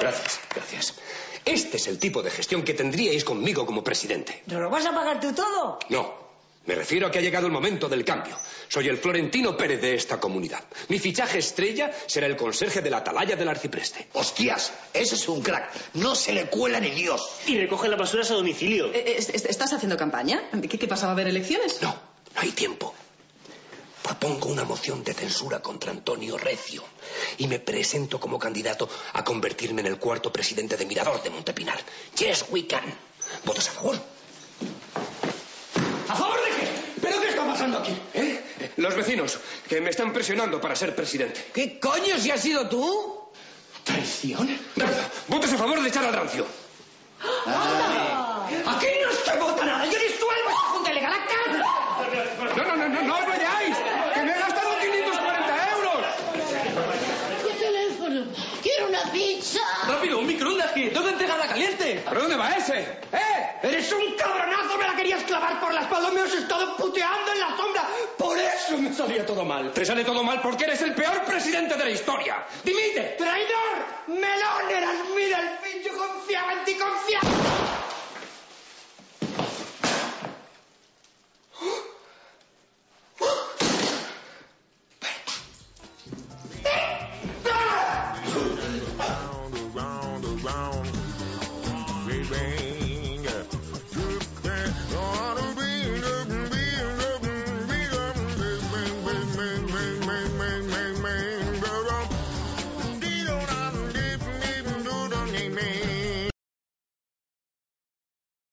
Speaker 1: Gracias, gracias. Este es el tipo de gestión que tendríais conmigo como presidente.
Speaker 6: ¿No lo vas a pagar tú todo?
Speaker 1: No. Me refiero a que ha llegado el momento del cambio. Soy el Florentino Pérez de esta comunidad. Mi fichaje estrella será el conserje de la atalaya del arcipreste.
Speaker 14: ¡Hostias! Ese es un crack. No se le cuela ni Dios.
Speaker 48: Y recoge las basuras a domicilio.
Speaker 49: Eh, es- es- ¿Estás haciendo campaña? ¿Qué, qué pasa? ¿Va a haber elecciones?
Speaker 1: No, no hay tiempo. Propongo una moción de censura contra Antonio Recio y me presento como candidato a convertirme en el cuarto presidente de Mirador de Montepinar. Yes, we can. ¿Votos a favor?
Speaker 4: ¿A favor de qué? ¿Pero qué está pasando aquí?
Speaker 1: ¿Eh? Los vecinos, que me están presionando para ser presidente.
Speaker 4: ¿Qué coño si has sido tú?
Speaker 1: ¿Traición? ¿Votos a favor de echar al rancio?
Speaker 4: Aquí no se vota nada. Yo disuelvo esta junta legal. ¡A la cara!
Speaker 1: No, no, no, no, no os vayáis. Que me he gastado 540 euros.
Speaker 50: ¿Qué teléfono? Quiero una pizza.
Speaker 1: Rápido, un microondas que tengo que entregarla caliente. ¿Pero dónde va ese?
Speaker 4: ¡Eh! ¡Eres un cabronazo! ¡Me la querías clavar por la espalda! ¡Me has estado puteando en la sombra! ¡Por eso me salía todo mal!
Speaker 1: Te sale todo mal porque eres el peor presidente de la historia.
Speaker 4: ¡Dimite! ¡Traidor! ¡Melón! ¡Eras mi delfín! ¡Yo confiaba en ti! ¡Confiaba!